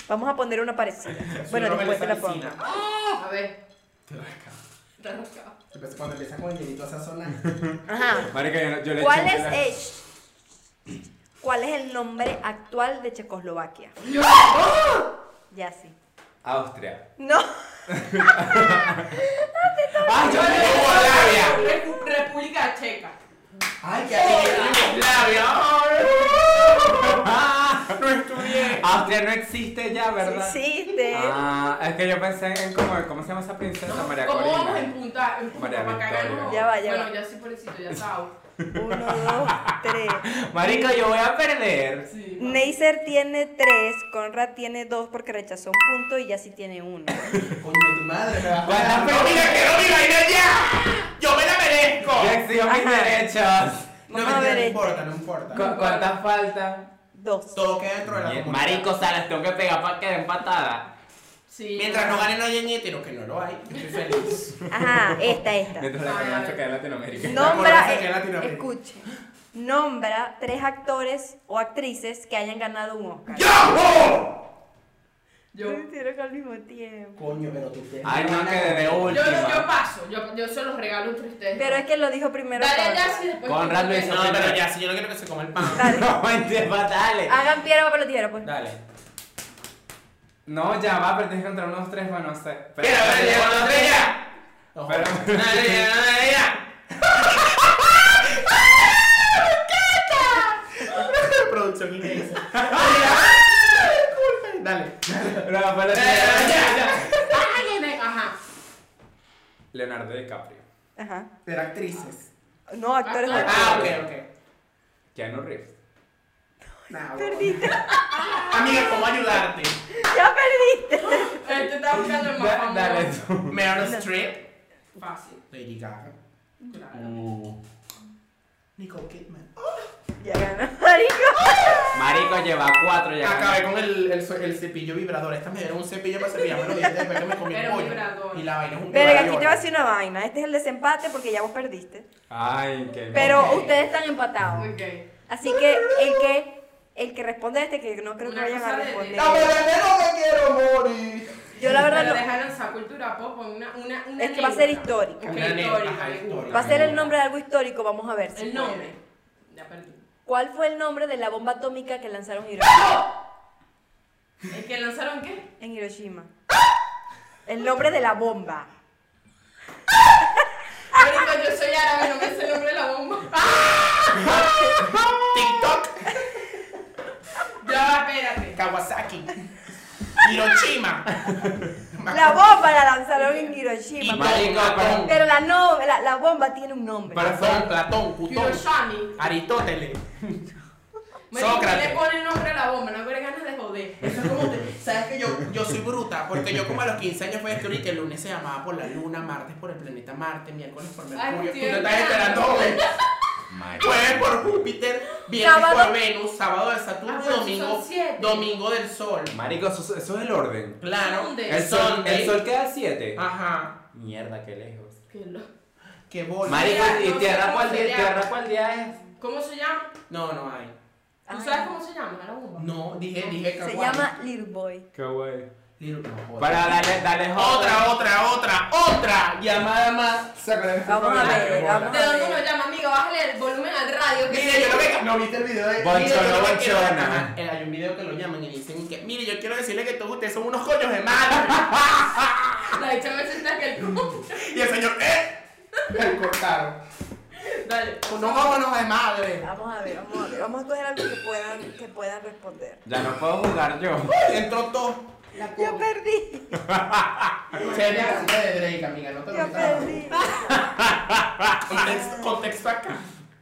[SPEAKER 12] Vamos a poner una parecida.
[SPEAKER 1] Si
[SPEAKER 12] Bueno,
[SPEAKER 1] no me
[SPEAKER 12] después te
[SPEAKER 1] sale
[SPEAKER 12] la
[SPEAKER 1] encina.
[SPEAKER 12] pongo.
[SPEAKER 3] anulada. A ver,
[SPEAKER 1] Te lo acabo.
[SPEAKER 3] está rascado.
[SPEAKER 1] Entonces, pues, Cuando empiezas con el hielito a
[SPEAKER 12] <laughs>
[SPEAKER 1] sazonar.
[SPEAKER 12] Ajá.
[SPEAKER 2] Marico, yo, no- yo le
[SPEAKER 12] ¿Cuál
[SPEAKER 2] eché
[SPEAKER 12] es
[SPEAKER 2] la-
[SPEAKER 12] el- ¿Cuál es el nombre actual de Checoslovaquia? ¡Ah! Ya sí.
[SPEAKER 2] Austria.
[SPEAKER 12] No.
[SPEAKER 2] ¡Ah, yo le
[SPEAKER 3] Repu- República Checa.
[SPEAKER 1] Ay, qué
[SPEAKER 9] Ah, No estudié. Austria no existe ya, ¿verdad?
[SPEAKER 12] Sí existe.
[SPEAKER 9] Ah, es que yo pensé en como, ¿cómo se llama esa princesa? María
[SPEAKER 3] ¿Cómo
[SPEAKER 9] Corina.
[SPEAKER 3] vamos en punta? En punta
[SPEAKER 9] María
[SPEAKER 3] para cagarnos.
[SPEAKER 9] Victoria. Ya va,
[SPEAKER 12] ya
[SPEAKER 3] bueno, ya sí, pobrecito, ya estaba.
[SPEAKER 9] Marico, yo voy a perder.
[SPEAKER 12] Neisser tiene 3, Conrad tiene 2 porque rechazó un punto y Yassi tiene 1.
[SPEAKER 1] Coño, tu madre. me va a
[SPEAKER 9] Bueno, pero Ah, mira, quiero mi vaina ya.
[SPEAKER 1] Yo me la merezco.
[SPEAKER 9] Yo exijo mis
[SPEAKER 1] Ajá.
[SPEAKER 9] derechos.
[SPEAKER 1] No, mentira, no importa, no importa.
[SPEAKER 9] ¿Cu- ¿Cuántas faltan?
[SPEAKER 12] Dos.
[SPEAKER 1] Todo queda dentro de la comunidad.
[SPEAKER 9] Marico, o sea, las tengo que pegar para que den patada.
[SPEAKER 3] Sí.
[SPEAKER 1] Mientras no ganen los ñeñeteros, que no lo hay, yo estoy feliz.
[SPEAKER 12] Ajá, esta, esta.
[SPEAKER 2] Mientras la canasta cae en Latinoamérica.
[SPEAKER 12] Nombra, eh,
[SPEAKER 1] que en Latinoamérica.
[SPEAKER 12] escuche, nombra tres actores o actrices que hayan ganado un Oscar.
[SPEAKER 3] Yo.
[SPEAKER 12] me tiro al mismo tiempo.
[SPEAKER 1] Coño, pero tú te.
[SPEAKER 9] Ay, no, que desde
[SPEAKER 3] Yo, yo
[SPEAKER 9] última.
[SPEAKER 3] paso, yo, yo se los regalo entre ustedes.
[SPEAKER 12] Pero es que lo dijo primero.
[SPEAKER 3] Dale,
[SPEAKER 12] Conrad.
[SPEAKER 3] ya sí, después.
[SPEAKER 9] Conrad lo hizo
[SPEAKER 1] No, pero
[SPEAKER 9] primero.
[SPEAKER 1] ya, si yo no quiero que se coma el pan.
[SPEAKER 9] <laughs> No, mentira,
[SPEAKER 3] Ah,
[SPEAKER 9] dale.
[SPEAKER 12] Hagan piedra, papel o tijera, pues.
[SPEAKER 9] Dale. No, ya va, pero tienes que encontrar unos tres, bueno, no sé. Pero,
[SPEAKER 1] pero, ya, los tres
[SPEAKER 9] ya. Pero,
[SPEAKER 1] Producción inglesa. Dale.
[SPEAKER 9] No, pero-
[SPEAKER 3] Dale, Ajá.
[SPEAKER 2] Leonardo DiCaprio.
[SPEAKER 12] Ajá.
[SPEAKER 1] Pero actrices.
[SPEAKER 12] No, actores.
[SPEAKER 1] Ah, ok, ok.
[SPEAKER 2] Keanu Reeves.
[SPEAKER 1] Nah,
[SPEAKER 12] Perdiste.
[SPEAKER 1] Amiga, ¿cómo ayudarte?
[SPEAKER 12] Ya perdiste.
[SPEAKER 3] Este está buscando el más
[SPEAKER 9] Da-
[SPEAKER 3] famoso.
[SPEAKER 9] Dale tú.
[SPEAKER 1] Meryl Streep.
[SPEAKER 3] Fácil.
[SPEAKER 1] Lady Gaga. Nicole Kidman.
[SPEAKER 12] Ya ganó, marico.
[SPEAKER 9] Marico lleva cuatro ya.
[SPEAKER 1] Acabé con el, el, el cepillo vibrador. Estas me dieron un cepillo para cepillarme los dientes después que me comí el
[SPEAKER 3] Pero
[SPEAKER 1] pollo.
[SPEAKER 3] vibrador.
[SPEAKER 1] Y la vaina es un
[SPEAKER 12] Pero aquí
[SPEAKER 1] vibrador.
[SPEAKER 12] te va a decir una vaina. Este es el desempate porque ya vos perdiste.
[SPEAKER 9] Ay, qué
[SPEAKER 12] Pero
[SPEAKER 1] Ok.
[SPEAKER 12] ustedes están empatados.
[SPEAKER 3] Ok.
[SPEAKER 12] Así que el que el que responde a este, que no creo que
[SPEAKER 3] Una
[SPEAKER 12] vayan
[SPEAKER 3] cosa
[SPEAKER 12] a
[SPEAKER 3] de-
[SPEAKER 12] responder.
[SPEAKER 1] ¡Dame veneno que quiero morir!
[SPEAKER 12] Yo la verdad
[SPEAKER 3] Pero
[SPEAKER 12] no.
[SPEAKER 3] dejar esa cultura pop una, una, una
[SPEAKER 12] Es que va a ser
[SPEAKER 3] anécdota.
[SPEAKER 12] histórico.
[SPEAKER 3] Ok,
[SPEAKER 1] Una
[SPEAKER 3] histórica,
[SPEAKER 1] anécdota,
[SPEAKER 3] me gusta.
[SPEAKER 12] Va a ser el nombre de algo histórico, vamos a ver. si
[SPEAKER 3] El
[SPEAKER 12] puede.
[SPEAKER 3] nombre. Ya perdí.
[SPEAKER 12] ¿Cuál fue el nombre de la bomba atómica que lanzaron Hiroshima?
[SPEAKER 3] ¿El que lanzaron qué?
[SPEAKER 12] en Hiroshima? El nombre de la bomba.
[SPEAKER 3] Marico, yo soy árabe, no me sé el nombre de la bomba.
[SPEAKER 1] TikTok,
[SPEAKER 3] Ya va, espérate.
[SPEAKER 1] Kawasaki, Hiroshima.
[SPEAKER 12] La bomba la lanzaron en Hiroshima.
[SPEAKER 9] Marico, pero,
[SPEAKER 12] Pero la, no, la, la bomba tiene un nombre.
[SPEAKER 1] Pero fueron Platón, Cutón,
[SPEAKER 3] Hiroshima.
[SPEAKER 1] Aristóteles,
[SPEAKER 3] Marico, ¿qué le
[SPEAKER 1] Sócrates.
[SPEAKER 3] pone nombre a la bomba? No me ganas de joder.
[SPEAKER 1] Eso es como te- ¿Sabes que yo, yo soy bruta? Porque yo como a los 15 años fui a descubrir que el lunes se llamaba por la luna, martes por el planeta Marte, miércoles por Mercurio. Tú
[SPEAKER 3] estoy
[SPEAKER 1] te estás
[SPEAKER 3] entrando.
[SPEAKER 1] esperando joven. Jueves Pues, por Júpiter, viernes
[SPEAKER 12] Sábado.
[SPEAKER 1] por Venus, sábado de Saturno,
[SPEAKER 3] Ah, pero si son
[SPEAKER 1] domingo,
[SPEAKER 3] siete.
[SPEAKER 1] domingo del sol.
[SPEAKER 2] Marico, eso, eso es el orden.
[SPEAKER 1] Claro,
[SPEAKER 3] ¿Dónde?
[SPEAKER 2] El sol, el
[SPEAKER 1] Sunday.
[SPEAKER 2] sol queda al 7.
[SPEAKER 1] Ah. Ajá,
[SPEAKER 2] Mierda, qué lejos.
[SPEAKER 3] Qué loco.
[SPEAKER 1] qué bola.
[SPEAKER 9] Marico, ¿y
[SPEAKER 3] no sé
[SPEAKER 9] tierra
[SPEAKER 3] cómo
[SPEAKER 9] cuál
[SPEAKER 3] se
[SPEAKER 9] día,
[SPEAKER 3] llama.
[SPEAKER 9] tierra cuál día es?
[SPEAKER 3] ¿Cómo se llama?
[SPEAKER 1] No, no hay.
[SPEAKER 12] Ay.
[SPEAKER 1] Ah,
[SPEAKER 3] ¿Tú sabes cómo se llama la bomba?
[SPEAKER 1] No, dije, dije
[SPEAKER 12] Se
[SPEAKER 1] Kawasaki.
[SPEAKER 12] llama Little Boy.
[SPEAKER 2] Qué guay.
[SPEAKER 1] Little- no, joder.
[SPEAKER 9] Para darle, dale
[SPEAKER 1] Otra, otra, otra, otra llamada más. Se acuerdan de este
[SPEAKER 12] Vamos a
[SPEAKER 1] programa,
[SPEAKER 12] ver,
[SPEAKER 1] qué bola.
[SPEAKER 12] vamos
[SPEAKER 3] ¿De dónde nos llama, amiga? Bájale el volumen al radio. que-
[SPEAKER 1] Mire, yo lo que. No viste el video de.
[SPEAKER 9] Bonchona,
[SPEAKER 1] mire, yo lo que
[SPEAKER 9] bonchona.
[SPEAKER 1] quiero- Ajá, eh, Hay un video que lo llaman y dicen que. Mire, yo quiero decirle que todos ustedes son unos coños de <laughs> madre.
[SPEAKER 3] La dicha me sienta que el
[SPEAKER 1] y el señor, ¡eh! Le cortaron.
[SPEAKER 3] Dale.
[SPEAKER 1] Unos coños de madre.
[SPEAKER 12] Vamos a ver, vamos a ver. Vamos a escoger algo que puedan, que puedan responder.
[SPEAKER 9] Ya no puedo jugar yo.
[SPEAKER 1] Entró todo.
[SPEAKER 12] Yo perdí.
[SPEAKER 1] Se ve así de Drake, amiga, no te lo
[SPEAKER 12] Yo
[SPEAKER 1] metas. a la
[SPEAKER 12] perdí.
[SPEAKER 1] boca. Contexto, contexto acá.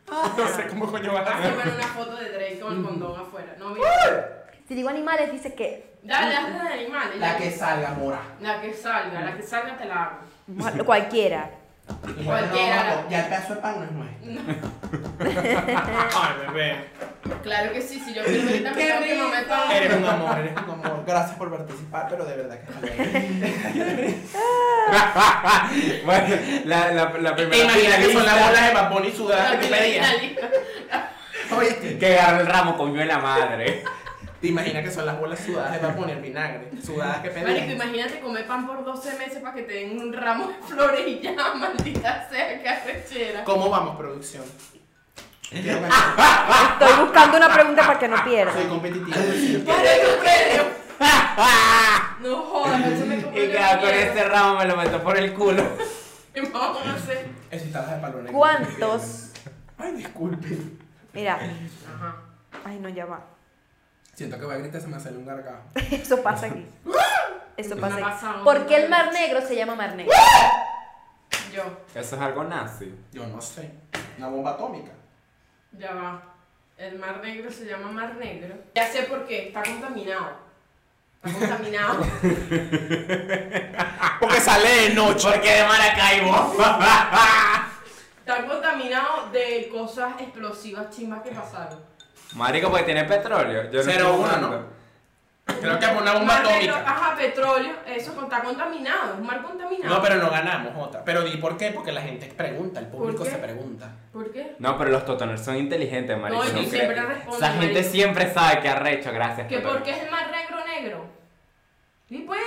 [SPEAKER 1] <laughs> No sé cómo coño va a
[SPEAKER 3] Hace
[SPEAKER 2] <laughs>
[SPEAKER 1] ser.
[SPEAKER 3] poner una foto de Drake con el condón afuera. No, mira.
[SPEAKER 12] Si digo animales, dice que
[SPEAKER 3] Dale, hazle de animales.
[SPEAKER 1] La que salga, mora.
[SPEAKER 3] La que salga, la que salga te la hago.
[SPEAKER 12] cualquiera.
[SPEAKER 3] Cualquiera.
[SPEAKER 1] No, no, ya el pedazo de pan no es nuestro. Ay, bebé.
[SPEAKER 3] <laughs> Claro que sí, si yo quiero ahorita me
[SPEAKER 1] Qué
[SPEAKER 3] tengo que momento.
[SPEAKER 1] Eres un amor, eres un amor. Gracias por participar, pero de verdad que
[SPEAKER 9] bueno, la, la, la primera. finalista
[SPEAKER 1] bolas de Baboni sudadas Oíste.
[SPEAKER 9] Que agarró el ramo, coño de la madre.
[SPEAKER 1] ¿Te imaginas que son las bolas sudadas de Baboni al vinagre? Sudadas que
[SPEAKER 3] Marico,
[SPEAKER 1] pedían.
[SPEAKER 3] imagínate comer pan por 12 meses para que te den un ramo de flores y ya, <laughs> maldita sea, qué arrechera.
[SPEAKER 1] ¿Cómo vamos, producción? Quiero ganar.
[SPEAKER 2] <laughs>
[SPEAKER 12] Estoy buscando una pregunta para que no
[SPEAKER 1] Soy
[SPEAKER 12] pierda.
[SPEAKER 1] competitivo. <laughs>
[SPEAKER 3] Marico, premio. No jodas, pero eso me compró
[SPEAKER 9] Y
[SPEAKER 3] una
[SPEAKER 9] quedó con
[SPEAKER 3] mierda.
[SPEAKER 9] este ramo, me lo metió por el culo.
[SPEAKER 3] Y vamos a hacer.
[SPEAKER 1] Eso está de palones.
[SPEAKER 12] ¿Cuántos
[SPEAKER 1] Ay, disculpen.
[SPEAKER 12] Mira. Ay, no, ya va. <laughs>
[SPEAKER 1] Siento que voy a gritar se me sale un gargajo.
[SPEAKER 12] Eso pasa aquí. Eso
[SPEAKER 1] Me
[SPEAKER 12] pasa
[SPEAKER 1] ha
[SPEAKER 12] aquí.
[SPEAKER 1] pasado
[SPEAKER 5] ¿Por qué
[SPEAKER 12] Porque
[SPEAKER 5] el Mar Negro se llama Mar Negro?
[SPEAKER 3] Yo.
[SPEAKER 2] Eso es algo nazi.
[SPEAKER 1] Yo no sé. Una bomba atómica.
[SPEAKER 3] Ya va. El mar negro se llama mar negro. Ya sé por qué, está contaminado. Está contaminado.
[SPEAKER 13] Porque sale de noche. Porque de Maracaibo.
[SPEAKER 3] está contaminado de cosas explosivas chimbas que pasaron.
[SPEAKER 2] <laughs> Marico, porque tiene petróleo. Yo
[SPEAKER 1] Cero
[SPEAKER 2] estoy
[SPEAKER 1] uno,
[SPEAKER 2] jugando.
[SPEAKER 1] Creo que es una bomba
[SPEAKER 3] Mar negro,
[SPEAKER 1] atómica.
[SPEAKER 3] ajá, petróleo, eso está contaminado, es un mar contaminado.
[SPEAKER 1] No, pero no ganamos, Jota. Pero di por qué, porque la gente pregunta, el público
[SPEAKER 3] qué?
[SPEAKER 1] se pregunta.
[SPEAKER 3] ¿Por qué?
[SPEAKER 2] No, pero los totoners son inteligentes, marico.
[SPEAKER 3] No, yo
[SPEAKER 2] cre-
[SPEAKER 3] siempre respondo,
[SPEAKER 2] Esa gente
[SPEAKER 3] marico.
[SPEAKER 2] siempre sabe que arrecho, gracias.
[SPEAKER 3] ¿Que
[SPEAKER 2] Totoners. <laughs>
[SPEAKER 3] por qué es el mar negro negro? ¿Y pues?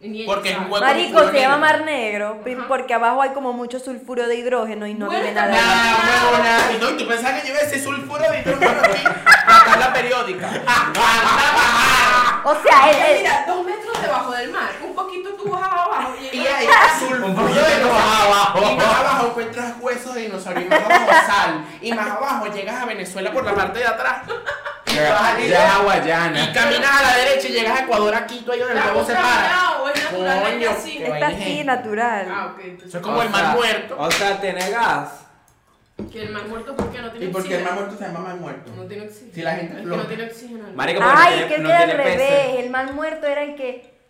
[SPEAKER 3] Ni ellos
[SPEAKER 1] Porque es un
[SPEAKER 3] saben.
[SPEAKER 1] hueco
[SPEAKER 12] Marico, se llama Mar Negro pi- porque abajo hay como mucho sulfuro de hidrógeno y no tiene nada.
[SPEAKER 1] Ah, huevona. Y no, y tú pensabas que yo iba a decir sulfuro de <laughs> hidrógeno aquí. Acá en la periódica.
[SPEAKER 12] O sea,
[SPEAKER 3] Mira,
[SPEAKER 12] el- el-
[SPEAKER 3] Mira, dos metros debajo del mar, un poquito tú vas abajo y
[SPEAKER 1] Y
[SPEAKER 3] llegas-
[SPEAKER 1] ahí sulfuro de
[SPEAKER 13] poquito más abajo.
[SPEAKER 1] Y más abajo encuentras huesos de dinosaurio. Y más abajo sal. Y más abajo llegas a Venezuela por la parte de atrás.
[SPEAKER 2] Llega-
[SPEAKER 1] Ay,
[SPEAKER 2] llega a
[SPEAKER 1] Y
[SPEAKER 2] Guayana.
[SPEAKER 1] caminas a la derecha y llegas a Ecuador a Quito, ahí donde el
[SPEAKER 3] Está
[SPEAKER 1] huevo se para.
[SPEAKER 3] contaminado, es natural,
[SPEAKER 1] Coño,
[SPEAKER 3] es así.
[SPEAKER 1] qué
[SPEAKER 12] está
[SPEAKER 1] vaina
[SPEAKER 12] así
[SPEAKER 1] es.
[SPEAKER 12] natural.
[SPEAKER 3] Ah, ok. entonces-
[SPEAKER 1] Eso es como el mar muerto.
[SPEAKER 2] O sea, tiene gas.
[SPEAKER 3] Que el mar muerto, ¿por qué no tiene
[SPEAKER 1] ¿Y por qué el
[SPEAKER 3] oxígeno?
[SPEAKER 1] mar muerto se llama mar muerto?
[SPEAKER 3] No tiene oxígeno.
[SPEAKER 1] Si la gente
[SPEAKER 3] El que
[SPEAKER 1] flota.
[SPEAKER 3] no tiene oxígeno.
[SPEAKER 2] Marico, porque
[SPEAKER 12] Ay,
[SPEAKER 2] no
[SPEAKER 12] que
[SPEAKER 2] tiene, no
[SPEAKER 12] era al
[SPEAKER 2] tiene peces.
[SPEAKER 12] revés. El mal muerto era el que.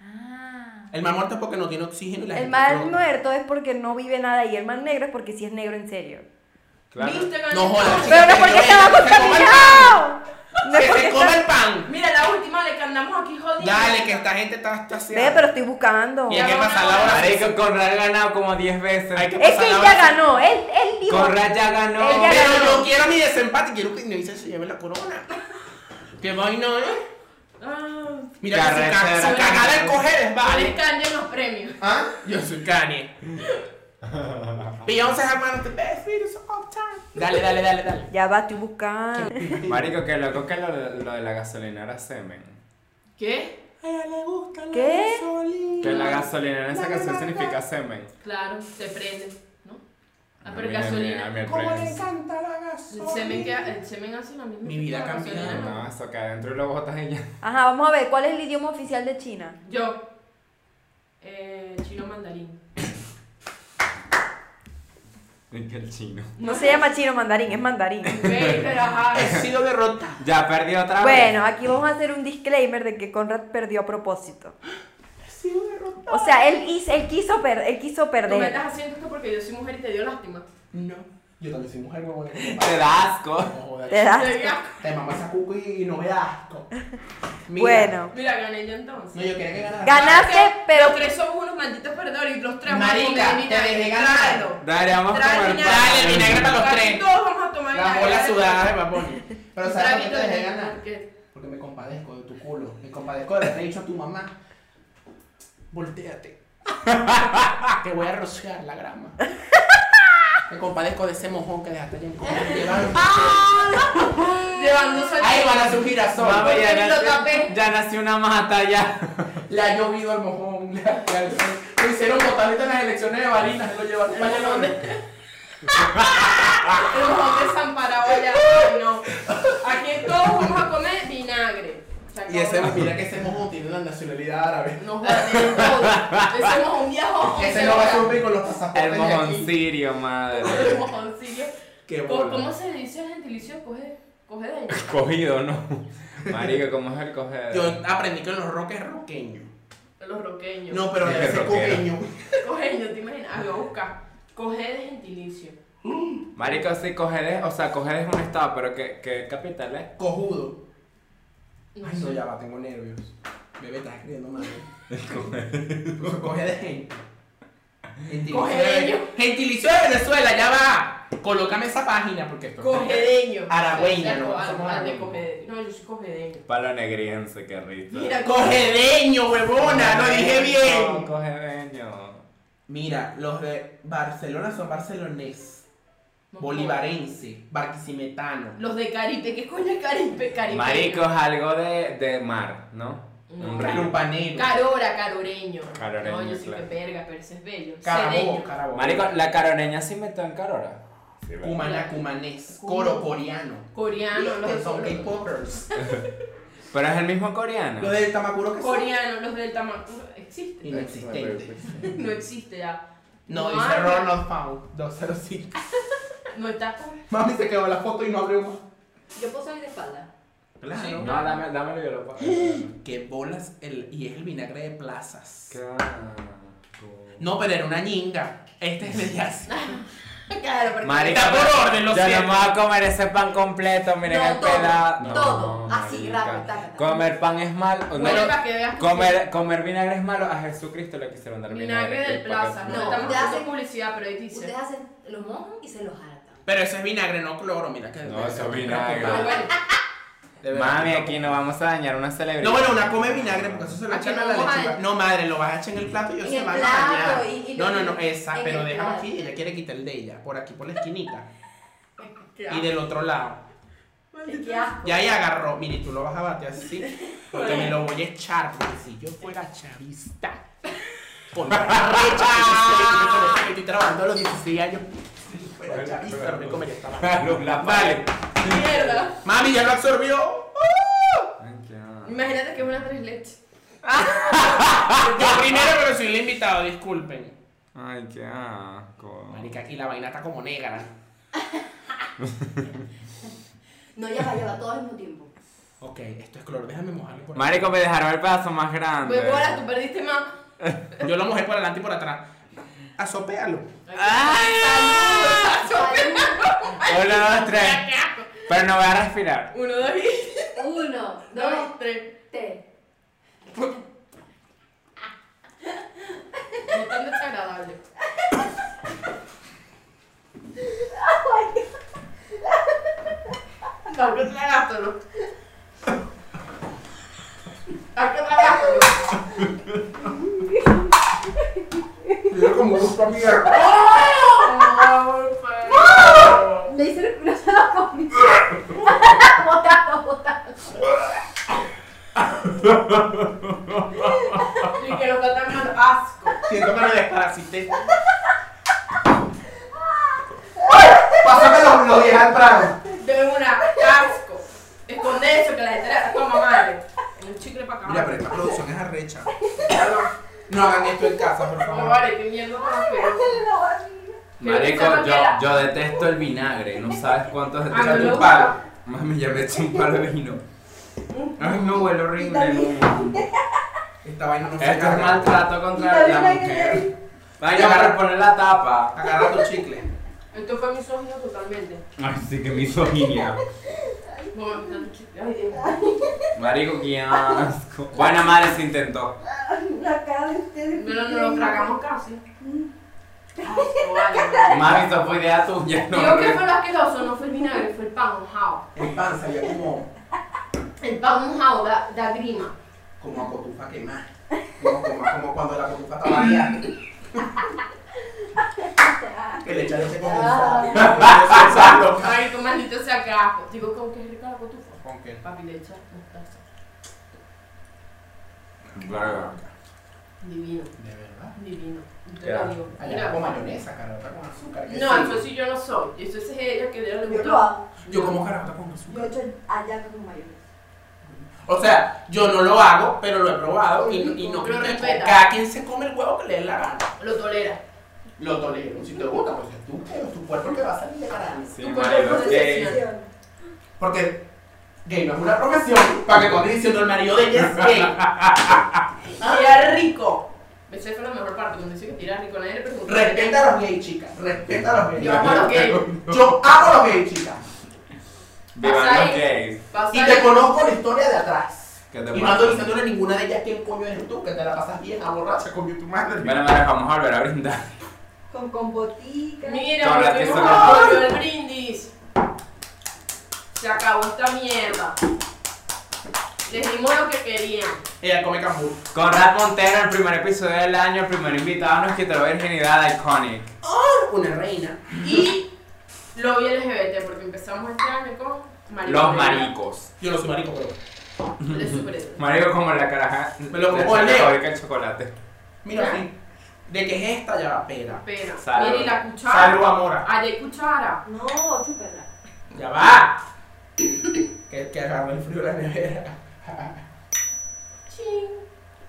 [SPEAKER 12] Ah.
[SPEAKER 1] El mar muerto es porque no tiene oxígeno y la
[SPEAKER 12] El
[SPEAKER 1] gente
[SPEAKER 12] mal
[SPEAKER 1] flota.
[SPEAKER 12] muerto es porque no vive nada y el mal negro es porque sí es negro en serio.
[SPEAKER 2] Claro.
[SPEAKER 3] ¿Viste, Gabriel?
[SPEAKER 1] No jodas.
[SPEAKER 12] Pero no es porque estaba contaminado. No es
[SPEAKER 1] Que
[SPEAKER 12] porque
[SPEAKER 1] se coma
[SPEAKER 12] está-
[SPEAKER 1] el pan.
[SPEAKER 3] Mira, la última le que andamos aquí jodiendo.
[SPEAKER 1] Dale, que esta gente está está haciendo.
[SPEAKER 12] Ve, pero estoy buscando.
[SPEAKER 1] Y hay que pasar la hora.
[SPEAKER 2] Marico, Conrad ha ganado como 10 veces.
[SPEAKER 1] Hay que
[SPEAKER 12] Es
[SPEAKER 1] pasar
[SPEAKER 12] que
[SPEAKER 1] la
[SPEAKER 12] él
[SPEAKER 1] hora.
[SPEAKER 12] ya ganó. Él, él dijo.
[SPEAKER 2] Conrad ya ganó.
[SPEAKER 12] Él ya
[SPEAKER 1] Pero
[SPEAKER 12] ganó.
[SPEAKER 1] no quiero mi desempate, quiero que Indonesia se lleve la corona. Que vaina, ¿eh?
[SPEAKER 3] Ah,
[SPEAKER 1] Mira, que su, ca- su cagada en coger es
[SPEAKER 3] vale.
[SPEAKER 1] vale.
[SPEAKER 3] Kanye en los premios.
[SPEAKER 1] ¿Ah? Yo soy Kanye. Beyoncé hermano, the best videos of all time. Dale, dale, dale,
[SPEAKER 12] <laughs>
[SPEAKER 1] dale.
[SPEAKER 12] Ya va, estoy buscando.
[SPEAKER 2] Marico, que loco que lo, lo de la gasolina era semen.
[SPEAKER 3] ¿Qué?
[SPEAKER 1] A ella le gusta la
[SPEAKER 12] ¿Qué?
[SPEAKER 1] gasolina.
[SPEAKER 2] Que la gasolina en esa canción significa semen.
[SPEAKER 3] Claro, se prende, ¿no? Ah,
[SPEAKER 2] Mira,
[SPEAKER 3] pero
[SPEAKER 2] mira,
[SPEAKER 3] gasolina.
[SPEAKER 2] mira,
[SPEAKER 1] ¿Cómo le
[SPEAKER 2] Prince.
[SPEAKER 1] encanta la
[SPEAKER 3] El semen, que,
[SPEAKER 1] gasolina?
[SPEAKER 3] el semen hace la misma.
[SPEAKER 1] Mi vida
[SPEAKER 3] cosa,
[SPEAKER 1] cambia.
[SPEAKER 3] gasolina, ¿no?
[SPEAKER 2] No, eso que adentro y lo botas y ya. <laughs>
[SPEAKER 12] Ajá, vamos a ver. ¿Cuál es el idioma oficial de China?
[SPEAKER 3] Yo. Eh, chino mandarín.
[SPEAKER 2] Y que el chino.
[SPEAKER 12] No se llama chino mandarín, es mandarín.
[SPEAKER 5] <laughs>
[SPEAKER 3] Ve,
[SPEAKER 1] <laughs>
[SPEAKER 3] pero ajá.
[SPEAKER 1] He sido derrotada.
[SPEAKER 2] Ya perdió otra vez.
[SPEAKER 12] Bueno, aquí vamos a hacer un disclaimer de que Conrad perdió
[SPEAKER 5] <gasps>
[SPEAKER 12] a propósito.
[SPEAKER 1] He sido derrotada.
[SPEAKER 12] O sea, él, hizo- él, quiso, per- él quiso
[SPEAKER 3] Tú me
[SPEAKER 12] perder.
[SPEAKER 3] estás haciendo esto porque yo soy mujer y te dio lástima.
[SPEAKER 1] No. Yo también soy mujer, huevón.
[SPEAKER 2] Te da asco.
[SPEAKER 1] No jodas.
[SPEAKER 12] Te da-
[SPEAKER 3] Te dio asco.
[SPEAKER 1] Te mamá esa cuco y no me da
[SPEAKER 12] <laughs>
[SPEAKER 1] asco. Mira.
[SPEAKER 12] Bueno,
[SPEAKER 3] Mira, gané yo entonces.
[SPEAKER 1] No, yo quería que ganara.
[SPEAKER 12] ganaste,
[SPEAKER 3] Porque
[SPEAKER 12] pero.
[SPEAKER 3] Los tres somos unos malditos perdedores y los tres vamos a
[SPEAKER 1] Marica,
[SPEAKER 3] comer vinagre.
[SPEAKER 1] te dejé ganar.
[SPEAKER 3] Tráelo.
[SPEAKER 2] Dale, vamos a
[SPEAKER 3] Trae
[SPEAKER 2] comer
[SPEAKER 3] vinagre.
[SPEAKER 2] pan.
[SPEAKER 1] Dale, el vinagre para los
[SPEAKER 3] Aquí
[SPEAKER 1] tres.
[SPEAKER 3] Todos vamos a tomar
[SPEAKER 1] La
[SPEAKER 3] vinagre.
[SPEAKER 1] bola sudada de Baboni. Pero ¿sabes por qué te
[SPEAKER 3] Traguito de
[SPEAKER 1] dejé
[SPEAKER 3] vinagre,
[SPEAKER 1] ganar?
[SPEAKER 3] porque-
[SPEAKER 1] Porque me compadezco de tu culo. Me compadezco de haber dicho a tu mamá. <laughs> Voltéate. Que voy a rociar la grama. Me compadezco de ese mojón que dejaste allá en Colombia. Llevando-
[SPEAKER 3] Llevándose
[SPEAKER 1] Ahí van a su girasol.
[SPEAKER 2] Mami, ya,
[SPEAKER 3] Porque lo
[SPEAKER 2] nació,
[SPEAKER 3] tapé.
[SPEAKER 2] ya nació una mata ya.
[SPEAKER 1] Le ha llovido al mojón. Le, ha- le ha- lo hicieron botanita en las elecciones de Barinas. Lo llevaron para allá donde.
[SPEAKER 3] Los hombres han parado allá. Ay, No. Aquí todos vamos a comer vinagre. Se acabó.
[SPEAKER 1] Y ese, Ah, mira que ese mojón tiene la nacionalidad árabe.
[SPEAKER 3] Nos jodemos todos. Ese mojón viejo.
[SPEAKER 1] Ese no va a cumplir con los pasaportes.
[SPEAKER 2] El
[SPEAKER 1] de aquí.
[SPEAKER 2] mojón sirio, madre.
[SPEAKER 3] El mojoncillo.
[SPEAKER 1] Qué bola.
[SPEAKER 3] ¿Cómo, cómo se dice el gentilicio? Coge, coge de
[SPEAKER 2] Cogido, ¿no? Marico, ¿cómo es el coger?
[SPEAKER 1] Yo aprendí que los roques es roqueño.
[SPEAKER 3] Los roqueños.
[SPEAKER 1] No, pero debe
[SPEAKER 2] Es
[SPEAKER 1] ser
[SPEAKER 2] roquero.
[SPEAKER 1] coqueño.
[SPEAKER 3] Cogeño, ¿te imaginas? Ah, lo busca. Coge de gentilicio.
[SPEAKER 2] Marico, sí, coger es, o sea, coger es un estado, pero ¿qué, qué capital es?
[SPEAKER 1] Cojudo.
[SPEAKER 3] No
[SPEAKER 1] Ay,
[SPEAKER 3] sé.
[SPEAKER 1] no, ya va, tengo nervios. Bebé, estás escribiendo mal. Coge. Coge de gente. Gentilicio
[SPEAKER 3] Cogeño.
[SPEAKER 1] de- Gentilicio de Venezuela, ya va. Colócame esa página porque esto.
[SPEAKER 3] Cogedeño.
[SPEAKER 1] Aragüeña,
[SPEAKER 3] no,
[SPEAKER 1] no, somos aragüeños.
[SPEAKER 3] No, yo soy cogedeño.
[SPEAKER 2] Palo negriense, qué risa.
[SPEAKER 3] Mira,
[SPEAKER 1] Cogedeño, huevona, lo dije
[SPEAKER 2] No,
[SPEAKER 1] bien.
[SPEAKER 2] cogedeño.
[SPEAKER 1] Mira, los de Barcelona son barcelonés,
[SPEAKER 3] no,
[SPEAKER 1] bolivarense, barquisimetano.
[SPEAKER 3] Los de Caripe, ¿qué coño es Caripe? Caripe.
[SPEAKER 2] Marico es algo de, de mar, ¿no?
[SPEAKER 3] No.
[SPEAKER 2] Un río.
[SPEAKER 1] Lupanero.
[SPEAKER 3] Carora, caroreño.
[SPEAKER 2] Caroreño,
[SPEAKER 3] no, yo sí
[SPEAKER 2] claro.
[SPEAKER 3] que verga, pero ese es bello.
[SPEAKER 1] Carabó,
[SPEAKER 3] Cedeño.
[SPEAKER 1] carabó.
[SPEAKER 2] Marico, la caroneña sí metió en carora.
[SPEAKER 1] Kumana Kumanés, coro coreano.
[SPEAKER 5] Ah,
[SPEAKER 3] Coreano, los
[SPEAKER 1] Que
[SPEAKER 3] de
[SPEAKER 1] son
[SPEAKER 3] Solo.
[SPEAKER 1] K-popers.
[SPEAKER 2] Ah. Pero es el mismo coreano.
[SPEAKER 1] Los del Tamakuro que son.
[SPEAKER 3] Coreano, los del Tamakuro. Existe. <laughs>
[SPEAKER 1] Inexistente.
[SPEAKER 3] No existe ya.
[SPEAKER 1] No,
[SPEAKER 3] No
[SPEAKER 5] Ah,
[SPEAKER 1] dice
[SPEAKER 3] hay.
[SPEAKER 1] Ron Not Found 205.
[SPEAKER 3] No está con.
[SPEAKER 1] Mami se quedó la foto y no abrió más.
[SPEAKER 5] Yo puedo salir de espalda.
[SPEAKER 1] Claro.
[SPEAKER 2] No, dame, dámelo yo lo pago.
[SPEAKER 1] Que bolas el, y es el vinagre de plazas.
[SPEAKER 2] Claro.
[SPEAKER 1] No, pero era una ñinga. Este es el de Yassi.
[SPEAKER 5] Claro, porque.
[SPEAKER 1] Está por orden, lo
[SPEAKER 9] ya
[SPEAKER 1] siento.
[SPEAKER 9] no me voy a comer ese pan completo, miren
[SPEAKER 5] No,
[SPEAKER 9] el
[SPEAKER 5] todo,
[SPEAKER 9] pedazo.
[SPEAKER 5] todo,
[SPEAKER 2] No,
[SPEAKER 5] así,
[SPEAKER 2] marica.
[SPEAKER 5] rápido, taca, taca.
[SPEAKER 9] Comer pan es malo. No,
[SPEAKER 3] Bueno, para que veas que
[SPEAKER 9] comer, comer vinagre es malo. A Jesucristo le quisieron dar vinagre.
[SPEAKER 3] Vinagre del
[SPEAKER 9] que para que
[SPEAKER 3] Plaza.
[SPEAKER 9] se
[SPEAKER 3] No,
[SPEAKER 5] No,
[SPEAKER 3] estamos
[SPEAKER 5] te
[SPEAKER 3] haciendo
[SPEAKER 5] hacen-
[SPEAKER 3] publicidad, pero ahí dice.
[SPEAKER 5] Ustedes hacen, lo mojan y se los hartan.
[SPEAKER 1] Pero eso es vinagre, no cloro. Mira que.
[SPEAKER 2] No, eso es
[SPEAKER 3] Pero
[SPEAKER 2] vinagre.
[SPEAKER 3] bueno,
[SPEAKER 1] De verdad.
[SPEAKER 9] Mami, aquí no vamos a dañar una celebridad.
[SPEAKER 1] No, bueno, una come vinagre porque eso se lo
[SPEAKER 5] Ah,
[SPEAKER 3] Aquí
[SPEAKER 1] echan a
[SPEAKER 3] no
[SPEAKER 1] la
[SPEAKER 3] vamos
[SPEAKER 1] lechuga.
[SPEAKER 3] a-
[SPEAKER 1] No, madre, lo vas a echar en el plato y yo
[SPEAKER 5] En
[SPEAKER 1] se
[SPEAKER 5] el
[SPEAKER 1] va a
[SPEAKER 5] plato,
[SPEAKER 1] bañar.
[SPEAKER 5] y- y
[SPEAKER 1] No, no,
[SPEAKER 5] lo-
[SPEAKER 1] no, esa,
[SPEAKER 5] en
[SPEAKER 1] pero
[SPEAKER 5] el
[SPEAKER 1] déjame
[SPEAKER 5] plato.
[SPEAKER 1] aquí, ella quiere quitar el de ella, por aquí, por la
[SPEAKER 5] <laughs>
[SPEAKER 1] esquinita.
[SPEAKER 3] qué
[SPEAKER 1] y
[SPEAKER 3] asco.
[SPEAKER 1] del otro lado.
[SPEAKER 5] Qué asco.
[SPEAKER 1] Y ahí agarró, mire, tú lo vas a batear así, porque me lo voy a echar, porque si yo fuera chavista. Por la recha que yo soy, que estoy trabajando a los 16 años. Si yo fuera chavista, no me comería esta
[SPEAKER 9] <laughs>
[SPEAKER 1] vaina.
[SPEAKER 2] Vale.
[SPEAKER 3] mierda.
[SPEAKER 1] Mami, ya lo absorbió. ¡Uh!
[SPEAKER 3] Imagínate que es una tres leches.
[SPEAKER 1] Yo primero, pero soy el invitado, disculpen.
[SPEAKER 9] Ay, qué asco.
[SPEAKER 1] Marica, aquí la vaina está como negra.
[SPEAKER 5] No, ya va, ya va, todo al mismo tiempo.
[SPEAKER 1] Ok, esto es color, déjame mojarme por
[SPEAKER 9] Marico, me dejaron el pedazo más grande.
[SPEAKER 3] Pues bola, tú perdiste más.
[SPEAKER 1] Yo lo mojé por adelante y por atrás. Asopéalo.
[SPEAKER 2] Ah.
[SPEAKER 9] Uno, dos, tres. Pero no voy a respirar.
[SPEAKER 3] Uno, dos y.
[SPEAKER 5] Uno,
[SPEAKER 3] <laughs>
[SPEAKER 5] dos,
[SPEAKER 3] Dos, tres.
[SPEAKER 5] tres.
[SPEAKER 3] No tan desagradable. No, que tragástalo. Hay que tragástalo.
[SPEAKER 1] Yo como gusto a mierda.
[SPEAKER 3] ¡Oh!
[SPEAKER 5] Le hice el culo solo con mi. Botado, botado.
[SPEAKER 3] Y que lo tratan mal. Asco.
[SPEAKER 1] Siento que me <laughs> desparasité. Pásame los, los 10 al prado.
[SPEAKER 3] De una. Asco. Esconde eso que la gente la toma madre. Un chicle para acá.
[SPEAKER 1] Mira, pero esta producción es arrecha. No hagan esto en casa, por
[SPEAKER 3] No
[SPEAKER 1] favor.
[SPEAKER 3] vale, qué mierda tan asquerosa.
[SPEAKER 2] Marico,
[SPEAKER 3] Pero esa
[SPEAKER 2] yo,
[SPEAKER 3] manguera-
[SPEAKER 2] yo detesto el vinagre. No sabes cuánto
[SPEAKER 3] Ah,
[SPEAKER 2] detesto
[SPEAKER 3] no
[SPEAKER 2] el
[SPEAKER 3] lo-
[SPEAKER 2] palo. Mami, ya me eché un palo de vino.
[SPEAKER 3] Mm.
[SPEAKER 2] Ay, no huele horrible. no.
[SPEAKER 1] Esta vaina no se
[SPEAKER 2] Esto es
[SPEAKER 1] agarra.
[SPEAKER 2] maltrato contra la mujer. Vaya, agarra y poner la tapa.
[SPEAKER 1] Agarra tu chicle.
[SPEAKER 3] Esto fue misógino totalmente.
[SPEAKER 2] Ay, sí, que misoginia.
[SPEAKER 3] No, no, no, ay, Dios.
[SPEAKER 2] Marico, qué asco. Buena madre se intentó.
[SPEAKER 3] Pero no lo tragamos casi. Asco, vale.
[SPEAKER 2] Mami, eso fue idea tuya. No,
[SPEAKER 3] Digo que
[SPEAKER 2] <laughs>
[SPEAKER 3] fue lo asqueroso, no fue el vinagre, fue el pan mojado.
[SPEAKER 1] El pan sabía como,
[SPEAKER 3] El pan mojado da, da grima.
[SPEAKER 1] como a cotufa quemada. Como, como, como cuando la cotufa estaba allá. Que le echan ese condensado. Condensado.
[SPEAKER 3] Ay, qué maldito sea que asco. Digo, ¿con qué rica la cotufa?
[SPEAKER 1] ¿Con qué?
[SPEAKER 3] Papi, le echa mostaza.
[SPEAKER 2] Verga.
[SPEAKER 3] Divino,
[SPEAKER 1] De verdad.
[SPEAKER 3] divino. Yo Te
[SPEAKER 2] Ya.
[SPEAKER 3] lo digo.
[SPEAKER 1] Allá
[SPEAKER 3] Mira.
[SPEAKER 1] con mayonesa, carota con azúcar. ¿qué
[SPEAKER 3] No,
[SPEAKER 1] es
[SPEAKER 3] eso
[SPEAKER 1] eso?
[SPEAKER 3] sí yo no soy. Eso es ella que ella le
[SPEAKER 5] Yo lo
[SPEAKER 3] gustó.
[SPEAKER 5] hago.
[SPEAKER 1] Yo como carota con azúcar.
[SPEAKER 5] Yo he hecho allá con mayonesa.
[SPEAKER 1] O sea, yo no lo hago, pero lo he probado y, y no
[SPEAKER 3] Pero
[SPEAKER 1] creo que
[SPEAKER 3] respeta.
[SPEAKER 1] cada quien se come el huevo que le dé la gana.
[SPEAKER 3] Lo tolera.
[SPEAKER 1] Lo tolero. Si te gusta, pues es tú, pero tu cuerpo que va a salir de cara.
[SPEAKER 2] Sí,
[SPEAKER 3] Tu
[SPEAKER 2] marico,
[SPEAKER 3] cuerpo es
[SPEAKER 2] gay.
[SPEAKER 3] excepcional.
[SPEAKER 1] Porque gay no es una profesión. Para que continúe diciendo el marido de ella es
[SPEAKER 3] <laughs>
[SPEAKER 1] gay.
[SPEAKER 3] Tira rico. Esa fue la mejor parte. Cuando dice que tira rico, nadie le pregunta.
[SPEAKER 1] Respeta a los gays, chicas. Respeta a los gays.
[SPEAKER 3] Yo amo a los gays.
[SPEAKER 1] Yo amo a los gays, chicas.
[SPEAKER 2] Vivan
[SPEAKER 3] Pasa
[SPEAKER 2] los
[SPEAKER 3] ahí.
[SPEAKER 2] gays.
[SPEAKER 3] Pasa
[SPEAKER 1] Y
[SPEAKER 3] ahí.
[SPEAKER 1] te conozco la historia de atrás.
[SPEAKER 2] ¿Qué te
[SPEAKER 1] Y no
[SPEAKER 2] pasa?
[SPEAKER 1] ando diciéndole a ninguna de ellas quién coño eres tú, que te la pasas bien a borracha con tu madre.
[SPEAKER 2] Bueno, madre, vamos a volver a brindar.
[SPEAKER 5] Con compotica.
[SPEAKER 3] Mira,
[SPEAKER 2] Todas las que
[SPEAKER 3] volvimos
[SPEAKER 2] son
[SPEAKER 3] a
[SPEAKER 2] las-
[SPEAKER 3] volver el brindis. Se acabó esta mierda. Les dimos lo que querían.
[SPEAKER 1] Ella come cambur.
[SPEAKER 9] Conrad Montero, el primer episodio del año, el primer invitado nos quitó la virginidad iconic.
[SPEAKER 1] Una reina.
[SPEAKER 3] Y lo vi LGBT, porque empezamos este año con marico.
[SPEAKER 2] Los maricos.
[SPEAKER 1] Yo no soy marico, pero.
[SPEAKER 3] Les superé.
[SPEAKER 2] <laughs>
[SPEAKER 9] Marico como la caraja.
[SPEAKER 1] Me lo como
[SPEAKER 9] la
[SPEAKER 1] el Leo.
[SPEAKER 9] caraja de chocolate.
[SPEAKER 1] Mira, sí. ¿De qué es esta? Ya va, pera.
[SPEAKER 3] Pena.
[SPEAKER 1] Salud.
[SPEAKER 3] Mira, y la cuchara.
[SPEAKER 1] Salud, amora.
[SPEAKER 3] Allá hay cuchara.
[SPEAKER 12] No, chúpela.
[SPEAKER 1] Ya va.
[SPEAKER 3] <laughs>
[SPEAKER 1] que, que agarró el frío de la nevera.
[SPEAKER 3] Ching.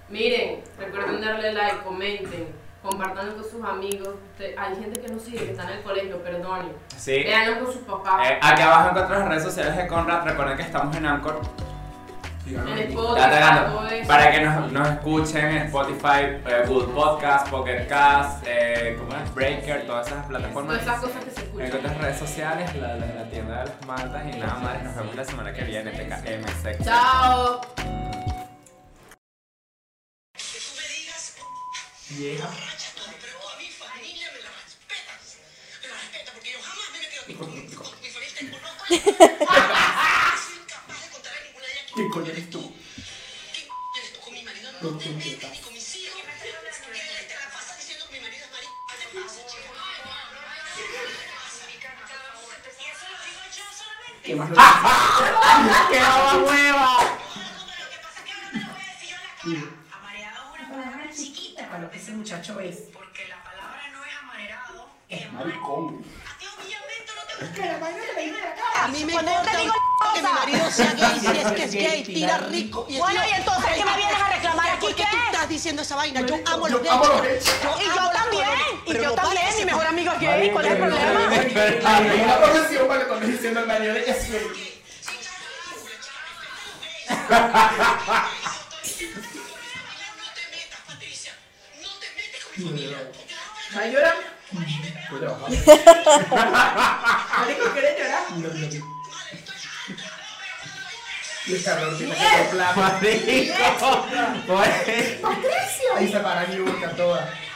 [SPEAKER 3] Miren, recuerden darle like, comenten, compartan con sus amigos. Te- Hay gente que no sigue, que está en el colegio, perdonen.
[SPEAKER 2] Sí.
[SPEAKER 3] Véanlo con sus papás.
[SPEAKER 2] Eh, aquí abajo encuentras las redes sociales de Conrad. Recuerden que estamos en Anchor.
[SPEAKER 3] En
[SPEAKER 2] Ya
[SPEAKER 3] Spotify,
[SPEAKER 2] Eh, está ganando.
[SPEAKER 3] todo eso.
[SPEAKER 2] Para que nos, nos escuchen en Spotify, eh, Google Podcast, Pocket Cast, eh, ¿cómo es? Breaker, todas esas plataformas.
[SPEAKER 3] Todas esas cosas que se
[SPEAKER 2] En
[SPEAKER 3] escuchan.
[SPEAKER 2] otras redes sociales, la de la tienda de las mantas y nada más. Nos vemos la semana que viene. TKM Sexo.
[SPEAKER 3] Chao.
[SPEAKER 1] Vieja. ¿Qué coño eres tú? No te metas. ¿Qué más lo
[SPEAKER 9] ¡Qué baba hueva!
[SPEAKER 1] A lo que ese muchacho es. Porque la palabra no es amanerado,
[SPEAKER 14] Ah,
[SPEAKER 1] es maricón.
[SPEAKER 15] A mí me importa que mi marido sea gay, si es que es gay, tira rico.
[SPEAKER 14] Bueno, ¿y entonces qué me vienes a reclamar aquí,
[SPEAKER 15] ¿Por qué tú estás diciendo esa vaina? Yo amo
[SPEAKER 14] Yo
[SPEAKER 15] los
[SPEAKER 14] amo los
[SPEAKER 15] gays.
[SPEAKER 14] gays. Y yo
[SPEAKER 15] amo las
[SPEAKER 14] también,
[SPEAKER 15] colonias,
[SPEAKER 14] y
[SPEAKER 15] pero
[SPEAKER 14] yo
[SPEAKER 15] no
[SPEAKER 14] también,
[SPEAKER 15] parece
[SPEAKER 14] mi mejor
[SPEAKER 15] que-
[SPEAKER 14] amigo es gay, ¿cuál es el problema?
[SPEAKER 1] Hay una profesión para cuando diciendo el marido de ella es gay.
[SPEAKER 14] <laughs>
[SPEAKER 15] ¿Vas a llorar?
[SPEAKER 1] Pues Marico, ¿quieres llorar? No, no. Y el calor tiene que soplar.
[SPEAKER 9] Marico.
[SPEAKER 1] Patricio. Ahí se paran y buscan todas.